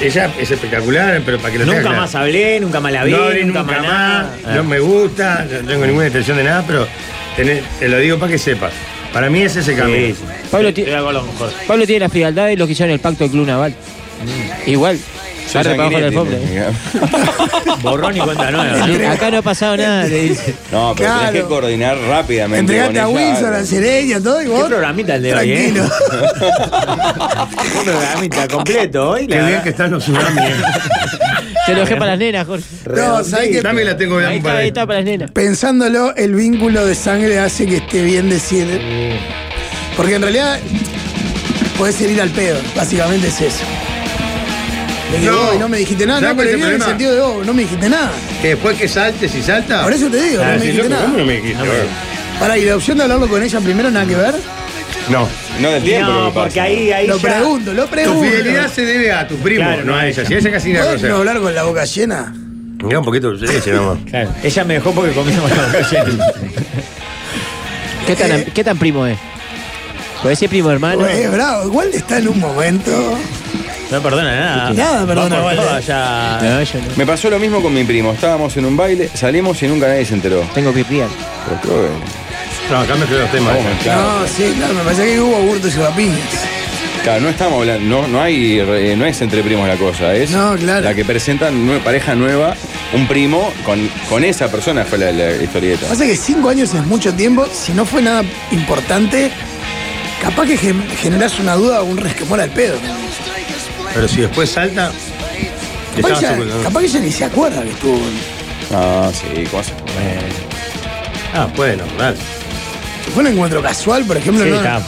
Speaker 8: Ella es espectacular, pero para que lo
Speaker 6: Eh. Nunca
Speaker 8: tengas claro.
Speaker 6: más hablé, nunca más la vi,
Speaker 8: No hablé
Speaker 6: nunca
Speaker 8: nunca,
Speaker 6: más
Speaker 8: más,
Speaker 6: nada. Ah.
Speaker 8: no me gusta, no tengo ninguna intención de nada, pero tenés- te lo digo para que sepas. Para mí es ese camino.
Speaker 9: Pablo, ti- Pablo tiene la frialdad de los que hicieron el pacto del Club Naval.
Speaker 8: Mm.
Speaker 9: Igual.
Speaker 5: Yo
Speaker 9: Barra para abajo la
Speaker 5: sanguinete,
Speaker 9: alfombra.
Speaker 6: Borrón y cuenta nueva.
Speaker 9: Sí, Acá no ha pasado nada. le dice.
Speaker 5: No, pero
Speaker 9: Claro.
Speaker 5: tenés que coordinar rápidamente.
Speaker 7: Entregate a
Speaker 5: con ella.
Speaker 7: Wilson, a Cereña, todo y vos.
Speaker 6: ¿Qué programita el de hoy, eh?
Speaker 7: Tranquilo.
Speaker 6: Un programita completo hoy.
Speaker 8: Qué bien que están los tsunamis.
Speaker 9: Te lo dejé para las nenas, Jorge.
Speaker 7: No, ¿sabes qué?
Speaker 8: Dame la tengo
Speaker 9: Ahí está, ahí está para las nenas.
Speaker 7: Pensándolo, el vínculo de sangre hace que esté bien decir. Porque en realidad podés ir al pedo, básicamente es eso. De que
Speaker 8: No.
Speaker 7: vos no me dijiste nada, no,
Speaker 8: ¿Sabes cuál
Speaker 7: pero
Speaker 8: es
Speaker 7: bien
Speaker 8: el
Speaker 7: en el
Speaker 8: problema?
Speaker 7: sentido de vos, no me dijiste nada.
Speaker 8: Que después que saltes y salta.
Speaker 7: Por eso te digo, no me
Speaker 8: sí,
Speaker 7: dijiste
Speaker 8: loco,
Speaker 7: nada.
Speaker 8: ¿Cómo no me dijiste?
Speaker 5: Ah,
Speaker 7: Para, ¿y la opción de hablarlo con ella primero nada que ver?
Speaker 8: No.
Speaker 5: No del tiempo.
Speaker 7: No,
Speaker 5: lo que pasa.
Speaker 7: porque ahí- ahí Lo ya- pregunto, lo pregunto.
Speaker 8: Tu fidelidad se debe a tu primo,
Speaker 6: Claro,
Speaker 8: no
Speaker 6: no
Speaker 8: a
Speaker 6: a
Speaker 8: ella. Si ella casi ni la
Speaker 7: ¿Podés
Speaker 8: conoce.
Speaker 7: no hablar con la boca llena?
Speaker 8: Mirá un poquito de leche, nomás.
Speaker 6: Claro. Ella me dejó porque comíamos la calle.
Speaker 9: ¿Qué tan, am- ¿Qué tan primo es? Puede ser primo hermano.
Speaker 7: Es bravo, igual está en un momento.
Speaker 6: No perdona nada.
Speaker 7: Este, Nada,
Speaker 6: Va
Speaker 7: perdona, Ah.
Speaker 6: por
Speaker 7: vale.
Speaker 6: todas ya.
Speaker 5: Me pasó lo mismo con mi primo. Estábamos en un baile, salimos y nunca nadie se enteró.
Speaker 9: Tengo que criar.
Speaker 5: Pero creo que.
Speaker 8: No, acá me los temas.
Speaker 7: No, sí, claro, me parece que hubo hurtos y rapiñas.
Speaker 5: pues. Claro, no estamos hablando, no, no hay, eh, no es entre primos la cosa, es la que presentan nue- pareja nueva, un primo, con, con esa persona fue la, la historieta.
Speaker 7: Pasa que cinco años es mucho tiempo, si no fue nada importante, capaz que gen- generás una duda o un resquemor al pedo.
Speaker 8: Pero si después salta.
Speaker 7: Capaz,
Speaker 8: estaba
Speaker 7: ella,
Speaker 8: supuesto, ¿no?
Speaker 7: capaz que ella ni se acuerda que estuvo.
Speaker 5: Ah, sí, cosas.
Speaker 8: Ah, bueno, claro.
Speaker 7: Fue un encuentro casual, por ejemplo.
Speaker 5: Sí,
Speaker 7: no,
Speaker 5: está,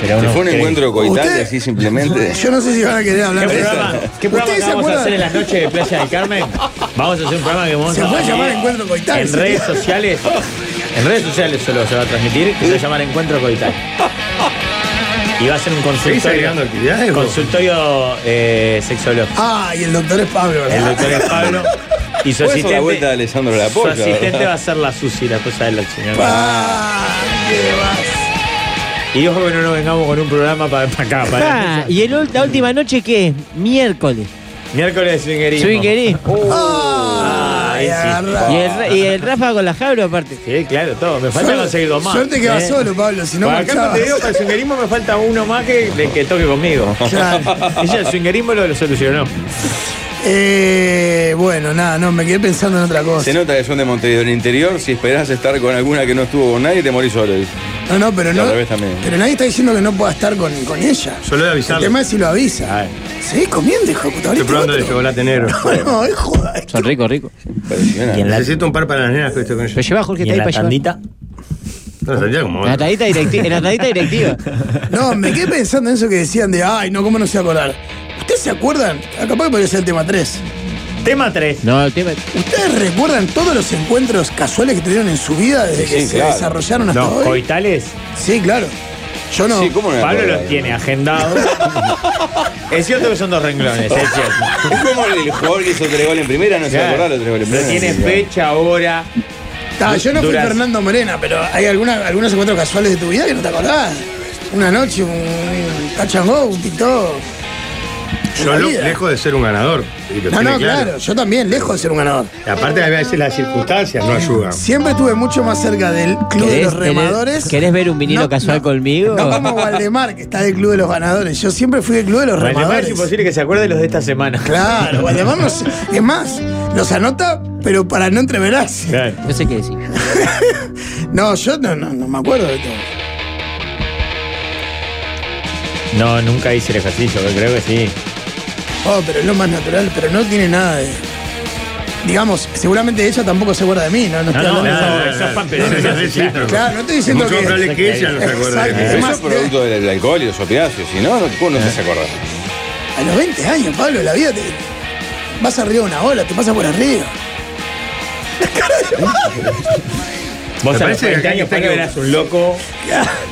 Speaker 6: Pero
Speaker 5: Si
Speaker 6: uno
Speaker 5: fue un
Speaker 6: cree.
Speaker 5: encuentro coital
Speaker 7: ¿Usted?
Speaker 5: y así simplemente.
Speaker 7: Yo no sé si van a querer hablar
Speaker 6: ¿Qué
Speaker 7: de
Speaker 6: programa,
Speaker 7: eso.
Speaker 6: ¿qué programa
Speaker 7: ¿Ustedes
Speaker 6: que
Speaker 7: se
Speaker 6: vamos a
Speaker 7: acuerdan?
Speaker 6: hacer en las noches de Playa del Carmen? Vamos a hacer un programa que vamos
Speaker 7: Se
Speaker 6: a
Speaker 7: puede llamar
Speaker 6: transmitir
Speaker 7: Encuentro Coital,
Speaker 6: En
Speaker 7: sí.
Speaker 6: redes sociales. En redes sociales solo se va a transmitir que se va a llamar Encuentro Coital. Y va a ser un consultorio.
Speaker 8: agregando actividades, vos?
Speaker 6: Consultorio eh, sexológico.
Speaker 7: Ah, y el doctor es Pablo, ¿verdad?
Speaker 6: El doctor es Pablo. Y su
Speaker 5: Fue eso la
Speaker 6: asistente.
Speaker 5: vuelta de Alessandro
Speaker 6: su
Speaker 5: Laporta,
Speaker 6: asistente
Speaker 5: ¿verdad?
Speaker 6: va a ser la Susi, la cosa de la señora.
Speaker 12: Ah.
Speaker 7: vas?
Speaker 6: Y ojo que no nos vengamos con un programa para acá. Para
Speaker 9: Ah, ¿Y el ul- la última noche qué es? Miércoles.
Speaker 6: Miércoles de swingerismo. Uh,
Speaker 9: Swingerismo.
Speaker 6: Ah, Ay, sí.
Speaker 9: Ah, Y el, Ra- y el Rafa con la jaula aparte.
Speaker 6: Sí, claro, todo. Me falta
Speaker 9: Suerte-
Speaker 6: conseguir dos más. ¿eh?
Speaker 9: suerte que va solo,
Speaker 7: Pablo, si
Speaker 9: no
Speaker 6: Para acá no
Speaker 9: marchabas.
Speaker 6: te digo, para el swingerismo pues, me falta uno más que, de que toque conmigo.
Speaker 7: Claro.
Speaker 6: Ella el swingerismo lo, lo solucionó.
Speaker 7: Eh, bueno, nada, no, me quedé pensando en otra cosa.
Speaker 5: Se nota que son de Montevideo del Interior, si esperás estar con alguna que no estuvo con nadie, te morís solo. dice.
Speaker 7: No, no, pero
Speaker 5: Y
Speaker 7: no.
Speaker 5: al revés también.
Speaker 7: Pero nadie está diciendo que no pueda estar con, con ella.
Speaker 8: Solo de
Speaker 7: El
Speaker 8: avisarle.
Speaker 7: tema es si lo avisa. Seguís comiendo, hijo de puta.
Speaker 8: Estoy
Speaker 7: abriste
Speaker 8: probando el
Speaker 7: otro.
Speaker 8: chocolate negro.
Speaker 7: No, hijo.
Speaker 9: Son ricos, ricos.
Speaker 8: Necesito un par para las nenas que estoy con ella.
Speaker 9: Lo llevá, Jorge, está ahí para llevar.
Speaker 8: No, la tandita como.
Speaker 9: En la tandita directiva. En la tandita directiva.
Speaker 7: No, me quedé pensando en eso que decían de, ay, no, ¿cómo no se va a acordar? ¿Ustedes se acuerdan? Ah, Capaz que podría ser el tema 3.
Speaker 6: Tema 3.
Speaker 10: No, el tema.
Speaker 7: ¿Ustedes recuerdan todos los encuentros casuales que tuvieron en su vida desde que se desarrollaron hasta
Speaker 6: no,
Speaker 7: hoy?
Speaker 6: ¿Coitales?
Speaker 7: Sí, claro. Yo no.
Speaker 5: Sí, ¿cómo no me
Speaker 6: Pablo
Speaker 5: acuerdo?
Speaker 6: los tiene agendados. es cierto que son dos renglones, eh, es cierto.
Speaker 5: Es como el jugador que hizo tres goles en primera, no se va a
Speaker 6: Claro.
Speaker 5: acordar los tres goles en
Speaker 6: Pero
Speaker 5: primera.
Speaker 6: tiene
Speaker 5: Sí, claro.
Speaker 6: fecha, hora.
Speaker 7: Ah, yo no fui
Speaker 6: Duras.
Speaker 7: Fernando Morena, pero hay alguna, algunos encuentros casuales de tu vida que no te acordás. Una noche, un cachangó, un pitó.
Speaker 8: Yo
Speaker 7: la
Speaker 8: lo-
Speaker 7: vida.
Speaker 8: lejos de ser un ganador. y lo
Speaker 7: No,
Speaker 8: tiene
Speaker 7: no, claro, yo también, lejos de ser un ganador.
Speaker 8: Y aparte, a veces las circunstancias no ayudan.
Speaker 7: Siempre estuve mucho más cerca del Club de los Remadores.
Speaker 9: ¿Querés, querés ver un vinilo
Speaker 7: No,
Speaker 9: casual
Speaker 7: no.
Speaker 9: conmigo?
Speaker 7: No como Waldemar, que está del Club de los Ganadores. Yo siempre fui del Club de los
Speaker 6: Además es
Speaker 7: Remadores.
Speaker 6: imposible que se acuerde los de esta semana.
Speaker 7: Claro, Waldemar nos, es más, los anota, pero para no entreverarse.
Speaker 6: Claro.
Speaker 9: No sé qué decir.
Speaker 7: No, yo no, no, no me acuerdo de todo.
Speaker 6: No, nunca hice el ejercicio, pero creo que sí.
Speaker 7: Oh, pero es lo más natural, pero no tiene nada de. Digamos, seguramente ella tampoco se acuerda de mí, ¿no? No, estoy hablando de- Claro, no estoy
Speaker 8: Es
Speaker 7: diciendo
Speaker 8: mucho
Speaker 7: que.
Speaker 8: más probable que ella no se acuerde
Speaker 7: Exacto.
Speaker 8: de
Speaker 5: Eso
Speaker 8: mí.
Speaker 7: Además,
Speaker 5: es producto del alcohol y los opiáceos, si no, no, vos no te vas a acordar.
Speaker 7: A los 20 años, Pablo, la vida te. Vas arriba de una ola, te pasa por arriba.
Speaker 6: Vos
Speaker 8: Me
Speaker 6: a los
Speaker 8: parece que
Speaker 6: 20
Speaker 8: acá
Speaker 6: años
Speaker 8: está
Speaker 6: Pablo
Speaker 8: que-
Speaker 6: eras un loco.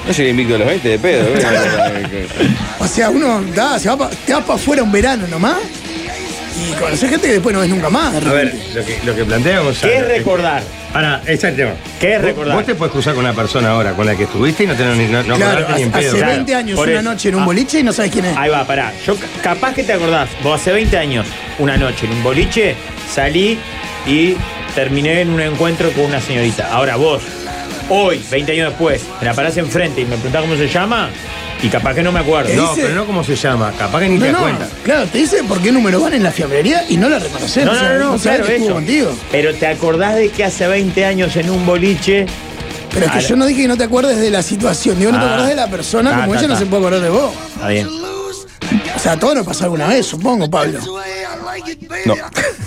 Speaker 5: No llegué invicto a los 20 de pedo. ¿eh?
Speaker 7: O sea, uno da, se va pa- te vas para afuera un verano nomás y conoces gente que después no ves nunca más. de
Speaker 8: A ver,
Speaker 7: repente.
Speaker 8: lo que, lo que plantea Gonzalo.
Speaker 6: ¿Qué es recordar?
Speaker 8: Ahora, ese es el tema.
Speaker 6: ¿Qué es
Speaker 8: Vos-
Speaker 6: recordar?
Speaker 8: Vos te puedes cruzar con una persona ahora con la que estuviste y no tenés ni, no, no
Speaker 7: claro,
Speaker 8: acordarte ni
Speaker 7: hace,
Speaker 8: en pedo.
Speaker 7: hace
Speaker 6: claro.
Speaker 7: 20 años
Speaker 6: Por
Speaker 7: una
Speaker 6: eso.
Speaker 7: noche en un
Speaker 6: Ah.
Speaker 7: boliche y no sabes quién es.
Speaker 6: Ahí va, pará. Yo ca- capaz que te acordás, vos hace 20 años, una noche en un boliche, salí y terminé en un encuentro con una señorita. Ahora vos, hoy, 20 años después, me la parás enfrente y me preguntás cómo se llama, y capaz que no me acuerdo.
Speaker 7: ¿Qué
Speaker 8: No,
Speaker 7: dice?
Speaker 8: pero no cómo se llama. Capaz que ni
Speaker 7: No,
Speaker 8: te das
Speaker 7: no,
Speaker 8: cuenta.
Speaker 7: claro, te dice por qué número van en la fiambrería y no la reconoces.
Speaker 6: No,
Speaker 7: o
Speaker 6: no,
Speaker 7: sea,
Speaker 6: no, no,
Speaker 7: sabés
Speaker 6: claro,
Speaker 7: que estuvo
Speaker 6: eso.
Speaker 7: contigo.
Speaker 6: Pero te acordás de que hace 20 años en un boliche.
Speaker 7: Pero es que
Speaker 6: Ah,
Speaker 7: yo no dije que no te acuerdes de la situación, digo, no te
Speaker 6: Ah.
Speaker 7: acordás de la persona,
Speaker 6: Ta,
Speaker 7: como
Speaker 6: ta,
Speaker 7: ella no
Speaker 6: ta.
Speaker 7: se puede acordar de vos.
Speaker 6: Está bien.
Speaker 7: O sea, todo nos pasa alguna vez, supongo, Pablo.
Speaker 5: No.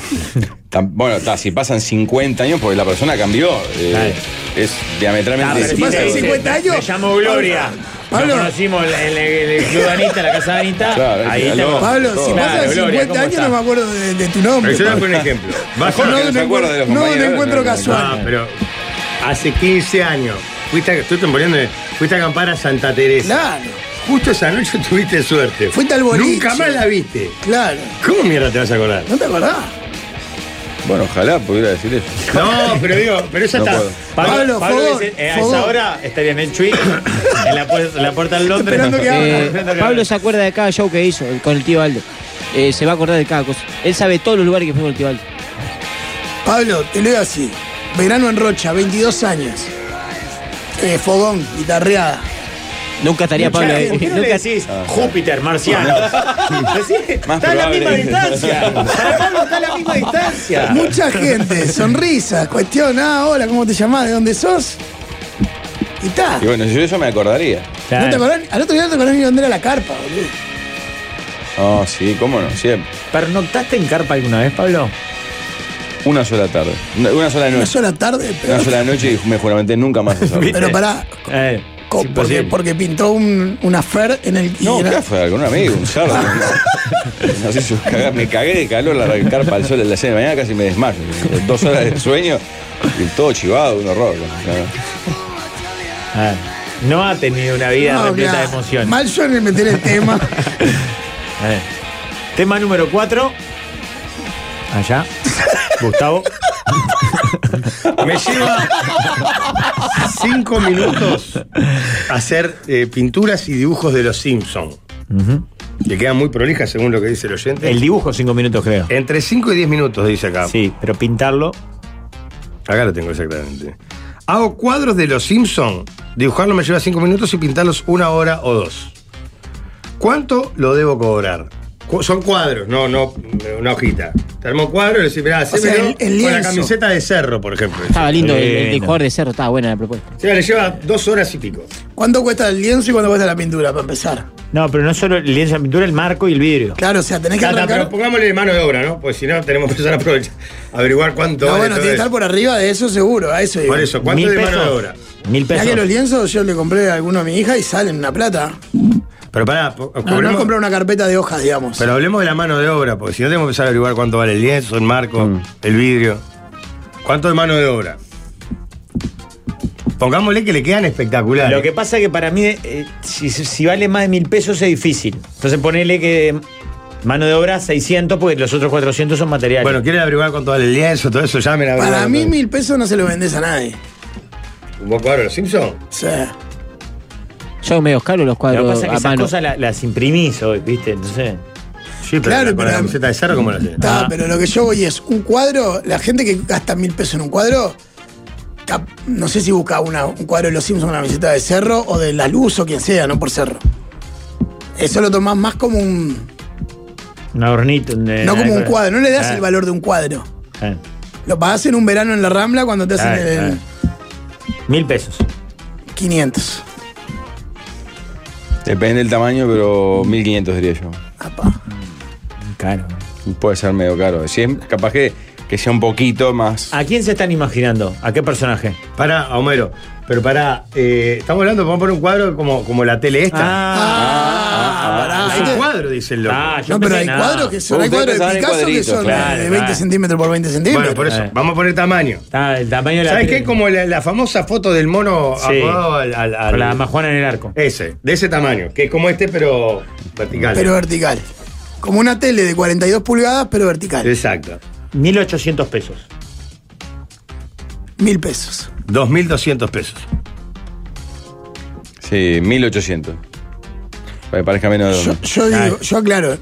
Speaker 5: Tam- bueno, ta, si pasan 50 años, porque la persona cambió. eh,
Speaker 6: Claro.
Speaker 5: es diametralmente
Speaker 7: pero si
Speaker 5: distinta.
Speaker 7: pasa
Speaker 6: Dice,
Speaker 7: 50 años,
Speaker 6: Me llamo Gloria.
Speaker 7: Pablo.
Speaker 6: Nos conocimos en el, en el club de Anita, en la casa de Anita.
Speaker 5: Claro,
Speaker 6: ahí
Speaker 5: ahí
Speaker 6: te
Speaker 5: aló.
Speaker 7: Pablo, si
Speaker 5: Claro,
Speaker 7: pasan 50 años no me acuerdo de, de tu nombre.
Speaker 8: Pero yo te voy a
Speaker 7: Pablo.
Speaker 8: poner un ejemplo. Vas
Speaker 5: Mejor
Speaker 8: a-
Speaker 7: No,
Speaker 5: que no se
Speaker 7: no
Speaker 5: acuerda de los
Speaker 7: encuentro- no,
Speaker 5: compañeros,
Speaker 7: no encuentro casual.
Speaker 8: Ah, pero hace 15 años. Fuiste a, estoy temporeando, eh, fuiste a acampar a Santa Teresa.
Speaker 7: Claro,
Speaker 8: Justo esa noche tuviste suerte.
Speaker 7: Fuiste al boliche.
Speaker 8: Nunca más la viste.
Speaker 7: claro.
Speaker 8: ¿Cómo mierda te vas a acordar?
Speaker 7: ¿No te acordás?
Speaker 5: Bueno, ojalá pudiera decir eso.
Speaker 8: No, pero digo, pero esa
Speaker 5: No
Speaker 8: está.
Speaker 5: puedo.
Speaker 7: Pablo, fogón,
Speaker 6: dice, eh, a
Speaker 7: fogón.
Speaker 6: esa hora estaría en el tweet, en la, puer- la puerta del Londres.
Speaker 7: Esperando que abra.
Speaker 9: Eh, Pablo se acuerda de cada show que hizo eh, con el tío Aldo. Eh, se va a acordar de cada cosa. Él sabe todos los lugares que fue con el tío Aldo.
Speaker 7: Pablo, te leo así. Verano en Rocha, 22 años. Eh, fogón, guitarreada.
Speaker 9: Nunca estaría Pablo
Speaker 7: eh.
Speaker 9: ahí.
Speaker 6: ¿Por qué no le
Speaker 9: Nunca-
Speaker 6: decís Júpiter, marciano? Decí,
Speaker 5: Más
Speaker 6: está a la
Speaker 5: probable.
Speaker 6: misma distancia. Para Pablo está a la misma distancia.
Speaker 7: Mucha gente, sonrisas, cuestión, ah, hola, ¿cómo te llamás? ¿De dónde sos? Y ta.
Speaker 5: Y bueno, yo eso me acordaría.
Speaker 7: ¿No te acordás? Al otro día no te acordás ni dónde era la carpa, boludo.
Speaker 5: No, sí, cómo no, siempre.
Speaker 6: ¿Pernoctaste en carpa alguna vez, Pablo?
Speaker 5: Una sola tarde. Una, una sola
Speaker 7: Una
Speaker 5: noche.
Speaker 7: sola tarde, pero,
Speaker 5: Una sola noche y me juramenté nunca más hacerlo.
Speaker 7: pero pará.
Speaker 6: Eh,
Speaker 7: co-
Speaker 6: es
Speaker 7: Porque,
Speaker 6: imposible.
Speaker 7: porque pintó un, una fer en el. y
Speaker 5: No,
Speaker 7: era-
Speaker 5: ¿qué fue? Con un amigo, un sardo. No sé si os cagá- me cagué de calor la arrancar para el sol a las 6 de la mañana, casi me desmayo. Dos horas de sueño y todo chivado, un horror.
Speaker 6: Ah, No ha tenido una vida
Speaker 7: No,
Speaker 6: repleta
Speaker 7: Ah, mirá,
Speaker 6: de emociones.
Speaker 7: Mal yo en el meter el tema.
Speaker 6: Eh. Tema número 4. Allá. Gustavo.
Speaker 8: Me lleva cinco minutos hacer eh, pinturas y dibujos de los Simpsons. Que quedan muy prolijas según lo que dice el oyente.
Speaker 6: El dibujo, 5 minutos, creo.
Speaker 8: Entre 5 y 10 minutos, dice acá.
Speaker 6: Sí, pero pintarlo.
Speaker 8: Acá lo tengo exactamente. Hago cuadros de los Simpsons. Dibujarlos me lleva 5 minutos y pintarlos una hora o dos. ¿Cuánto lo debo cobrar? Cu- son cuadros, no, no una hojita. Te armo cuadro y le decís, mirá, hacémelo
Speaker 7: sea, el- el
Speaker 8: con la
Speaker 7: lienzo.
Speaker 8: camiseta de cerro, por ejemplo.
Speaker 9: Estaba lindo el, el
Speaker 6: Lindo.
Speaker 9: jugador de cerro, estaba buena la propuesta.
Speaker 8: O sea, le lleva dos horas y pico.
Speaker 7: ¿Cuánto cuesta el lienzo y cuánto cuesta la pintura para empezar?
Speaker 6: No, pero no solo el lienzo de pintura, el marco y el vidrio.
Speaker 7: Claro, o sea, tenés que
Speaker 8: Ya está, pero
Speaker 7: arrancar.
Speaker 8: pongámosle mano de obra, ¿no? Pues si no, tenemos que empezar a aprovechar, averiguar cuánto
Speaker 7: No,
Speaker 8: vale
Speaker 7: bueno,
Speaker 8: todo
Speaker 7: tiene que estar
Speaker 8: eso.
Speaker 7: por arriba de eso seguro, a eso digo.
Speaker 8: Por eso, ¿cuánto
Speaker 6: Mil
Speaker 8: es de mano
Speaker 6: pesos.
Speaker 8: de obra?
Speaker 6: Mil
Speaker 7: Mirá
Speaker 6: pesos.
Speaker 7: que los lienzos yo le compré a alguno a mi hija y salen una plata.
Speaker 8: Pero pará, po-
Speaker 7: No, no es
Speaker 8: cobremos-
Speaker 7: comprar una carpeta de hojas, digamos.
Speaker 8: pero hablemos de la mano de obra, porque si no tenemos que empezar a averiguar cuánto vale el lienzo, el marco,
Speaker 7: Mm.
Speaker 8: el vidrio. ¿Cuánto de mano de obra? Pongámosle que le quedan espectaculares.
Speaker 6: Lo que pasa es que para mí, eh, si, si vale más de mil pesos es difícil. Entonces ponele que mano de obra 600, porque los otros 400 son materiales.
Speaker 8: Bueno, quieren averiguar cuánto vale el lienzo, todo eso, llamen a
Speaker 7: Para
Speaker 8: averiguar
Speaker 7: mí,
Speaker 8: todo.
Speaker 7: mil pesos no se lo vendes a nadie.
Speaker 8: ¿Un poco ahora los Simpsons?
Speaker 7: Sí.
Speaker 9: Son medio caros los
Speaker 6: Lo que
Speaker 9: cuadros
Speaker 6: pasa es que
Speaker 9: a
Speaker 6: esas
Speaker 9: mano.
Speaker 6: cosas la- las imprimís hoy, ¿viste? Entonces.
Speaker 8: Sí, pero
Speaker 7: Claro,
Speaker 8: con
Speaker 7: pero-
Speaker 8: la camiseta de cerro, ¿cómo lo hacen?
Speaker 7: Está,
Speaker 6: Ah.
Speaker 7: pero lo que yo voy es un cuadro. La gente que gasta mil pesos en un cuadro, cap- no sé si busca una, un cuadro de los Simpsons, una camiseta de cerro o de la luz o quien sea, no por cerro. Eso lo tomás más como un.
Speaker 6: Un adornito. un, eh,
Speaker 7: no como un
Speaker 6: algo-
Speaker 7: cuadro, no le das
Speaker 6: Ah,
Speaker 7: el valor de un cuadro.
Speaker 6: ah,
Speaker 7: Lo pagás en un verano en la rambla cuando te hacen
Speaker 6: ah,
Speaker 7: el
Speaker 6: ah. Mil pesos.
Speaker 7: 500.
Speaker 5: Depende del tamaño, pero 1500 diría yo.
Speaker 7: Apa.
Speaker 6: Claro.
Speaker 5: Puede ser medio caro. Si es- capaz que, que sea un poquito más.
Speaker 6: ¿A quién se están imaginando? ¿A qué personaje?
Speaker 8: Pará, Homero. Pero pará, eh, estamos hablando, vamos a poner un cuadro como, como la tele esta.
Speaker 7: Ah,
Speaker 8: es un
Speaker 7: pará.
Speaker 8: cuadro, dice el loco.
Speaker 6: Ah, yo
Speaker 7: No, pero
Speaker 6: pensé-
Speaker 7: hay
Speaker 6: no.
Speaker 7: cuadros que
Speaker 8: Uh,
Speaker 7: son, hay
Speaker 5: Ustedes
Speaker 7: cuadros de
Speaker 5: pensaban en
Speaker 7: Picasso que
Speaker 5: cuadritos,
Speaker 7: son
Speaker 6: claro,
Speaker 7: de 20
Speaker 6: claro.
Speaker 7: centímetros por 20 centímetros.
Speaker 8: bueno, por eso,
Speaker 6: eh.
Speaker 8: vamos a poner tamaño.
Speaker 6: Está Ah, el tamaño de la.
Speaker 8: ¿Sabes
Speaker 6: tele.
Speaker 8: qué? Como la, la famosa foto del mono
Speaker 6: Sí.
Speaker 8: apodado al. al- al-
Speaker 6: Con la majuana en el arco.
Speaker 8: Ese, de ese tamaño, que es como este, pero vertical.
Speaker 7: Pero vertical. Como una tele de 42 pulgadas, pero vertical.
Speaker 8: Exacto.
Speaker 6: 1800 pesos.
Speaker 7: Mil pesos.
Speaker 8: 2.200 pesos.
Speaker 5: Sí, 1800. Para que parezca menos.
Speaker 7: Yo, yo digo, yo aclaro.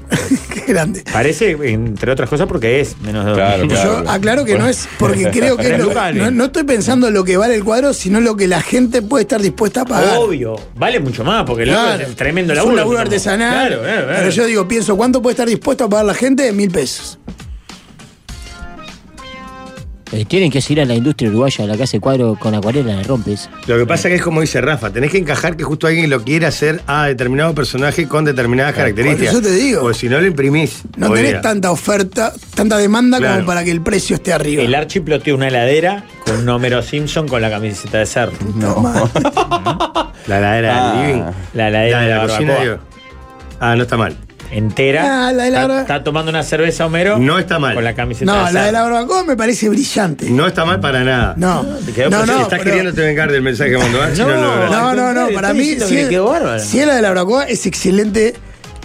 Speaker 7: Qué grande.
Speaker 6: Parece, entre otras cosas, porque es menos de dos
Speaker 5: Claro,
Speaker 6: mil.
Speaker 5: claro.
Speaker 7: Yo aclaro que no es porque creo que es lo-
Speaker 6: Lucas,
Speaker 7: no, no estoy pensando en lo que vale el cuadro, sino lo que la gente puede estar dispuesta a pagar.
Speaker 6: Obvio, vale mucho más, porque el otro
Speaker 7: Claro.
Speaker 6: es el tremendo
Speaker 7: Es
Speaker 6: laburo.
Speaker 7: un laburo
Speaker 6: que tenemos.
Speaker 7: artesanal.
Speaker 6: Claro, claro, claro.
Speaker 7: Pero yo digo, pienso, ¿cuánto puede estar dispuesto a pagar la gente? Mil pesos.
Speaker 9: Eh, tienen que seguir a la industria uruguaya, la que hace cuadro con acuarela, la rompes.
Speaker 8: Lo que pasa que es como dice Rafa, tenés que encajar que justo alguien lo quiera hacer a determinado personaje con determinadas características.
Speaker 7: por eso te digo.
Speaker 8: Porque si no lo imprimís.
Speaker 7: No
Speaker 8: podría.
Speaker 7: tenés tanta oferta, tanta demanda
Speaker 8: Claro.
Speaker 7: como para que el precio esté arriba.
Speaker 6: El Archie ploteó una heladera con un Homero Simpson con la camiseta de cerdo.
Speaker 8: La heladera
Speaker 5: Ah.
Speaker 8: del living.
Speaker 6: La heladera
Speaker 8: La
Speaker 6: de
Speaker 8: de
Speaker 6: la
Speaker 8: la cocina.
Speaker 6: barbacoa.
Speaker 8: digo. Ah, no está mal.
Speaker 6: entera.
Speaker 7: Ah, la de la
Speaker 6: está,
Speaker 7: barba-
Speaker 6: está tomando una cerveza Homero.
Speaker 8: No está mal.
Speaker 6: Con la camiseta
Speaker 7: no,
Speaker 6: de
Speaker 7: la de la
Speaker 6: cerdo.
Speaker 7: barbacoa me parece brillante.
Speaker 8: No está mal para nada.
Speaker 7: No,
Speaker 6: te quedó
Speaker 7: no,
Speaker 6: por si
Speaker 7: no.
Speaker 8: Estás
Speaker 7: pero-
Speaker 8: queriéndote vengar del mensaje que mandó Archie, no, lo lográs.
Speaker 6: Al
Speaker 7: No, no, no,
Speaker 6: contrario,
Speaker 7: para
Speaker 6: estoy
Speaker 7: mí
Speaker 6: diciendo
Speaker 7: si
Speaker 6: que le
Speaker 7: es,
Speaker 6: quedó bárbaro.
Speaker 7: si es la de la barbacoa es excelente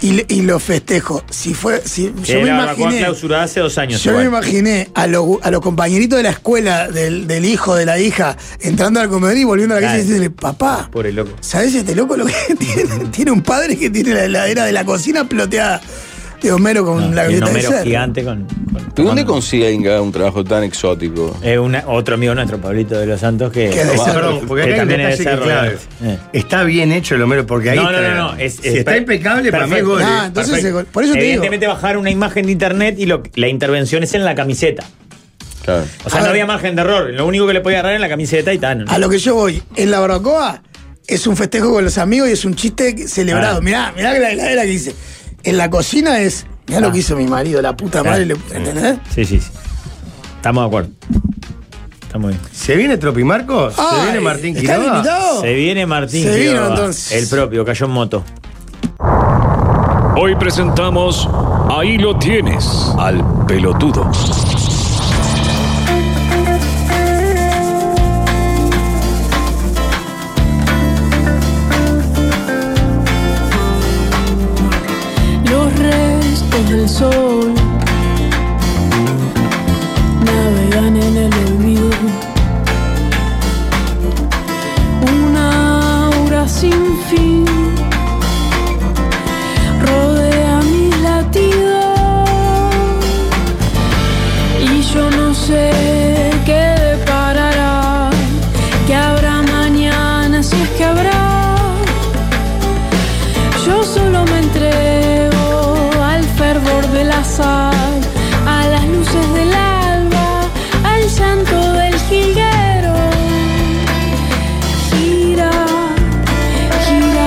Speaker 7: y, le- y lo festejo. Si fue, si,
Speaker 6: Que
Speaker 7: yo me
Speaker 6: la barbacoa
Speaker 7: imaginé,
Speaker 6: clausurada hace dos años.
Speaker 7: yo me
Speaker 6: igual.
Speaker 7: imaginé a los, a los compañeritos de la escuela, del, del hijo, de la hija, entrando al comedor y volviendo a la casa
Speaker 6: Claro.
Speaker 7: y diciéndole, papá,
Speaker 6: Pobre loco.
Speaker 7: ¿sabes este loco lo que tiene? tiene un padre que tiene la heladera de la cocina ploteada de Homero con la
Speaker 6: Y un
Speaker 7: galleta de
Speaker 6: Homero
Speaker 7: cerdo.
Speaker 6: gigante con. con-
Speaker 5: ¿Tú dónde
Speaker 6: con-
Speaker 5: consigue alguien que haga un trabajo tan exótico?
Speaker 6: Eh, una- otro amigo nuestro, Pablito de los Santos, que.
Speaker 7: Que de cerdo.
Speaker 8: No, Ah, perdón, porque
Speaker 6: Que
Speaker 8: acá hay un
Speaker 6: también es
Speaker 8: detalle que es
Speaker 6: cerdo,
Speaker 8: clave.
Speaker 6: eh.
Speaker 8: Está bien hecho el Homero, porque ahí
Speaker 6: No, no,
Speaker 8: está.
Speaker 6: no, no, es-
Speaker 8: si
Speaker 6: es
Speaker 8: está
Speaker 6: per-
Speaker 8: impecable, para mí es
Speaker 6: perfecto.
Speaker 8: gol.
Speaker 7: Ah, entonces
Speaker 8: Perfecto.
Speaker 7: se- por eso te digo.
Speaker 6: Evidentemente bajar una imagen de internet y lo- la intervención es en la camiseta.
Speaker 5: Claro.
Speaker 6: O
Speaker 7: A
Speaker 6: sea, no
Speaker 7: ver. Ah.
Speaker 6: había margen de error. Lo único que le podía agarrar en la camiseta y tan.
Speaker 7: A lo que yo voy, en la barbacoa es un festejo con los amigos y es un chiste que- celebrado.
Speaker 6: Ah.
Speaker 7: Mirá, mirá que la heladera que hice. En la cocina es, mirá
Speaker 6: Ah. Eh.
Speaker 7: lo que hizo mi marido, la puta madre, le- ¿entendés?
Speaker 6: Sí, sí, sí. Estamos de acuerdo. Estamos bien.
Speaker 8: ¿Se viene Tropimarco? ¿Se
Speaker 7: Ay,
Speaker 8: viene Martín
Speaker 7: ¿estás
Speaker 8: Quiroga?
Speaker 7: invitado?
Speaker 6: Se viene Martín.
Speaker 7: Se vino,
Speaker 6: Quiroga,
Speaker 7: entonces.
Speaker 6: El propio, cayó en moto.
Speaker 14: Hoy presentamos Ahí lo tienes al pelotudo.
Speaker 15: Los restos del sol navegan en el olvido. Una aura sin fin rodea mis latidos y yo no sé qué deparará, qué habrá mañana si es que habrá. Yo solo me entrego al fervor del azar, a las luces del alba, al llanto del jilguero. Gira, gira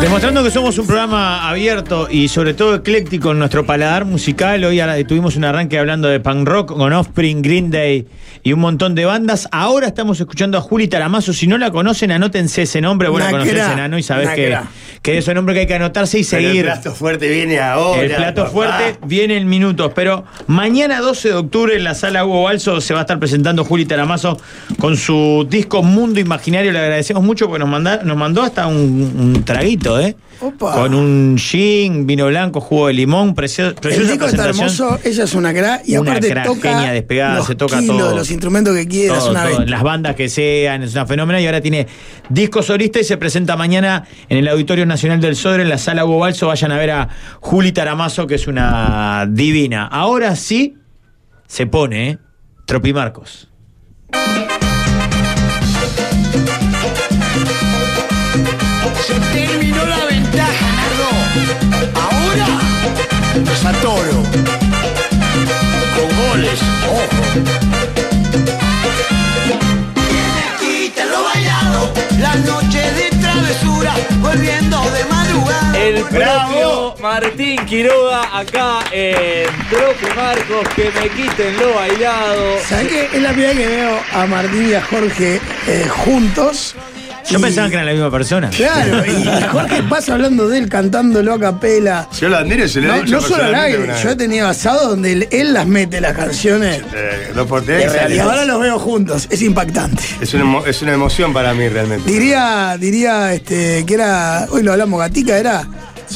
Speaker 6: Demostrando que somos un programa abierto y sobre todo ecléctico en nuestro paladar musical, hoy ara- tuvimos un arranque hablando de punk rock con Offspring, Green Day y un montón de bandas. Ahora estamos escuchando a Juli Taramazo. Si no la conocen, anótense ese nombre. Bueno,
Speaker 8: Naquera.
Speaker 6: conocés ese nano y sabés que,
Speaker 8: Naquera.
Speaker 6: que es un nombre que hay que anotarse y
Speaker 8: Pero
Speaker 6: seguir.
Speaker 8: el plato fuerte viene ahora.
Speaker 6: El plato
Speaker 8: papá.
Speaker 6: fuerte viene en minutos, pero mañana 12 de octubre en la sala Hugo Balso se va a estar presentando Juli Taramazo con su disco Mundo Imaginario. Le agradecemos mucho porque nos, manda- nos mandó hasta un, un traguito, ¿eh? Con un gin, vino blanco, jugo de limón, precio- preciosa
Speaker 7: El disco está
Speaker 6: presentación.
Speaker 7: hermoso, ella es una cra y
Speaker 6: Una
Speaker 7: aparte
Speaker 6: cra,
Speaker 7: toca
Speaker 6: genia despegada,
Speaker 7: los
Speaker 6: se toca
Speaker 7: kilos,
Speaker 6: todo.
Speaker 7: los instrumentos que quiera, es
Speaker 6: Todo,
Speaker 7: una
Speaker 6: todo,
Speaker 7: bestia.
Speaker 6: las bandas que sean, es una fenómena y ahora tiene disco solista y se presenta mañana en el Auditorio Nacional del Sodre, en la sala Hugo Balso. Vayan a ver a Juli Taramazo, que es una divina. Ahora sí se pone, ¿eh? Tropi Marcos.
Speaker 16: Se terminó la ventaja, Nardo. Ahora los atoro. Con goles, ojo. Quita lo bailado. Las noches de travesura. Volviendo de madrugada.
Speaker 13: El propio Martín Quiroga acá en Trope Marcos, que me quiten lo bailado.
Speaker 7: ¿Sabes qué? Es la primera vez que veo a Martín y a Jorge eh, juntos.
Speaker 6: Yo
Speaker 7: Y-
Speaker 6: pensaba que era la misma persona.
Speaker 7: Claro, y Jorge pasa hablando de él, cantándolo a capela.
Speaker 8: Yo lo admiro y se lo he
Speaker 7: No,
Speaker 8: dicho
Speaker 7: no solo al
Speaker 8: personalmente
Speaker 7: aire,
Speaker 8: una
Speaker 7: yo he
Speaker 8: vez.
Speaker 7: tenido asado donde él, él las mete las canciones.
Speaker 8: Eh, los porteños.
Speaker 7: Y ahora los veo juntos, es impactante.
Speaker 8: Es una, emo- es una emoción para mí realmente.
Speaker 7: Diría, diría este, que era, hoy lo hablamos gatica, era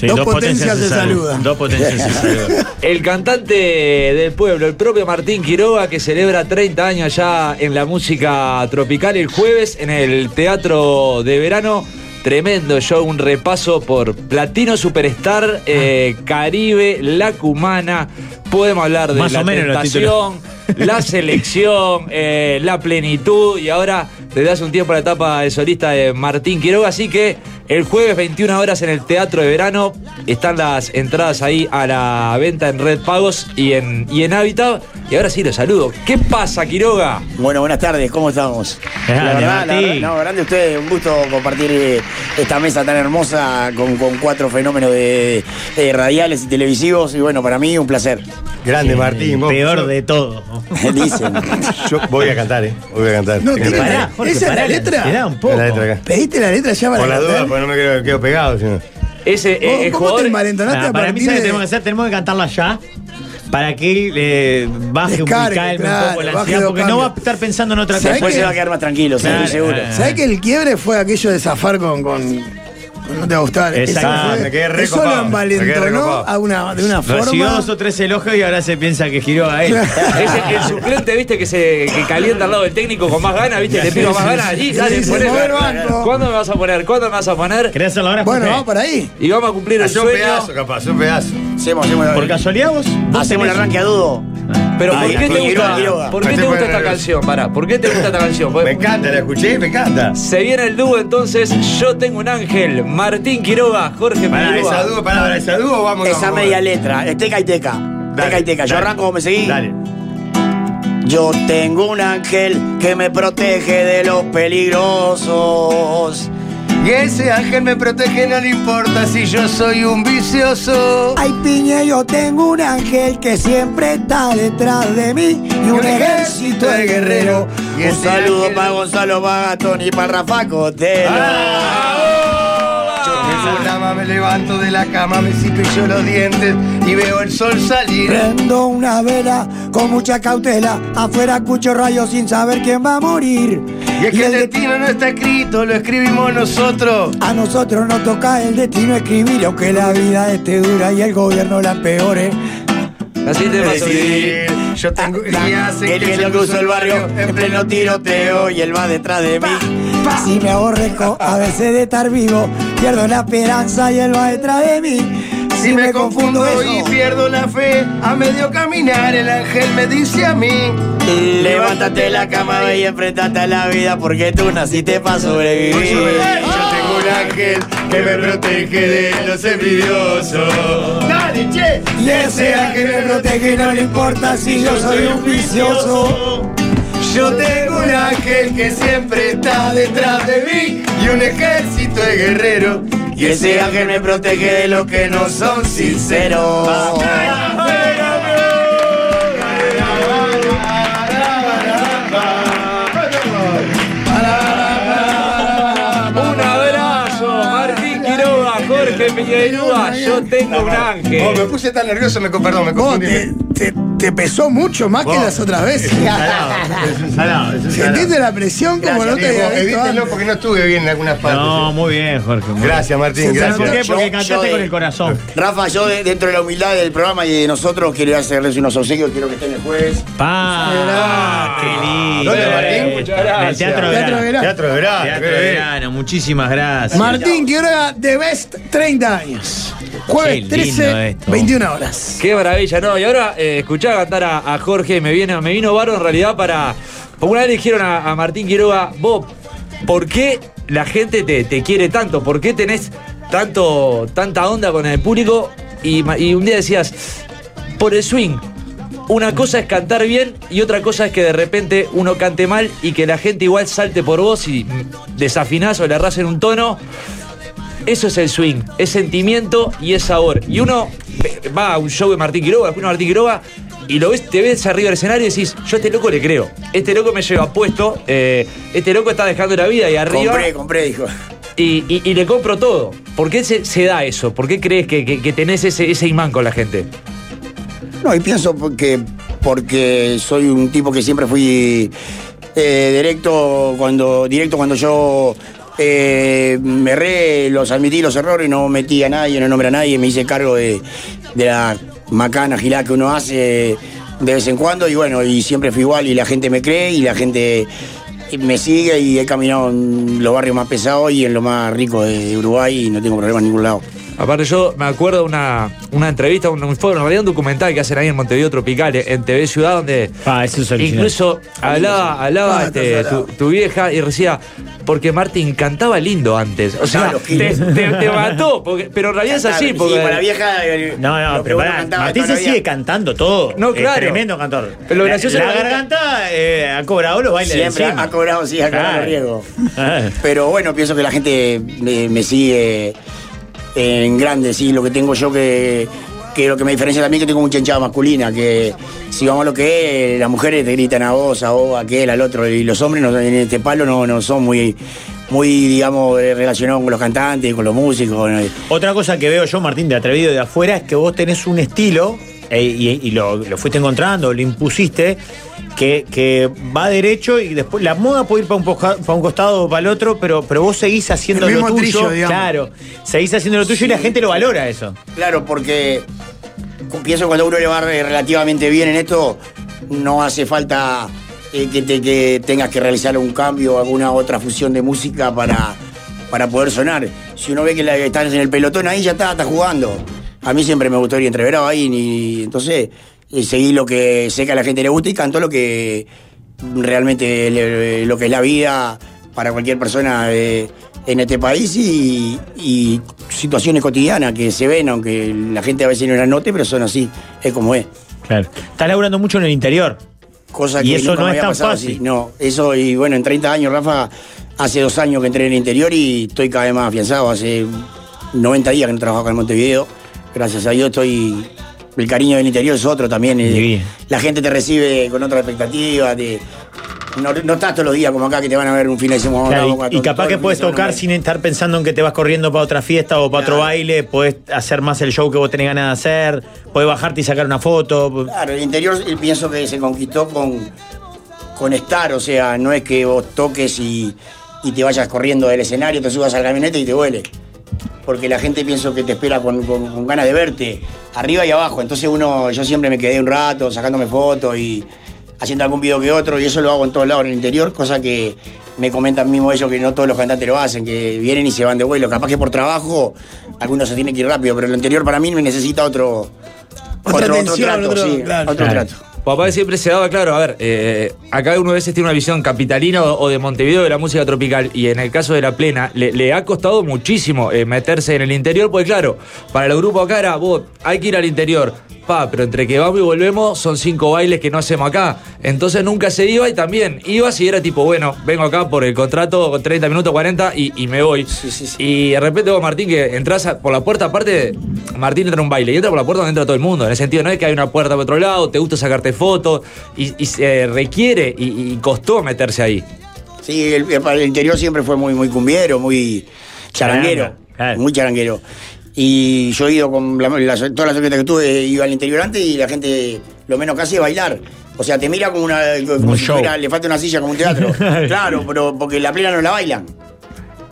Speaker 7: dos, potencias, se saludan.
Speaker 6: Dos potencias se saludan.
Speaker 13: El cantante del pueblo, el propio Martín Quiroga, que celebra 30 años ya en la música tropical el jueves en el Teatro de Verano. Tremendo show, un repaso por Platino Superstar, eh, Caribe, La Cumana. Podemos hablar de
Speaker 6: Más
Speaker 13: la
Speaker 6: o menos los títulos.
Speaker 13: tentación, la selección, eh, la plenitud y ahora desde hace un tiempo la etapa de solista de Martín Quiroga, así que el jueves 21 horas en el Teatro de Verano están las entradas ahí a la venta en Red Pagos y en, y en Habitat. Y ahora sí, los saludo. ¿Qué pasa, Quiroga?
Speaker 17: Bueno, buenas tardes, ¿cómo estamos?
Speaker 13: Grande,
Speaker 17: la verdad, la
Speaker 13: Martín.
Speaker 17: verdad- no, grande ustedes, un gusto compartir eh, esta mesa tan hermosa con, con cuatro fenómenos de, de radiales y televisivos. Y bueno, para mí un placer.
Speaker 8: Grande, Martín. vos-
Speaker 17: peor
Speaker 8: yo-
Speaker 17: de
Speaker 6: todo.
Speaker 17: Dicen.
Speaker 8: Yo voy a cantar, ¿eh? Voy a cantar.
Speaker 7: No,
Speaker 8: Tengo
Speaker 7: tiene-
Speaker 8: que cantar.
Speaker 7: pará, Jorge, ¿Esa es la pará, la letra? ansiedad un
Speaker 8: Es la letra acá.
Speaker 7: ¿Pediste la letra ya para
Speaker 8: Por las
Speaker 7: cantar?
Speaker 8: dudas, porque no me quedo, quedo pegado. sino-
Speaker 13: Ese
Speaker 7: ¿Vos- eh, cómo jugador- te envalentonaste
Speaker 6: Nah,
Speaker 7: a
Speaker 6: para mí,
Speaker 7: partir
Speaker 6: ¿sabes qué
Speaker 7: de-
Speaker 6: tenemos que hacer? Tenemos que cantarla ya. Para que él eh, baje
Speaker 7: Descargue,
Speaker 6: un calme un
Speaker 7: claro,
Speaker 6: poco la
Speaker 7: baje
Speaker 6: ansiedad,
Speaker 7: los
Speaker 6: porque no
Speaker 7: cambios.
Speaker 6: va a estar pensando en otra cosa.
Speaker 7: ¿Sabés que-
Speaker 6: Claro, claro.
Speaker 7: ¿Sabés que el quiebre fue aquello de zafar con. con- con no te va a gustar.
Speaker 6: Exacto.
Speaker 7: Eso fue-
Speaker 6: Ah, Me quedé re
Speaker 7: Eso lo
Speaker 6: copado, me quedé re
Speaker 7: envalentonó
Speaker 6: copado.
Speaker 7: a una, de una
Speaker 6: Recibió
Speaker 7: forma.
Speaker 6: dos o tres elogios y ahora se piensa que giró a él.
Speaker 13: Ese, el suplente, viste, que se que calienta al lado del técnico con más ganas, viste, le pido más ganas allí.
Speaker 6: Sí,
Speaker 13: Dale,
Speaker 6: sí, sí,
Speaker 13: poné.
Speaker 6: mover banco.
Speaker 13: ¿Cuándo me vas a poner? ¿Cuándo me vas a poner?
Speaker 6: ¿Querés hacerlo ahora, Bueno, Jorge? vamos para ahí.
Speaker 13: Y vamos a cumplir el
Speaker 8: Hacé un
Speaker 13: sueño.
Speaker 8: pedazo, capaz, un pedazo.
Speaker 17: Hacemos, hacemos.
Speaker 6: ¿Por casualidad vos?
Speaker 17: Hacemos el arranque a dudo.
Speaker 13: Pero
Speaker 17: Ay,
Speaker 13: ¿por qué te
Speaker 17: Quiroga,
Speaker 13: gusta,
Speaker 17: Quiroga.
Speaker 13: ¿por qué te gusta esta canción? Pará, ¿por qué te gusta esta canción? Me
Speaker 8: encanta, la escuché, me encanta.
Speaker 13: Se viene el dúo entonces, yo tengo un ángel, Martín Quiroga, Jorge
Speaker 8: Pará,
Speaker 13: Quiroga.
Speaker 8: esa dúo, pará, pará, esa dúo, vamos,
Speaker 17: Esa
Speaker 8: vamos,
Speaker 17: media
Speaker 8: vamos.
Speaker 17: letra, es teca y teca. teca y teca. Yo
Speaker 8: dale.
Speaker 17: arranco, ¿vos me seguí?
Speaker 8: Dale.
Speaker 17: Yo tengo un ángel que me protege de los peligrosos.
Speaker 8: Y ese ángel me protege, no le importa si yo soy un vicioso.
Speaker 12: Ay, piña, yo tengo un ángel que siempre está detrás de mí y un ejército de guerreros.
Speaker 17: Un saludo para Gonzalo Bagatón y para Rafa Cotelo.
Speaker 8: Ah. Yo tengo un ama, me levanto de la cama, me cepillo los dientes y veo el sol salir.
Speaker 12: Prendo una vela con mucha cautela, afuera escucho rayos sin saber quién va a morir.
Speaker 8: Y es que el destino no está escrito, lo escribimos nosotros.
Speaker 12: A nosotros nos toca el destino escribir, aunque la vida esté dura y el gobierno la empeore.
Speaker 13: Así te vas a
Speaker 8: vivir. Yo tengo
Speaker 17: Ah, El que lo cruzó el barrio en pleno tiroteo y él va detrás de mí.
Speaker 12: Si me aborrezco a veces de estar vivo, pierdo la esperanza y él va detrás de mí. Si me confundo
Speaker 8: Hoy pierdo la fe, a medio caminar el ángel me dice a mí.
Speaker 17: Levántate de la cama ve y enfrentate a la vida porque tú naciste para sobrevivir.
Speaker 8: Yo tengo un ángel que me protege de los envidiosos. Dale, che.
Speaker 12: Y ese ángel me protege, no le importa si yo soy un vicioso.
Speaker 8: Yo tengo un ángel que siempre está detrás de mí y un ejército de guerreros.
Speaker 17: Y ese ángel me protege de los que no son sinceros.
Speaker 13: Un abrazo, Martín Quiroga, Jorge Piñeirúa, yo tengo un ángel.
Speaker 8: Oh, me puse tan nervioso, me, co- perdón, me
Speaker 7: Vos
Speaker 8: confundí.
Speaker 7: te, te- te pesó mucho más que
Speaker 8: Vos.
Speaker 7: las otras veces.
Speaker 8: Es un salado, es un salado, es un
Speaker 7: Sentiste
Speaker 8: salado.
Speaker 7: la presión como
Speaker 8: Gracias,
Speaker 7: no te
Speaker 8: Diego.
Speaker 7: había visto
Speaker 8: Evítenlo
Speaker 7: antes.
Speaker 8: porque no estuve bien en algunas partes.
Speaker 17: No,
Speaker 8: muy bien, Jorge. gracias, Martín,
Speaker 17: ¿Sabes
Speaker 8: gracias.
Speaker 17: por qué? Porque
Speaker 8: Yo-
Speaker 17: cantaste
Speaker 8: yo de-
Speaker 17: con el
Speaker 18: corazón.
Speaker 17: Rafa, yo de- dentro de la humildad del programa y de nosotros quiero hacerles unos obsequios, quiero que estén el jueves.
Speaker 18: ¡Pa! ¡Qué lindo!
Speaker 17: ¿Dónde,
Speaker 6: eh,
Speaker 17: Martín?
Speaker 18: Muchas
Speaker 17: Del
Speaker 18: gracias.
Speaker 17: Teatro
Speaker 7: Verano.
Speaker 18: Teatro Verano.
Speaker 7: Teatro Verano,
Speaker 18: Teatro
Speaker 7: qué bien.
Speaker 18: Verano, muchísimas gracias.
Speaker 7: Martín Quiroga, The Best, 30 años.
Speaker 13: Qué
Speaker 7: Jueves
Speaker 13: lindo
Speaker 7: 13,
Speaker 13: esto.
Speaker 7: 21 horas.
Speaker 13: Qué maravilla, no. Y ahora eh, escuchaba cantar a, a Jorge, me, viene, me vino barro en realidad para. Porque una vez le dijeron a, a Martín Quiroga, vos, ¿por qué la gente te, te quiere tanto? ¿Por qué tenés tanto, tanta onda con el público? Y, ma- y un día decías, por el swing. Una cosa es cantar bien y otra cosa es que de repente uno cante mal y que la gente igual salte por vos y mm, desafinás o le arrasen un tono. Eso es el swing, es sentimiento y es sabor. Y uno ve- va a un show de Martín Quiroga, escucha a Martín Quiroga, y lo ves, te ves arriba del escenario y decís, yo a este loco le creo. Este loco me lleva puesto, eh, este loco está dejando la vida y arriba.
Speaker 17: Compré, compré, dijo.
Speaker 13: Y, y- y le compro todo. ¿Por qué se, se da eso? ¿Por qué crees que, que- que tenés ese, ese imán con la gente?
Speaker 17: No, y pienso que porque soy un tipo que siempre fui eh, directo cuando directo cuando yo eh, me erré, los admití los errores, no metí a nadie, no nombré a nadie, me hice cargo de, de la macana gilada que uno hace de vez en cuando y bueno, y siempre fui igual y la gente me cree y la gente me sigue y he caminado en los barrios más pesados y en lo más rico de Uruguay y no tengo problemas en ningún lado.
Speaker 13: Aparte yo me acuerdo una, una entrevista, un, un foro, en realidad un documental que hacen ahí en Montevideo Tropical, eh, en TV Ciudad, donde
Speaker 6: original.
Speaker 13: incluso hablaba, hablaba
Speaker 6: Ah,
Speaker 13: este,
Speaker 6: está
Speaker 13: tu, tu vieja y decía, porque Martín cantaba lindo antes. O sea,
Speaker 17: Claro,
Speaker 13: te, te- te mató, porque- pero en realidad es así.
Speaker 17: Claro,
Speaker 13: Porque,
Speaker 17: sí, para vieja, eh,
Speaker 6: No,
Speaker 17: lo
Speaker 6: no,
Speaker 17: que
Speaker 6: pero
Speaker 17: uno
Speaker 6: pará,
Speaker 17: cantaba
Speaker 6: Martín
Speaker 17: toda
Speaker 6: se
Speaker 17: la vida.
Speaker 6: sigue cantando todo.
Speaker 17: No,
Speaker 6: Es
Speaker 17: claro.
Speaker 6: tremendo cantor.
Speaker 17: Pero lo
Speaker 6: La-
Speaker 17: gracioso
Speaker 6: la,
Speaker 17: es que-
Speaker 6: garganta eh, ha cobrado los bailes
Speaker 17: Siempre
Speaker 6: de encima. Ah.
Speaker 17: ha cobrado, sí, ha cobrado
Speaker 6: Claro.
Speaker 17: riesgo. Pero bueno, pienso que la gente me, me sigue en grande, sí. Lo que tengo yo que, que lo que me diferencia también es que tengo mucha hinchada masculina, que si vamos a lo que es, las mujeres te gritan a vos, a vos, a aquel, al otro, y los hombres no- en este palo no, no son muy, muy, digamos, eh, relacionados con los cantantes, con los músicos. ¿no?
Speaker 6: Otra cosa que veo yo, Martín, de atrevido de afuera, es que vos tenés un estilo, eh, y, y lo, lo fuiste encontrando, lo impusiste, que, que va derecho y después la moda puede ir para un, poca- pa' un costado o para el otro, pero, pero vos seguís haciendo
Speaker 17: El
Speaker 6: lo
Speaker 17: mismo
Speaker 6: tuyo.
Speaker 17: trillo, digamos.
Speaker 6: Claro, seguís haciendo lo tuyo y la gente lo valora eso.
Speaker 17: Claro, porque pienso que cuando uno le va eh, relativamente bien en esto, no hace falta eh, que, te- que tengas que realizar un cambio o alguna otra fusión de música para, para poder sonar. Si uno ve que la- estás en el pelotón, ahí ya está, está jugando. A mí siempre me gustó ir entreverado ahí, ni, entonces eh, seguí lo que sé que a la gente le gusta y canto lo que realmente le- lo que es la vida para cualquier persona eh, en este país y, y situaciones cotidianas que se ven, aunque la gente a veces no las note, pero son así, es como es.
Speaker 6: Claro. Estás laburando mucho en el interior.
Speaker 17: Cosa
Speaker 6: Y
Speaker 17: que
Speaker 6: eso
Speaker 17: nunca
Speaker 6: no
Speaker 17: me
Speaker 6: es
Speaker 17: había
Speaker 6: tan
Speaker 17: pasado,
Speaker 6: fácil.
Speaker 17: sí. No, eso, y bueno, en 30 años, Rafa, hace dos años que entré en el interior y estoy cada vez más afianzado. Hace 90 días que no trabajo acá en Montevideo. Gracias a Dios estoy. El cariño del interior es otro también. eh, La gente te recibe con otra expectativa. te- no, no estás todos los días como acá que te van a ver un fin de semana.
Speaker 6: Claro,
Speaker 17: vamos a
Speaker 6: y, y
Speaker 17: to-
Speaker 6: capaz
Speaker 17: todos
Speaker 6: que
Speaker 17: los fines
Speaker 6: puedes
Speaker 17: de semana.
Speaker 6: tocar sin estar pensando en que te vas corriendo para otra fiesta o para otro baile, puedes hacer más el show que vos tenés ganas de hacer, puedes bajarte y sacar una foto.
Speaker 17: Claro, el interior eh, pienso que se conquistó con, con estar, o sea, no es que vos toques y, y te vayas corriendo del escenario, te subas al camioneta y te huele. Porque la gente pienso que te espera con, con- con ganas de verte, arriba y abajo. Entonces uno, yo siempre me quedé un rato sacándome fotos y haciendo algún video que otro, y eso lo hago en todos lados en el interior, cosa que me comentan mismo ellos que no todos los cantantes lo hacen, que vienen y se van de vuelo. Capaz que por trabajo algunos se tienen que ir rápido, pero el interior para mí me necesita otro,
Speaker 7: Otra
Speaker 17: otro, otro
Speaker 7: atención,
Speaker 17: trato,
Speaker 7: otro-
Speaker 17: sí,
Speaker 7: claro.
Speaker 17: otro
Speaker 6: Claro.
Speaker 17: trato.
Speaker 13: Papá siempre se daba, claro, a ver, eh, acá uno a veces tiene una visión capitalina o, o de Montevideo de la música tropical y en el caso de La Plena le, le ha costado muchísimo eh, meterse en el interior, porque claro, para el grupo acá era, vos, hay que ir al interior, pa, pero entre que vamos y volvemos son cinco bailes que no hacemos acá, entonces nunca se iba y también iba si era tipo, bueno, vengo acá por el contrato 30 minutos, 40 y, y me voy. Y de repente vos, Martín, que entras a- por la puerta, aparte, Martín entra a un baile y entra por la puerta donde entra todo el mundo, en el sentido, no es que hay una puerta por otro lado, te gusta sacarte fotos y, y se requiere y, y costó meterse ahí.
Speaker 17: Sí, el, el interior siempre fue muy, muy cumbiero, muy charanguero. Muy charanguero. Y yo he ido con la- las- todas las orquestas que tuve, iba al interior antes y la gente, lo menos casi, a bailar. O sea, te mira como una. como si
Speaker 18: show.
Speaker 17: fuera- le falta una silla como un teatro. claro, pero porque la plena no la bailan.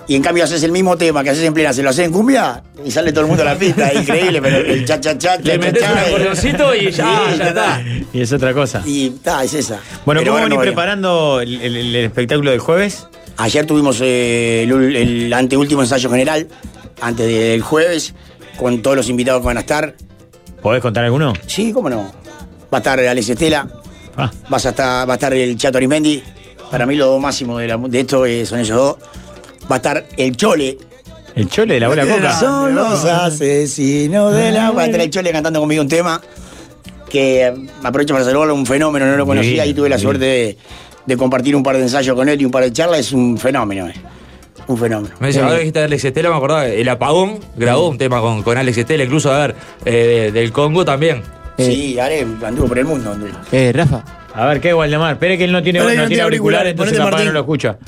Speaker 17: Y en cambio haces el mismo tema que haces en plena, se lo haces en cumbia y sale todo el mundo a la pista, es increíble, pero el cha cha cha, eh.
Speaker 10: Le metes un acordeoncito y ya, ya está.
Speaker 6: Y es otra cosa.
Speaker 17: Y está, es esa. Pero
Speaker 6: Bueno,
Speaker 17: eh,
Speaker 6: ¿cómo
Speaker 17: ahora
Speaker 6: venís
Speaker 17: no bailan.
Speaker 6: preparando el, el- el espectáculo del jueves?
Speaker 17: Ayer tuvimos eh, el, ul- el anteúltimo ensayo general, antes del jueves, con todos los invitados que van a estar.
Speaker 6: ¿Podés contar alguno?
Speaker 17: Sí, cómo no. Va a estar Alex Estela,
Speaker 6: Ah.
Speaker 17: vas a estar, va a estar el Chato Arismendi. Para mí lo máximo de, la mu- de esto eh, son ellos dos. Va a estar el Chole.
Speaker 6: El Chole de la Bola Coca.
Speaker 17: Son los asesinos de la... Va a estar el Chole cantando conmigo un tema que eh, aprovecho para saludarlo, un fenómeno, no lo conocía
Speaker 6: Bien,
Speaker 17: y tuve la
Speaker 6: bien.
Speaker 17: suerte de, de compartir un par de ensayos con él y un par de charlas. Es un fenómeno, eh. Un fenómeno. Eh,
Speaker 13: Me dice,
Speaker 17: Sí.
Speaker 13: ahora dijiste Alex Estela, me acordaba, el apagón grabó un tema con, con Alex Estela, incluso, a ver, eh, de- del Congo también.
Speaker 17: Sí, Ale anduvo por el mundo. Anduvo.
Speaker 9: Eh, Rafa.
Speaker 6: A ver, ¿qué, Waldemar? Espere que él no tiene, no
Speaker 9: Espera que no
Speaker 6: tiene
Speaker 9: tiene
Speaker 6: auricular,
Speaker 9: auricular, ponete,
Speaker 6: entonces capaz
Speaker 9: Martín.
Speaker 6: no lo escucha.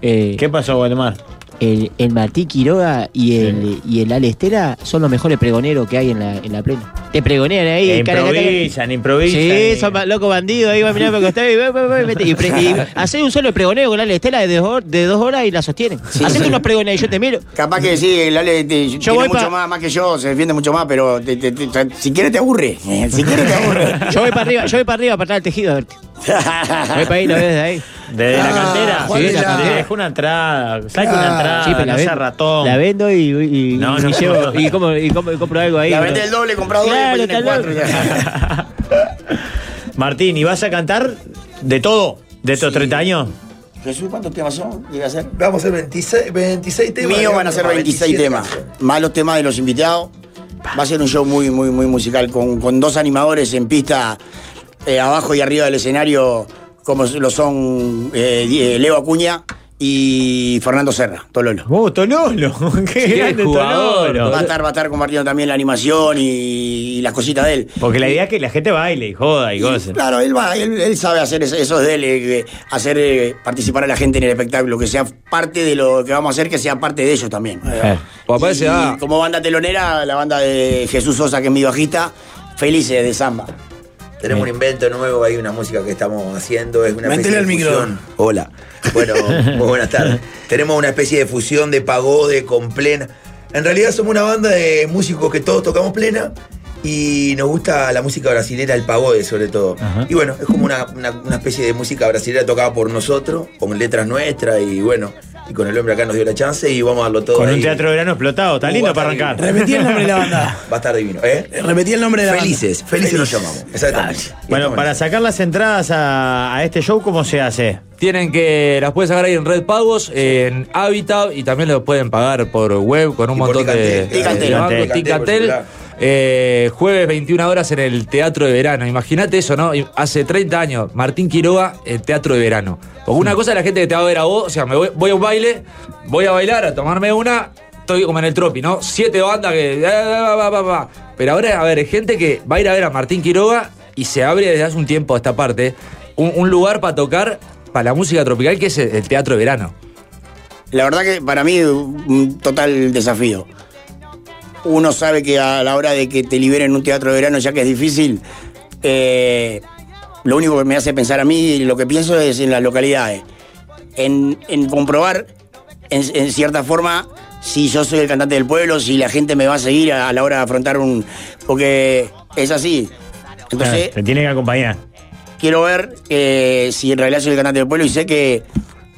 Speaker 9: ¿Qué
Speaker 6: pasó, Waldemar?
Speaker 9: El, el Martí Quiroga y el, y el Ale Estela son los mejores pregoneros que hay en la, en la plena. Te pregonean ahí.
Speaker 6: Eh,
Speaker 9: cara, cara, cara.
Speaker 6: improvisan, improvisan.
Speaker 9: Sí,
Speaker 6: y-
Speaker 9: son ba- locos bandidos. Ahí va a mirar para el costado y, va, va, va, y mete- y pre- y hacés un solo pregoneo con la Ale Estela de dos, hor- de dos horas y la sostienen. Hacete unos pregoneos y yo te miro.
Speaker 17: Capaz que sí, el Ale te- tiene
Speaker 9: voy
Speaker 17: mucho
Speaker 9: pa-
Speaker 17: más, más que yo, se defiende mucho más, pero te- te- te- si quieres te aburre. eh, Si quieres te aburre.
Speaker 9: Yo voy para arriba, yo voy para arriba para atrás el tejido a verte. Voy para ahí, lo ves desde ahí.
Speaker 6: Desde la cantera.
Speaker 9: Juan, Ah.
Speaker 6: Sí, la
Speaker 9: ya.
Speaker 6: cantera. Deja una entrada. Saca una entrada.
Speaker 9: Sí, pero la
Speaker 6: no sea
Speaker 9: ven-
Speaker 6: ratón.
Speaker 9: La vendo y, y, y-
Speaker 6: No,
Speaker 9: y
Speaker 6: no.
Speaker 9: llevo- y como- y como- y compro algo ahí.
Speaker 6: La
Speaker 9: ¿no?
Speaker 6: vende el
Speaker 17: doble, compra doble,
Speaker 9: Claro,
Speaker 17: después tiene
Speaker 9: tal
Speaker 17: cuatro,
Speaker 9: vez.
Speaker 6: Martín, ¿y vas a cantar de todo? ¿De estos 30 años?
Speaker 17: Jesús, ¿cuántos temas son? ¿Llega a ser?
Speaker 19: Vamos a hacer 26, 26 temas.
Speaker 17: Mío van a ser
Speaker 19: digamos,
Speaker 17: 26
Speaker 19: 27
Speaker 17: temas,
Speaker 19: canciones.
Speaker 17: más los temas de los invitados. Va a ser un show muy, muy, muy musical, con, con dos animadores en pista, eh, abajo y arriba del escenario, como lo son eh, eh, Leo Acuña y Fernando Serra, Tololo.
Speaker 6: ¡Oh, Tololo! ¡Qué grande Tololo!
Speaker 17: Va a estar, va a estar compartiendo también la animación y, y las cositas de él.
Speaker 6: Porque la idea es que la gente baile y joda y goce.
Speaker 17: Claro, él, va, él, él sabe hacer eso, eso es de él, eh, hacer eh, participar a la gente en el espectáculo, que sea parte de lo que vamos a hacer, que sea parte de ellos también.
Speaker 13: Papá
Speaker 17: Y
Speaker 13: se va.
Speaker 17: Como banda telonera, la banda de Jesús Sosa, que es mi bajista, felices de samba.
Speaker 2: Tenemos un invento nuevo, hay una música que estamos haciendo, es una
Speaker 17: Métele
Speaker 2: especie de
Speaker 17: al micro.
Speaker 2: fusión. Hola. Bueno, muy buenas tardes. Tenemos una especie de fusión de pagode con plena. En realidad somos una banda de músicos que todos tocamos plena y nos gusta la música brasilera, el pagode sobre todo. Y bueno, es como una, una- una especie de música brasilera tocada por nosotros, con letras nuestras y bueno, y con el hombre acá nos dio la chance y vamos a darlo todo.
Speaker 6: Con un
Speaker 2: ahí.
Speaker 6: teatro de verano explotado. Está
Speaker 2: Uh,
Speaker 6: lindo
Speaker 2: va
Speaker 6: para
Speaker 2: a estar
Speaker 6: arrancar.
Speaker 2: divino.
Speaker 6: Repetí el nombre de la
Speaker 7: banda.
Speaker 2: Va a estar divino, ¿eh?
Speaker 7: Repetí el nombre de la banda.
Speaker 2: Felices, felices nos llamamos. Exactamente.
Speaker 6: Bueno, para sacar las entradas a, a este show, ¿cómo se hace?
Speaker 13: Tienen que, las pueden sacar ahí en Red Pagos, en Habitat y también lo pueden pagar por web con un
Speaker 2: por
Speaker 13: montón de,
Speaker 2: Ticantel.
Speaker 13: de
Speaker 2: Ticantel.
Speaker 13: bancos,
Speaker 2: Ticantel,
Speaker 13: Ticantel.
Speaker 2: por celular.
Speaker 13: Eh, jueves 21 horas en el Teatro de Verano. Imagínate eso, ¿no? Y Hace 30 años, Martín Quiroga, el Teatro de Verano. Porque una cosa es la gente que te va a ver a vos, o sea, me voy, voy a un baile, voy a bailar, a tomarme una, estoy como en el tropi, ¿no? Siete bandas que. eh, va, va, va, va. Pero ahora, a ver, hay gente que va a ir a ver a Martín Quiroga y se abre desde hace un tiempo a esta parte un, un lugar para tocar para la música tropical que es el, el Teatro de Verano.
Speaker 17: Ah, La verdad que para mí un total desafío. Uno sabe que a la hora de que te liberen un teatro de verano, ya que es difícil, eh, lo único que me hace pensar a mí y lo que pienso es en las localidades. En, en comprobar, en, en cierta forma, si yo soy el cantante del pueblo, si la gente me va a seguir a, a la hora de afrontar un... Porque es así. Entonces,
Speaker 6: Ah, te tiene que acompañar.
Speaker 17: quiero ver eh, si en realidad soy el cantante del pueblo y sé que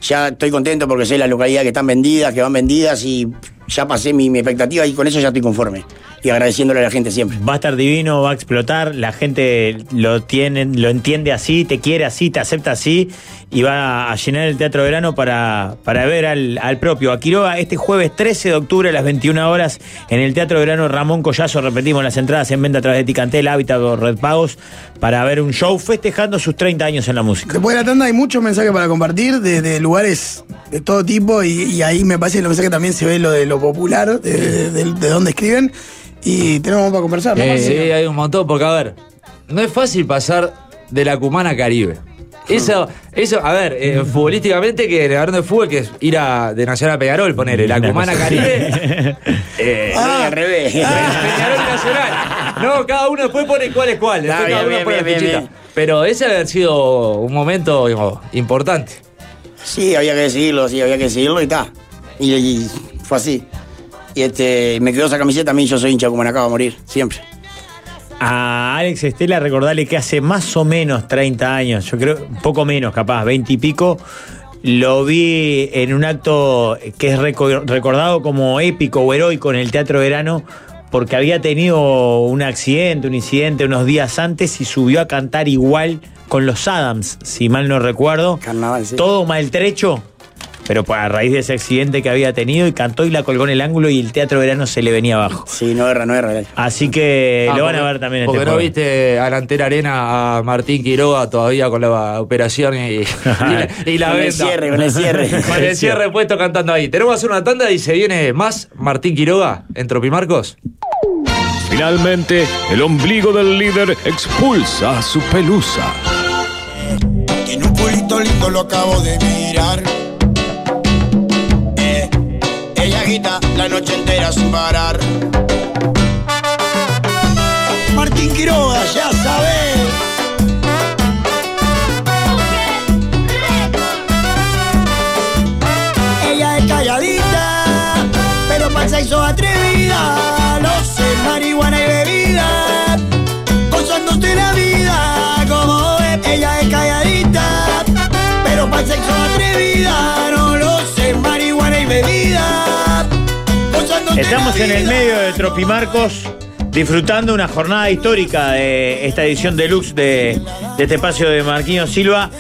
Speaker 17: ya estoy contento porque sé las localidades que están vendidas, que van vendidas y ya pasé mi, mi expectativa y con eso ya estoy conforme. y agradeciéndole a la gente siempre.
Speaker 6: Va a estar divino, va a explotar, la gente lo tiene, lo entiende así, te quiere así, te acepta así y va a llenar el Teatro Verano para, para ver al, al propio. A Quiroga este jueves 13 de octubre a las 21 horas en el Teatro Verano Ramón Collazo, repetimos, las entradas en venta a través de Ticantel, Hábitat o Red Pagos para ver un show festejando sus 30 años en la música.
Speaker 7: Después de la tanda hay muchos mensajes para compartir desde lugares de todo tipo y, y ahí me parece que en los mensajes también se ve lo de lo popular, de, de- de- de dónde escriben y tenemos para conversar. ¿no,
Speaker 13: Eh,
Speaker 7: Marcio?
Speaker 13: sí, hay un montón, porque a ver, no es fácil pasar de la Cumana a Caribe. Eso, eso, a ver, eh, futbolísticamente que el hablando de fútbol, que es ir a, de Nacional a Peñarol, ponerle la Cumana a Caribe. eh,
Speaker 17: Ah, al revés.
Speaker 13: Peñarol y Nacional. No, cada uno después pone cuál es cuál. Después
Speaker 17: Ah,
Speaker 13: cada
Speaker 17: bien,
Speaker 13: uno
Speaker 17: bien,
Speaker 13: pone la
Speaker 17: bien,
Speaker 13: fichita.
Speaker 17: bien,
Speaker 13: Pero ese haber sido un momento digamos, importante.
Speaker 17: Sí, había que decidirlo, sí, había que decidirlo y está. Y, y fue así. Y este, me quedó esa camiseta, también yo soy hincha como acabo a morir, siempre.
Speaker 6: A Alex Estela, recordarle que hace más o menos 30 años, yo creo, un poco menos capaz, 20 y pico, lo vi en un acto que es reco- recordado como épico o heroico en el Teatro Verano, porque había tenido un accidente, un incidente unos días antes y subió a cantar igual con los Adams, si mal no recuerdo.
Speaker 17: Carnaval, sí.
Speaker 6: Todo maltrecho, pero a raíz de ese accidente que había tenido y cantó y la colgó en el ángulo y el Teatro Verano se le venía abajo.
Speaker 17: Sí, no erra, no erra.
Speaker 6: Así que
Speaker 13: Ah,
Speaker 6: lo van a
Speaker 13: porque-
Speaker 6: ver también este
Speaker 13: Porque no
Speaker 6: jueves.
Speaker 13: viste a la entera arena a Martín Quiroga todavía con la operación y, y la, y la
Speaker 17: Con el
Speaker 13: venda.
Speaker 17: cierre, con el cierre.
Speaker 13: Con el cierre puesto cantando ahí. Tenemos que hacer una tanda y se viene más Martín Quiroga en Tropimarcos.
Speaker 14: Finalmente, el ombligo del líder expulsa a su pelusa.
Speaker 20: Tiene un culito lindo, lo acabo de mirar. Eh, ella agita la noche entera sin parar. Martín Quiroga, ya sabes.
Speaker 16: Ella es calladita, pero para el sexo atrevida. No sé, marihuana y bebida, gozándose la vida. Como ves, ella es calladita, pero para el sexo atrevida. No lo sé, marihuana y bebida, gozándose
Speaker 6: Estamos
Speaker 16: la
Speaker 6: en
Speaker 16: vida.
Speaker 6: el medio de Tropimarcos disfrutando una jornada histórica de esta edición deluxe de, de este espacio de Marquinhos Silva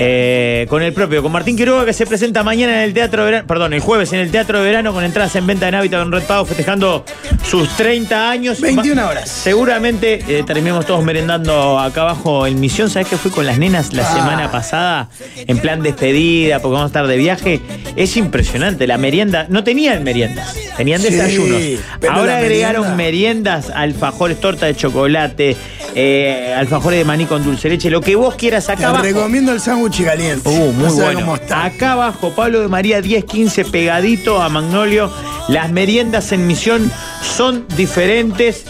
Speaker 6: eh, con el propio, con Martín Quiroga que se presenta mañana en el Teatro de Verano, perdón, el jueves en el Teatro de Verano con entradas en venta en hábitat en Red Pago festejando sus 30 años. 21 horas. Seguramente eh, terminemos todos merendando acá abajo en Misión. ¿Sabes que fui con las nenas
Speaker 7: Ah.
Speaker 6: la semana pasada en plan despedida porque vamos a estar de viaje? Es impresionante, la merienda, no tenían meriendas, tenían
Speaker 7: Sí,
Speaker 6: desayunos.
Speaker 7: pero
Speaker 6: Ahora
Speaker 7: la
Speaker 6: agregaron meriendas, alfajores, torta de chocolate, eh, alfajores de maní con dulce de leche, lo que vos quieras acá
Speaker 7: Te
Speaker 6: abajo.
Speaker 7: recomiendo el sándwich caliente.
Speaker 6: Uh, muy
Speaker 7: No sabe
Speaker 6: bueno.
Speaker 7: cómo
Speaker 6: Acá abajo, Pablo de María 1015, pegadito a Magnolio. Las meriendas en misión son diferentes.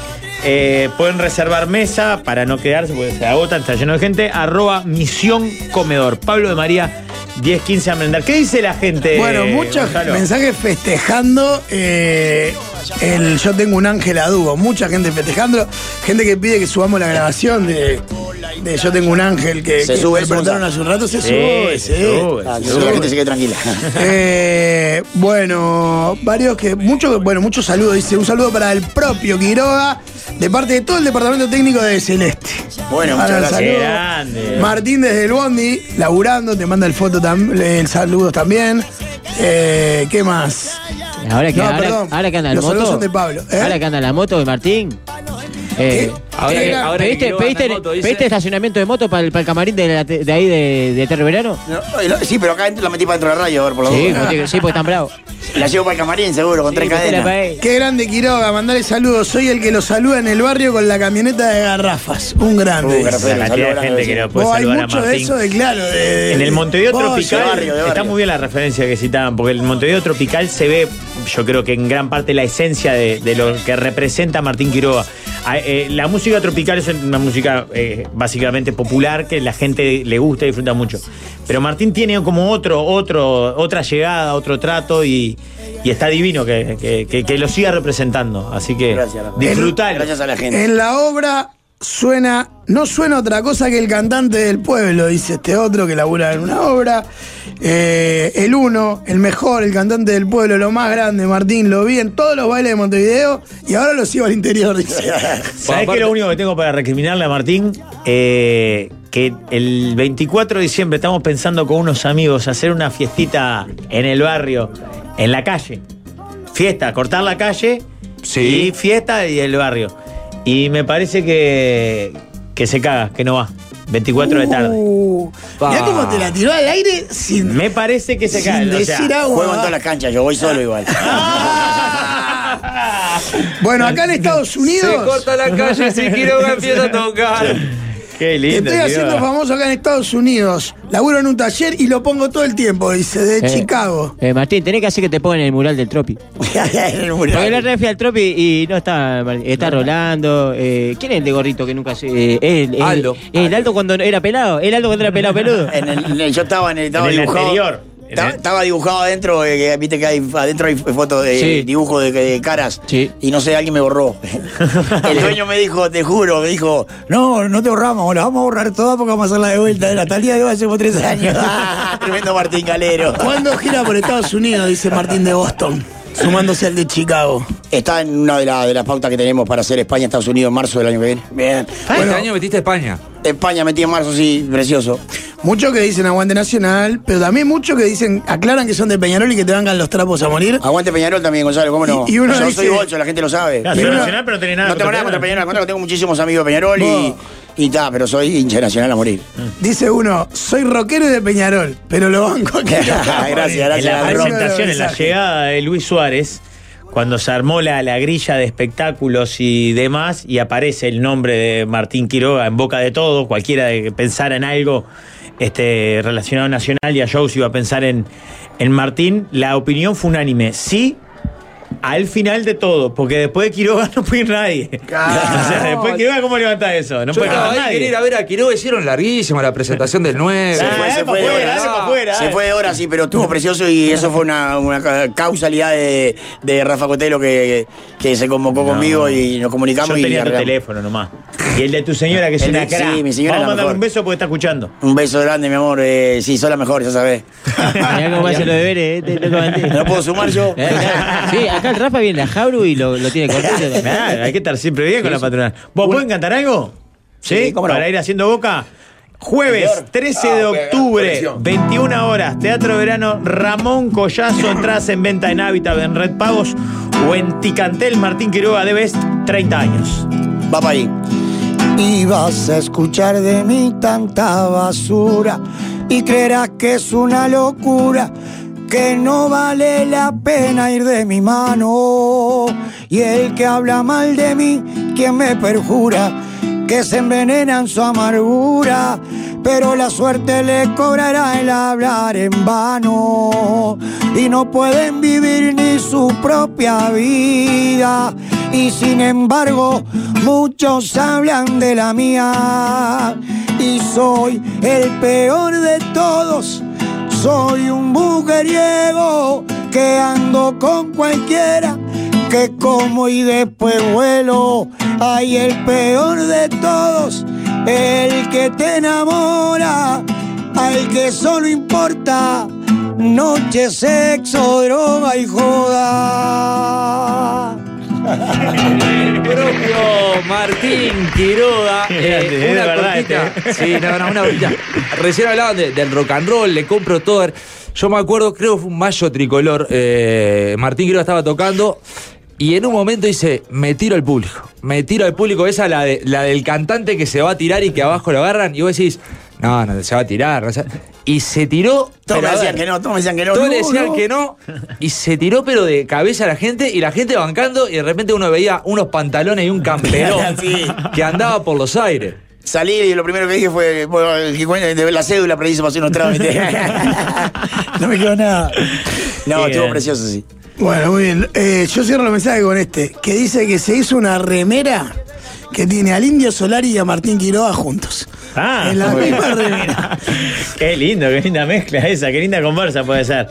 Speaker 6: Eh, pueden reservar mesa para no quedarse, porque se agotan, está lleno de gente. Arroba misión comedor. Pablo de María 1015 a merendar. ¿Qué dice la
Speaker 17: Este,
Speaker 6: gente?
Speaker 7: Bueno, muchos
Speaker 6: Gonzalo?
Speaker 7: mensajes festejando eh, el Yo tengo un ángel a dúo. Mucha gente festejándolo. Gente que pide que subamos la grabación de, de Yo tengo un ángel que,
Speaker 17: Se
Speaker 7: que
Speaker 17: sube eso,
Speaker 7: interpretaron
Speaker 17: Gonzalo.
Speaker 7: hace un rato. Se
Speaker 17: Sí,
Speaker 7: sube,
Speaker 17: se
Speaker 7: sí.
Speaker 17: sube,
Speaker 7: Ah,
Speaker 17: se
Speaker 7: se
Speaker 17: sube. La gente se
Speaker 7: sube.
Speaker 17: quede tranquila.
Speaker 7: Eh, bueno, varios que. Muchos, bueno, muchos saludos. Dice un saludo para el propio Quiroga, de parte de todo el departamento técnico de Celeste.
Speaker 17: Bueno,
Speaker 7: Ahora el
Speaker 17: muchas gracias.
Speaker 7: saludo. Martín desde el Bondi, laburando, te manda el foto tam- el saludos también. Eh, ¿Qué más?
Speaker 9: Ahora que,
Speaker 7: No,
Speaker 9: ahora,
Speaker 7: perdón.
Speaker 9: ahora que anda la
Speaker 7: Los
Speaker 9: moto.
Speaker 7: saludos son de Pablo, ¿eh?
Speaker 9: Ahora que anda la moto de Martín. Eh,
Speaker 13: Ahora que- ahora que
Speaker 9: ¿Pediste,
Speaker 13: Quiroga
Speaker 9: pediste-
Speaker 13: anda en moto, dice.
Speaker 9: pediste estacionamiento de moto para el, para el camarín de, la te- de ahí de, de Terre Verano?
Speaker 17: No, ay, no, sí, pero acá la metí para dentro de la radio, a ver, por la
Speaker 9: Sí,
Speaker 17: duda.
Speaker 9: como tiene que- sí, porque están bravos.
Speaker 17: La llevo para el camarín, seguro, con tres cadenas.
Speaker 7: Qué grande Quiroga, mandale saludos. Soy el que lo saluda en el barrio con la camioneta de garrafas. Un grande.
Speaker 17: Uh, garrafero, saludo
Speaker 6: La cantidad de
Speaker 17: grande,
Speaker 6: gente
Speaker 17: sí.
Speaker 6: que no puede
Speaker 7: Oh, hay
Speaker 6: saludar a
Speaker 7: mucho de
Speaker 6: Martín.
Speaker 7: eso de, claro, de- de-
Speaker 6: en el Montevideo
Speaker 7: Eh, Vos,
Speaker 6: Tropical
Speaker 7: de barrio, de barrio.
Speaker 6: está muy bien la referencia que citaban, porque el Montevideo Tropical se ve, yo creo que en gran parte la esencia de, de lo que representa Martín Quiroga. A- eh, la música tropical es una música eh, básicamente popular que la gente le gusta y disfruta mucho. Pero Martín tiene como otro, otro, otra llegada, otro trato y, y está divino que, que- que- que lo siga representando. Así que disfrutalo.
Speaker 7: En la obra suena, no suena otra cosa que el cantante del pueblo, dice este otro que labura en una obra. Eh, el uno, el mejor, el cantante del pueblo, lo más grande, Martín, lo vi en todos los bailes de Montevideo y ahora lo sigo al interior, dice.
Speaker 6: ¿Sabés qué es lo único que tengo para recriminarle a Martín? Eh, que el 24 de diciembre estamos pensando con unos amigos hacer una fiestita en el barrio, en la calle. Fiesta, cortar la calle y fiesta y el barrio. Y me parece que, que se caga, que no va. 24 de tarde.
Speaker 7: Uh, mirá cómo
Speaker 13: Ah.
Speaker 7: te la tiró al aire sin.
Speaker 6: Me parece que se
Speaker 7: sin
Speaker 6: cae. o sea,
Speaker 7: decir agua.
Speaker 17: Juego en todas las canchas, yo voy solo igual.
Speaker 7: Bueno, acá en Estados Unidos.
Speaker 13: Se corta la calle si Quiroga empieza a tocar.
Speaker 6: Qué
Speaker 7: Te
Speaker 13: lindo.
Speaker 7: estoy haciendo famoso acá en Estados Unidos. Laburo en un taller y lo pongo todo el tiempo, dice, de
Speaker 9: Eh,
Speaker 7: Chicago.
Speaker 9: Eh, Martín, tenés que hacer que te pongan en el mural del Tropi. Porque la refri al Tropi y no está Mar- está Rolando. eh, ¿Quién es el de gorrito que nunca se. eh, el, el-
Speaker 17: Aldo.
Speaker 9: El Aldo cuando era pelado. El Aldo cuando era pelado peludo.
Speaker 17: En el- en el- yo estaba en el, estaba
Speaker 9: En el
Speaker 17: dibujado.
Speaker 9: anterior.
Speaker 17: Estaba, estaba dibujado adentro, eh, que viste que hay adentro hay fotos de
Speaker 9: Sí.
Speaker 17: dibujos de, de caras. Y no sé, alguien me borró. El dueño me dijo, te juro, me dijo,
Speaker 12: No, no te borramos, la vamos a borrar toda porque vamos a hacerla de vuelta. Era tal día de hoy, hacemos tres años.
Speaker 17: "Ah, tremendo Martín Calero.
Speaker 7: ¿Cuándo gira por Estados Unidos? Dice Martín de Boston, sumándose al de Chicago.
Speaker 17: Está en una de, la- de las pautas que tenemos para hacer España, Estados Unidos en marzo del año que viene. Bien.
Speaker 13: Este año metiste a España.
Speaker 17: España metí en marzo, sí, precioso.
Speaker 7: Muchos que dicen aguante nacional, pero también muchos que dicen, aclaran que son de Peñarol y que te bancan los trapos a morir.
Speaker 17: Aguante Peñarol también, Gonzalo, ¿cómo no?
Speaker 7: Y- y uno
Speaker 17: Yo soy
Speaker 7: dice-
Speaker 17: bolso, la gente lo sabe.
Speaker 7: Claro, soy nacional, pero no tenés nada
Speaker 17: No tengo
Speaker 7: contra
Speaker 17: nada contra
Speaker 7: Peñarol.
Speaker 17: Peñarol, al contrario, tengo muchísimos amigos de Peñarol y, y ta, pero soy hincha nacional a morir.
Speaker 7: Dice uno, soy rockero y de Peñarol, pero lo banco aquí.
Speaker 17: Ah,
Speaker 6: En la presentación, en la llegada de Luis Suárez, cuando se armó la, la grilla de espectáculos y demás, y aparece el nombre de Martín Quiroga en boca de todos, cualquiera de que pensara en algo este, relacionado a Nacional y a Joe si iba a pensar en, en Martín, la opinión fue unánime. Sí. Al final de todo, porque después de Quiroga no puede ir nadie. O sea, después de Quiroga, ¿cómo levanta eso? No
Speaker 13: Yo
Speaker 6: puede
Speaker 13: estaba
Speaker 6: cantar
Speaker 13: ahí,
Speaker 6: nadie.
Speaker 13: quería ir a ver a Quiroga, hicieron larguísima la presentación del 9.
Speaker 17: Se
Speaker 6: Ah,
Speaker 17: fue, se fue de horas. Ah,
Speaker 6: eh.
Speaker 17: Se fue de horas, sí, pero estuvo precioso y eso fue una, una ca- causalidad de, de Rafa Cotelo que, que se convocó conmigo y nos comunicamos.
Speaker 6: Yo
Speaker 17: y
Speaker 6: tenía tu
Speaker 17: arreglamos.
Speaker 6: teléfono nomás. Y el de tu señora, que es
Speaker 17: El de-
Speaker 6: una cara.
Speaker 17: sí, mi señora es
Speaker 6: Vamos a
Speaker 17: la
Speaker 6: mandarle
Speaker 17: mejor.
Speaker 6: un beso porque está escuchando.
Speaker 17: Un beso grande, mi amor. Eh, sí, sos la mejor, ya sabés.
Speaker 9: Mirá cómo hacen los deberes, eh, te- te lo comenté.
Speaker 17: ¿No puedo sumar yo?
Speaker 9: Eh, claro. Sí, acá el Rafa viene la Jauru y lo, lo tiene cortito.
Speaker 6: Claro, hay que estar siempre bien con la patronal. ¿Vos pueden cantar algo? ¿Sí?
Speaker 9: Sí, cómo no.
Speaker 6: Para ir haciendo boca. Jueves 13 de octubre, 21 horas, Teatro de Verano, Ramón Collazo, entradas en venta en Hábitat, en Red Pagos o en Ticantel, Martín Quiroga de Best, 30 años.
Speaker 17: Va para ahí.
Speaker 12: Y vas a escuchar de mí tanta basura y creerás que es una locura, que no vale la pena ir de mi mano. Y el que habla mal de mí, quien me perjura, que se envenena en su amargura, pero la suerte le cobrará el hablar en vano. Y no pueden vivir ni su propia vida, y sin embargo, muchos hablan de la mía. Y soy el peor de todos, soy un mujeriego que ando con cualquiera que como y después vuelo. Ay, el peor de todos, el que te enamora, al que solo importa noche, sexo, droga y joda.
Speaker 13: propio Martín Quiroga.
Speaker 6: Qué
Speaker 13: eh,
Speaker 6: grande, es
Speaker 13: una
Speaker 6: verdad
Speaker 13: cortita.
Speaker 6: este.
Speaker 13: Sí, no, no, una cortita. Recién hablaban de- del rock and roll, le compro todo. Yo me acuerdo, creo que fue un mayo tricolor. eh, Martín Quiroga estaba tocando. Y en un momento dice, me tiro al público. Me tiro al público. Esa es la, de- la del cantante que se va a tirar y que abajo lo agarran. Y vos decís, no, no, se va a tirar. no se- Y se tiró.
Speaker 17: Todos
Speaker 13: pero
Speaker 17: me
Speaker 13: a
Speaker 17: decían
Speaker 13: ver,
Speaker 17: que no, todos me decían que no.
Speaker 13: todos
Speaker 17: No,
Speaker 13: le decían
Speaker 17: no.
Speaker 13: que no. Y se tiró, pero de cabeza a la gente. Y la gente bancando. Y de repente uno veía unos pantalones y un camperón
Speaker 17: Sí.
Speaker 13: que andaba por los aires.
Speaker 17: Salí y lo primero que dije fue, bueno, el que cuenta de la cédula, pero hice pasé unos trámites.
Speaker 12: no me quedó nada.
Speaker 17: No,
Speaker 7: Qué
Speaker 17: estuvo
Speaker 7: grande.
Speaker 17: precioso, sí.
Speaker 7: Bueno, muy bien. Eh, yo cierro el mensaje con este, que dice que se hizo una remera que tiene al Indio Solari y a Martín Quiroga juntos.
Speaker 6: Ah,
Speaker 7: En la
Speaker 6: muy
Speaker 7: misma
Speaker 6: bien.
Speaker 7: remera.
Speaker 6: Qué lindo, qué linda mezcla esa, qué linda conversa puede ser.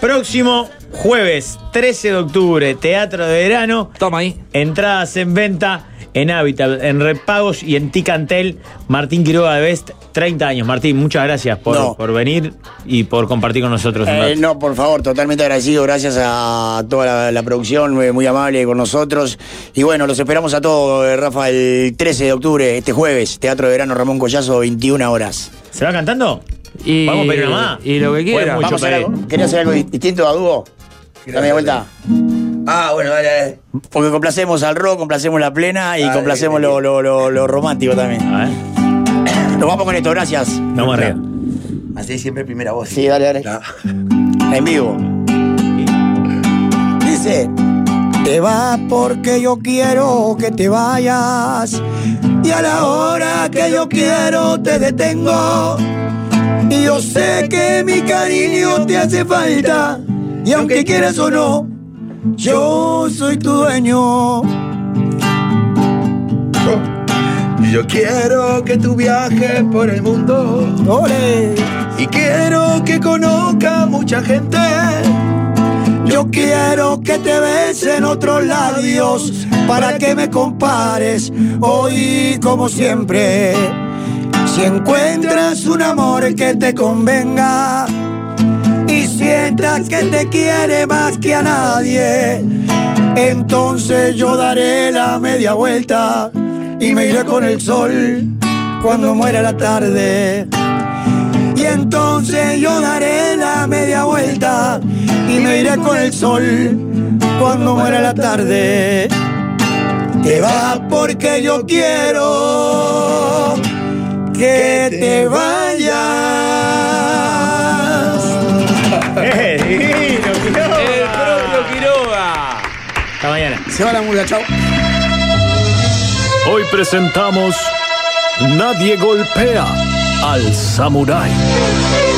Speaker 6: Próximo Jueves 13 de octubre, Teatro de Verano. Toma ahí. Entradas en venta en Habitat, en Repagos y en Ticantel. Martín Quiroga de Best, 30 años. Martín, muchas gracias por,
Speaker 17: No.
Speaker 6: por venir y por compartir con nosotros un
Speaker 17: Eh,
Speaker 6: rato.
Speaker 17: no, por favor, totalmente agradecido. Gracias a toda la, la producción, muy, muy amable con nosotros. Y bueno, los esperamos a todos, eh, Rafa, el 13 de octubre, este jueves, Teatro de Verano Ramón Collazo, 21 horas.
Speaker 6: ¿Se va cantando?
Speaker 17: Y,
Speaker 6: ¿Vamos a pedir una más?
Speaker 13: y lo que
Speaker 6: quiera.
Speaker 17: Vamos a
Speaker 6: Mucho
Speaker 17: hacer algo- ¿Quería hacer algo di- distinto a dúo? Dame la vuelta. Ah, bueno, dale, dale. Porque complacemos al rock, complacemos la plena y complacemos lo, lo, lo- lo romántico también. Nos vamos con esto, gracias.
Speaker 6: Vamos arriba.
Speaker 19: Así siempre primera voz.
Speaker 17: Sí, dale, dale. En vivo.
Speaker 12: Dice, te vas porque yo quiero que te vayas. Y a la hora que yo quiero te detengo. Y yo sé que mi cariño te hace falta. Y aunque quieras o no, yo soy tu dueño.
Speaker 19: Y Yo quiero que tú viajes por el mundo. Y quiero que conozca mucha gente.
Speaker 12: Yo quiero que te besen otros labios para que me compares hoy como siempre. Si encuentras un amor que te convenga y sientas que te quiere más que a nadie, entonces yo daré la media vuelta y me iré con el sol cuando muera la tarde. Y entonces yo daré la media vuelta y me iré con el sol cuando muera la tarde. Te vas porque yo quiero que te vayas.
Speaker 13: Eh, El propio Quiroga.
Speaker 6: Hasta mañana.
Speaker 7: Se va la mula, chao.
Speaker 14: Hoy presentamos Nadie golpea al samurái.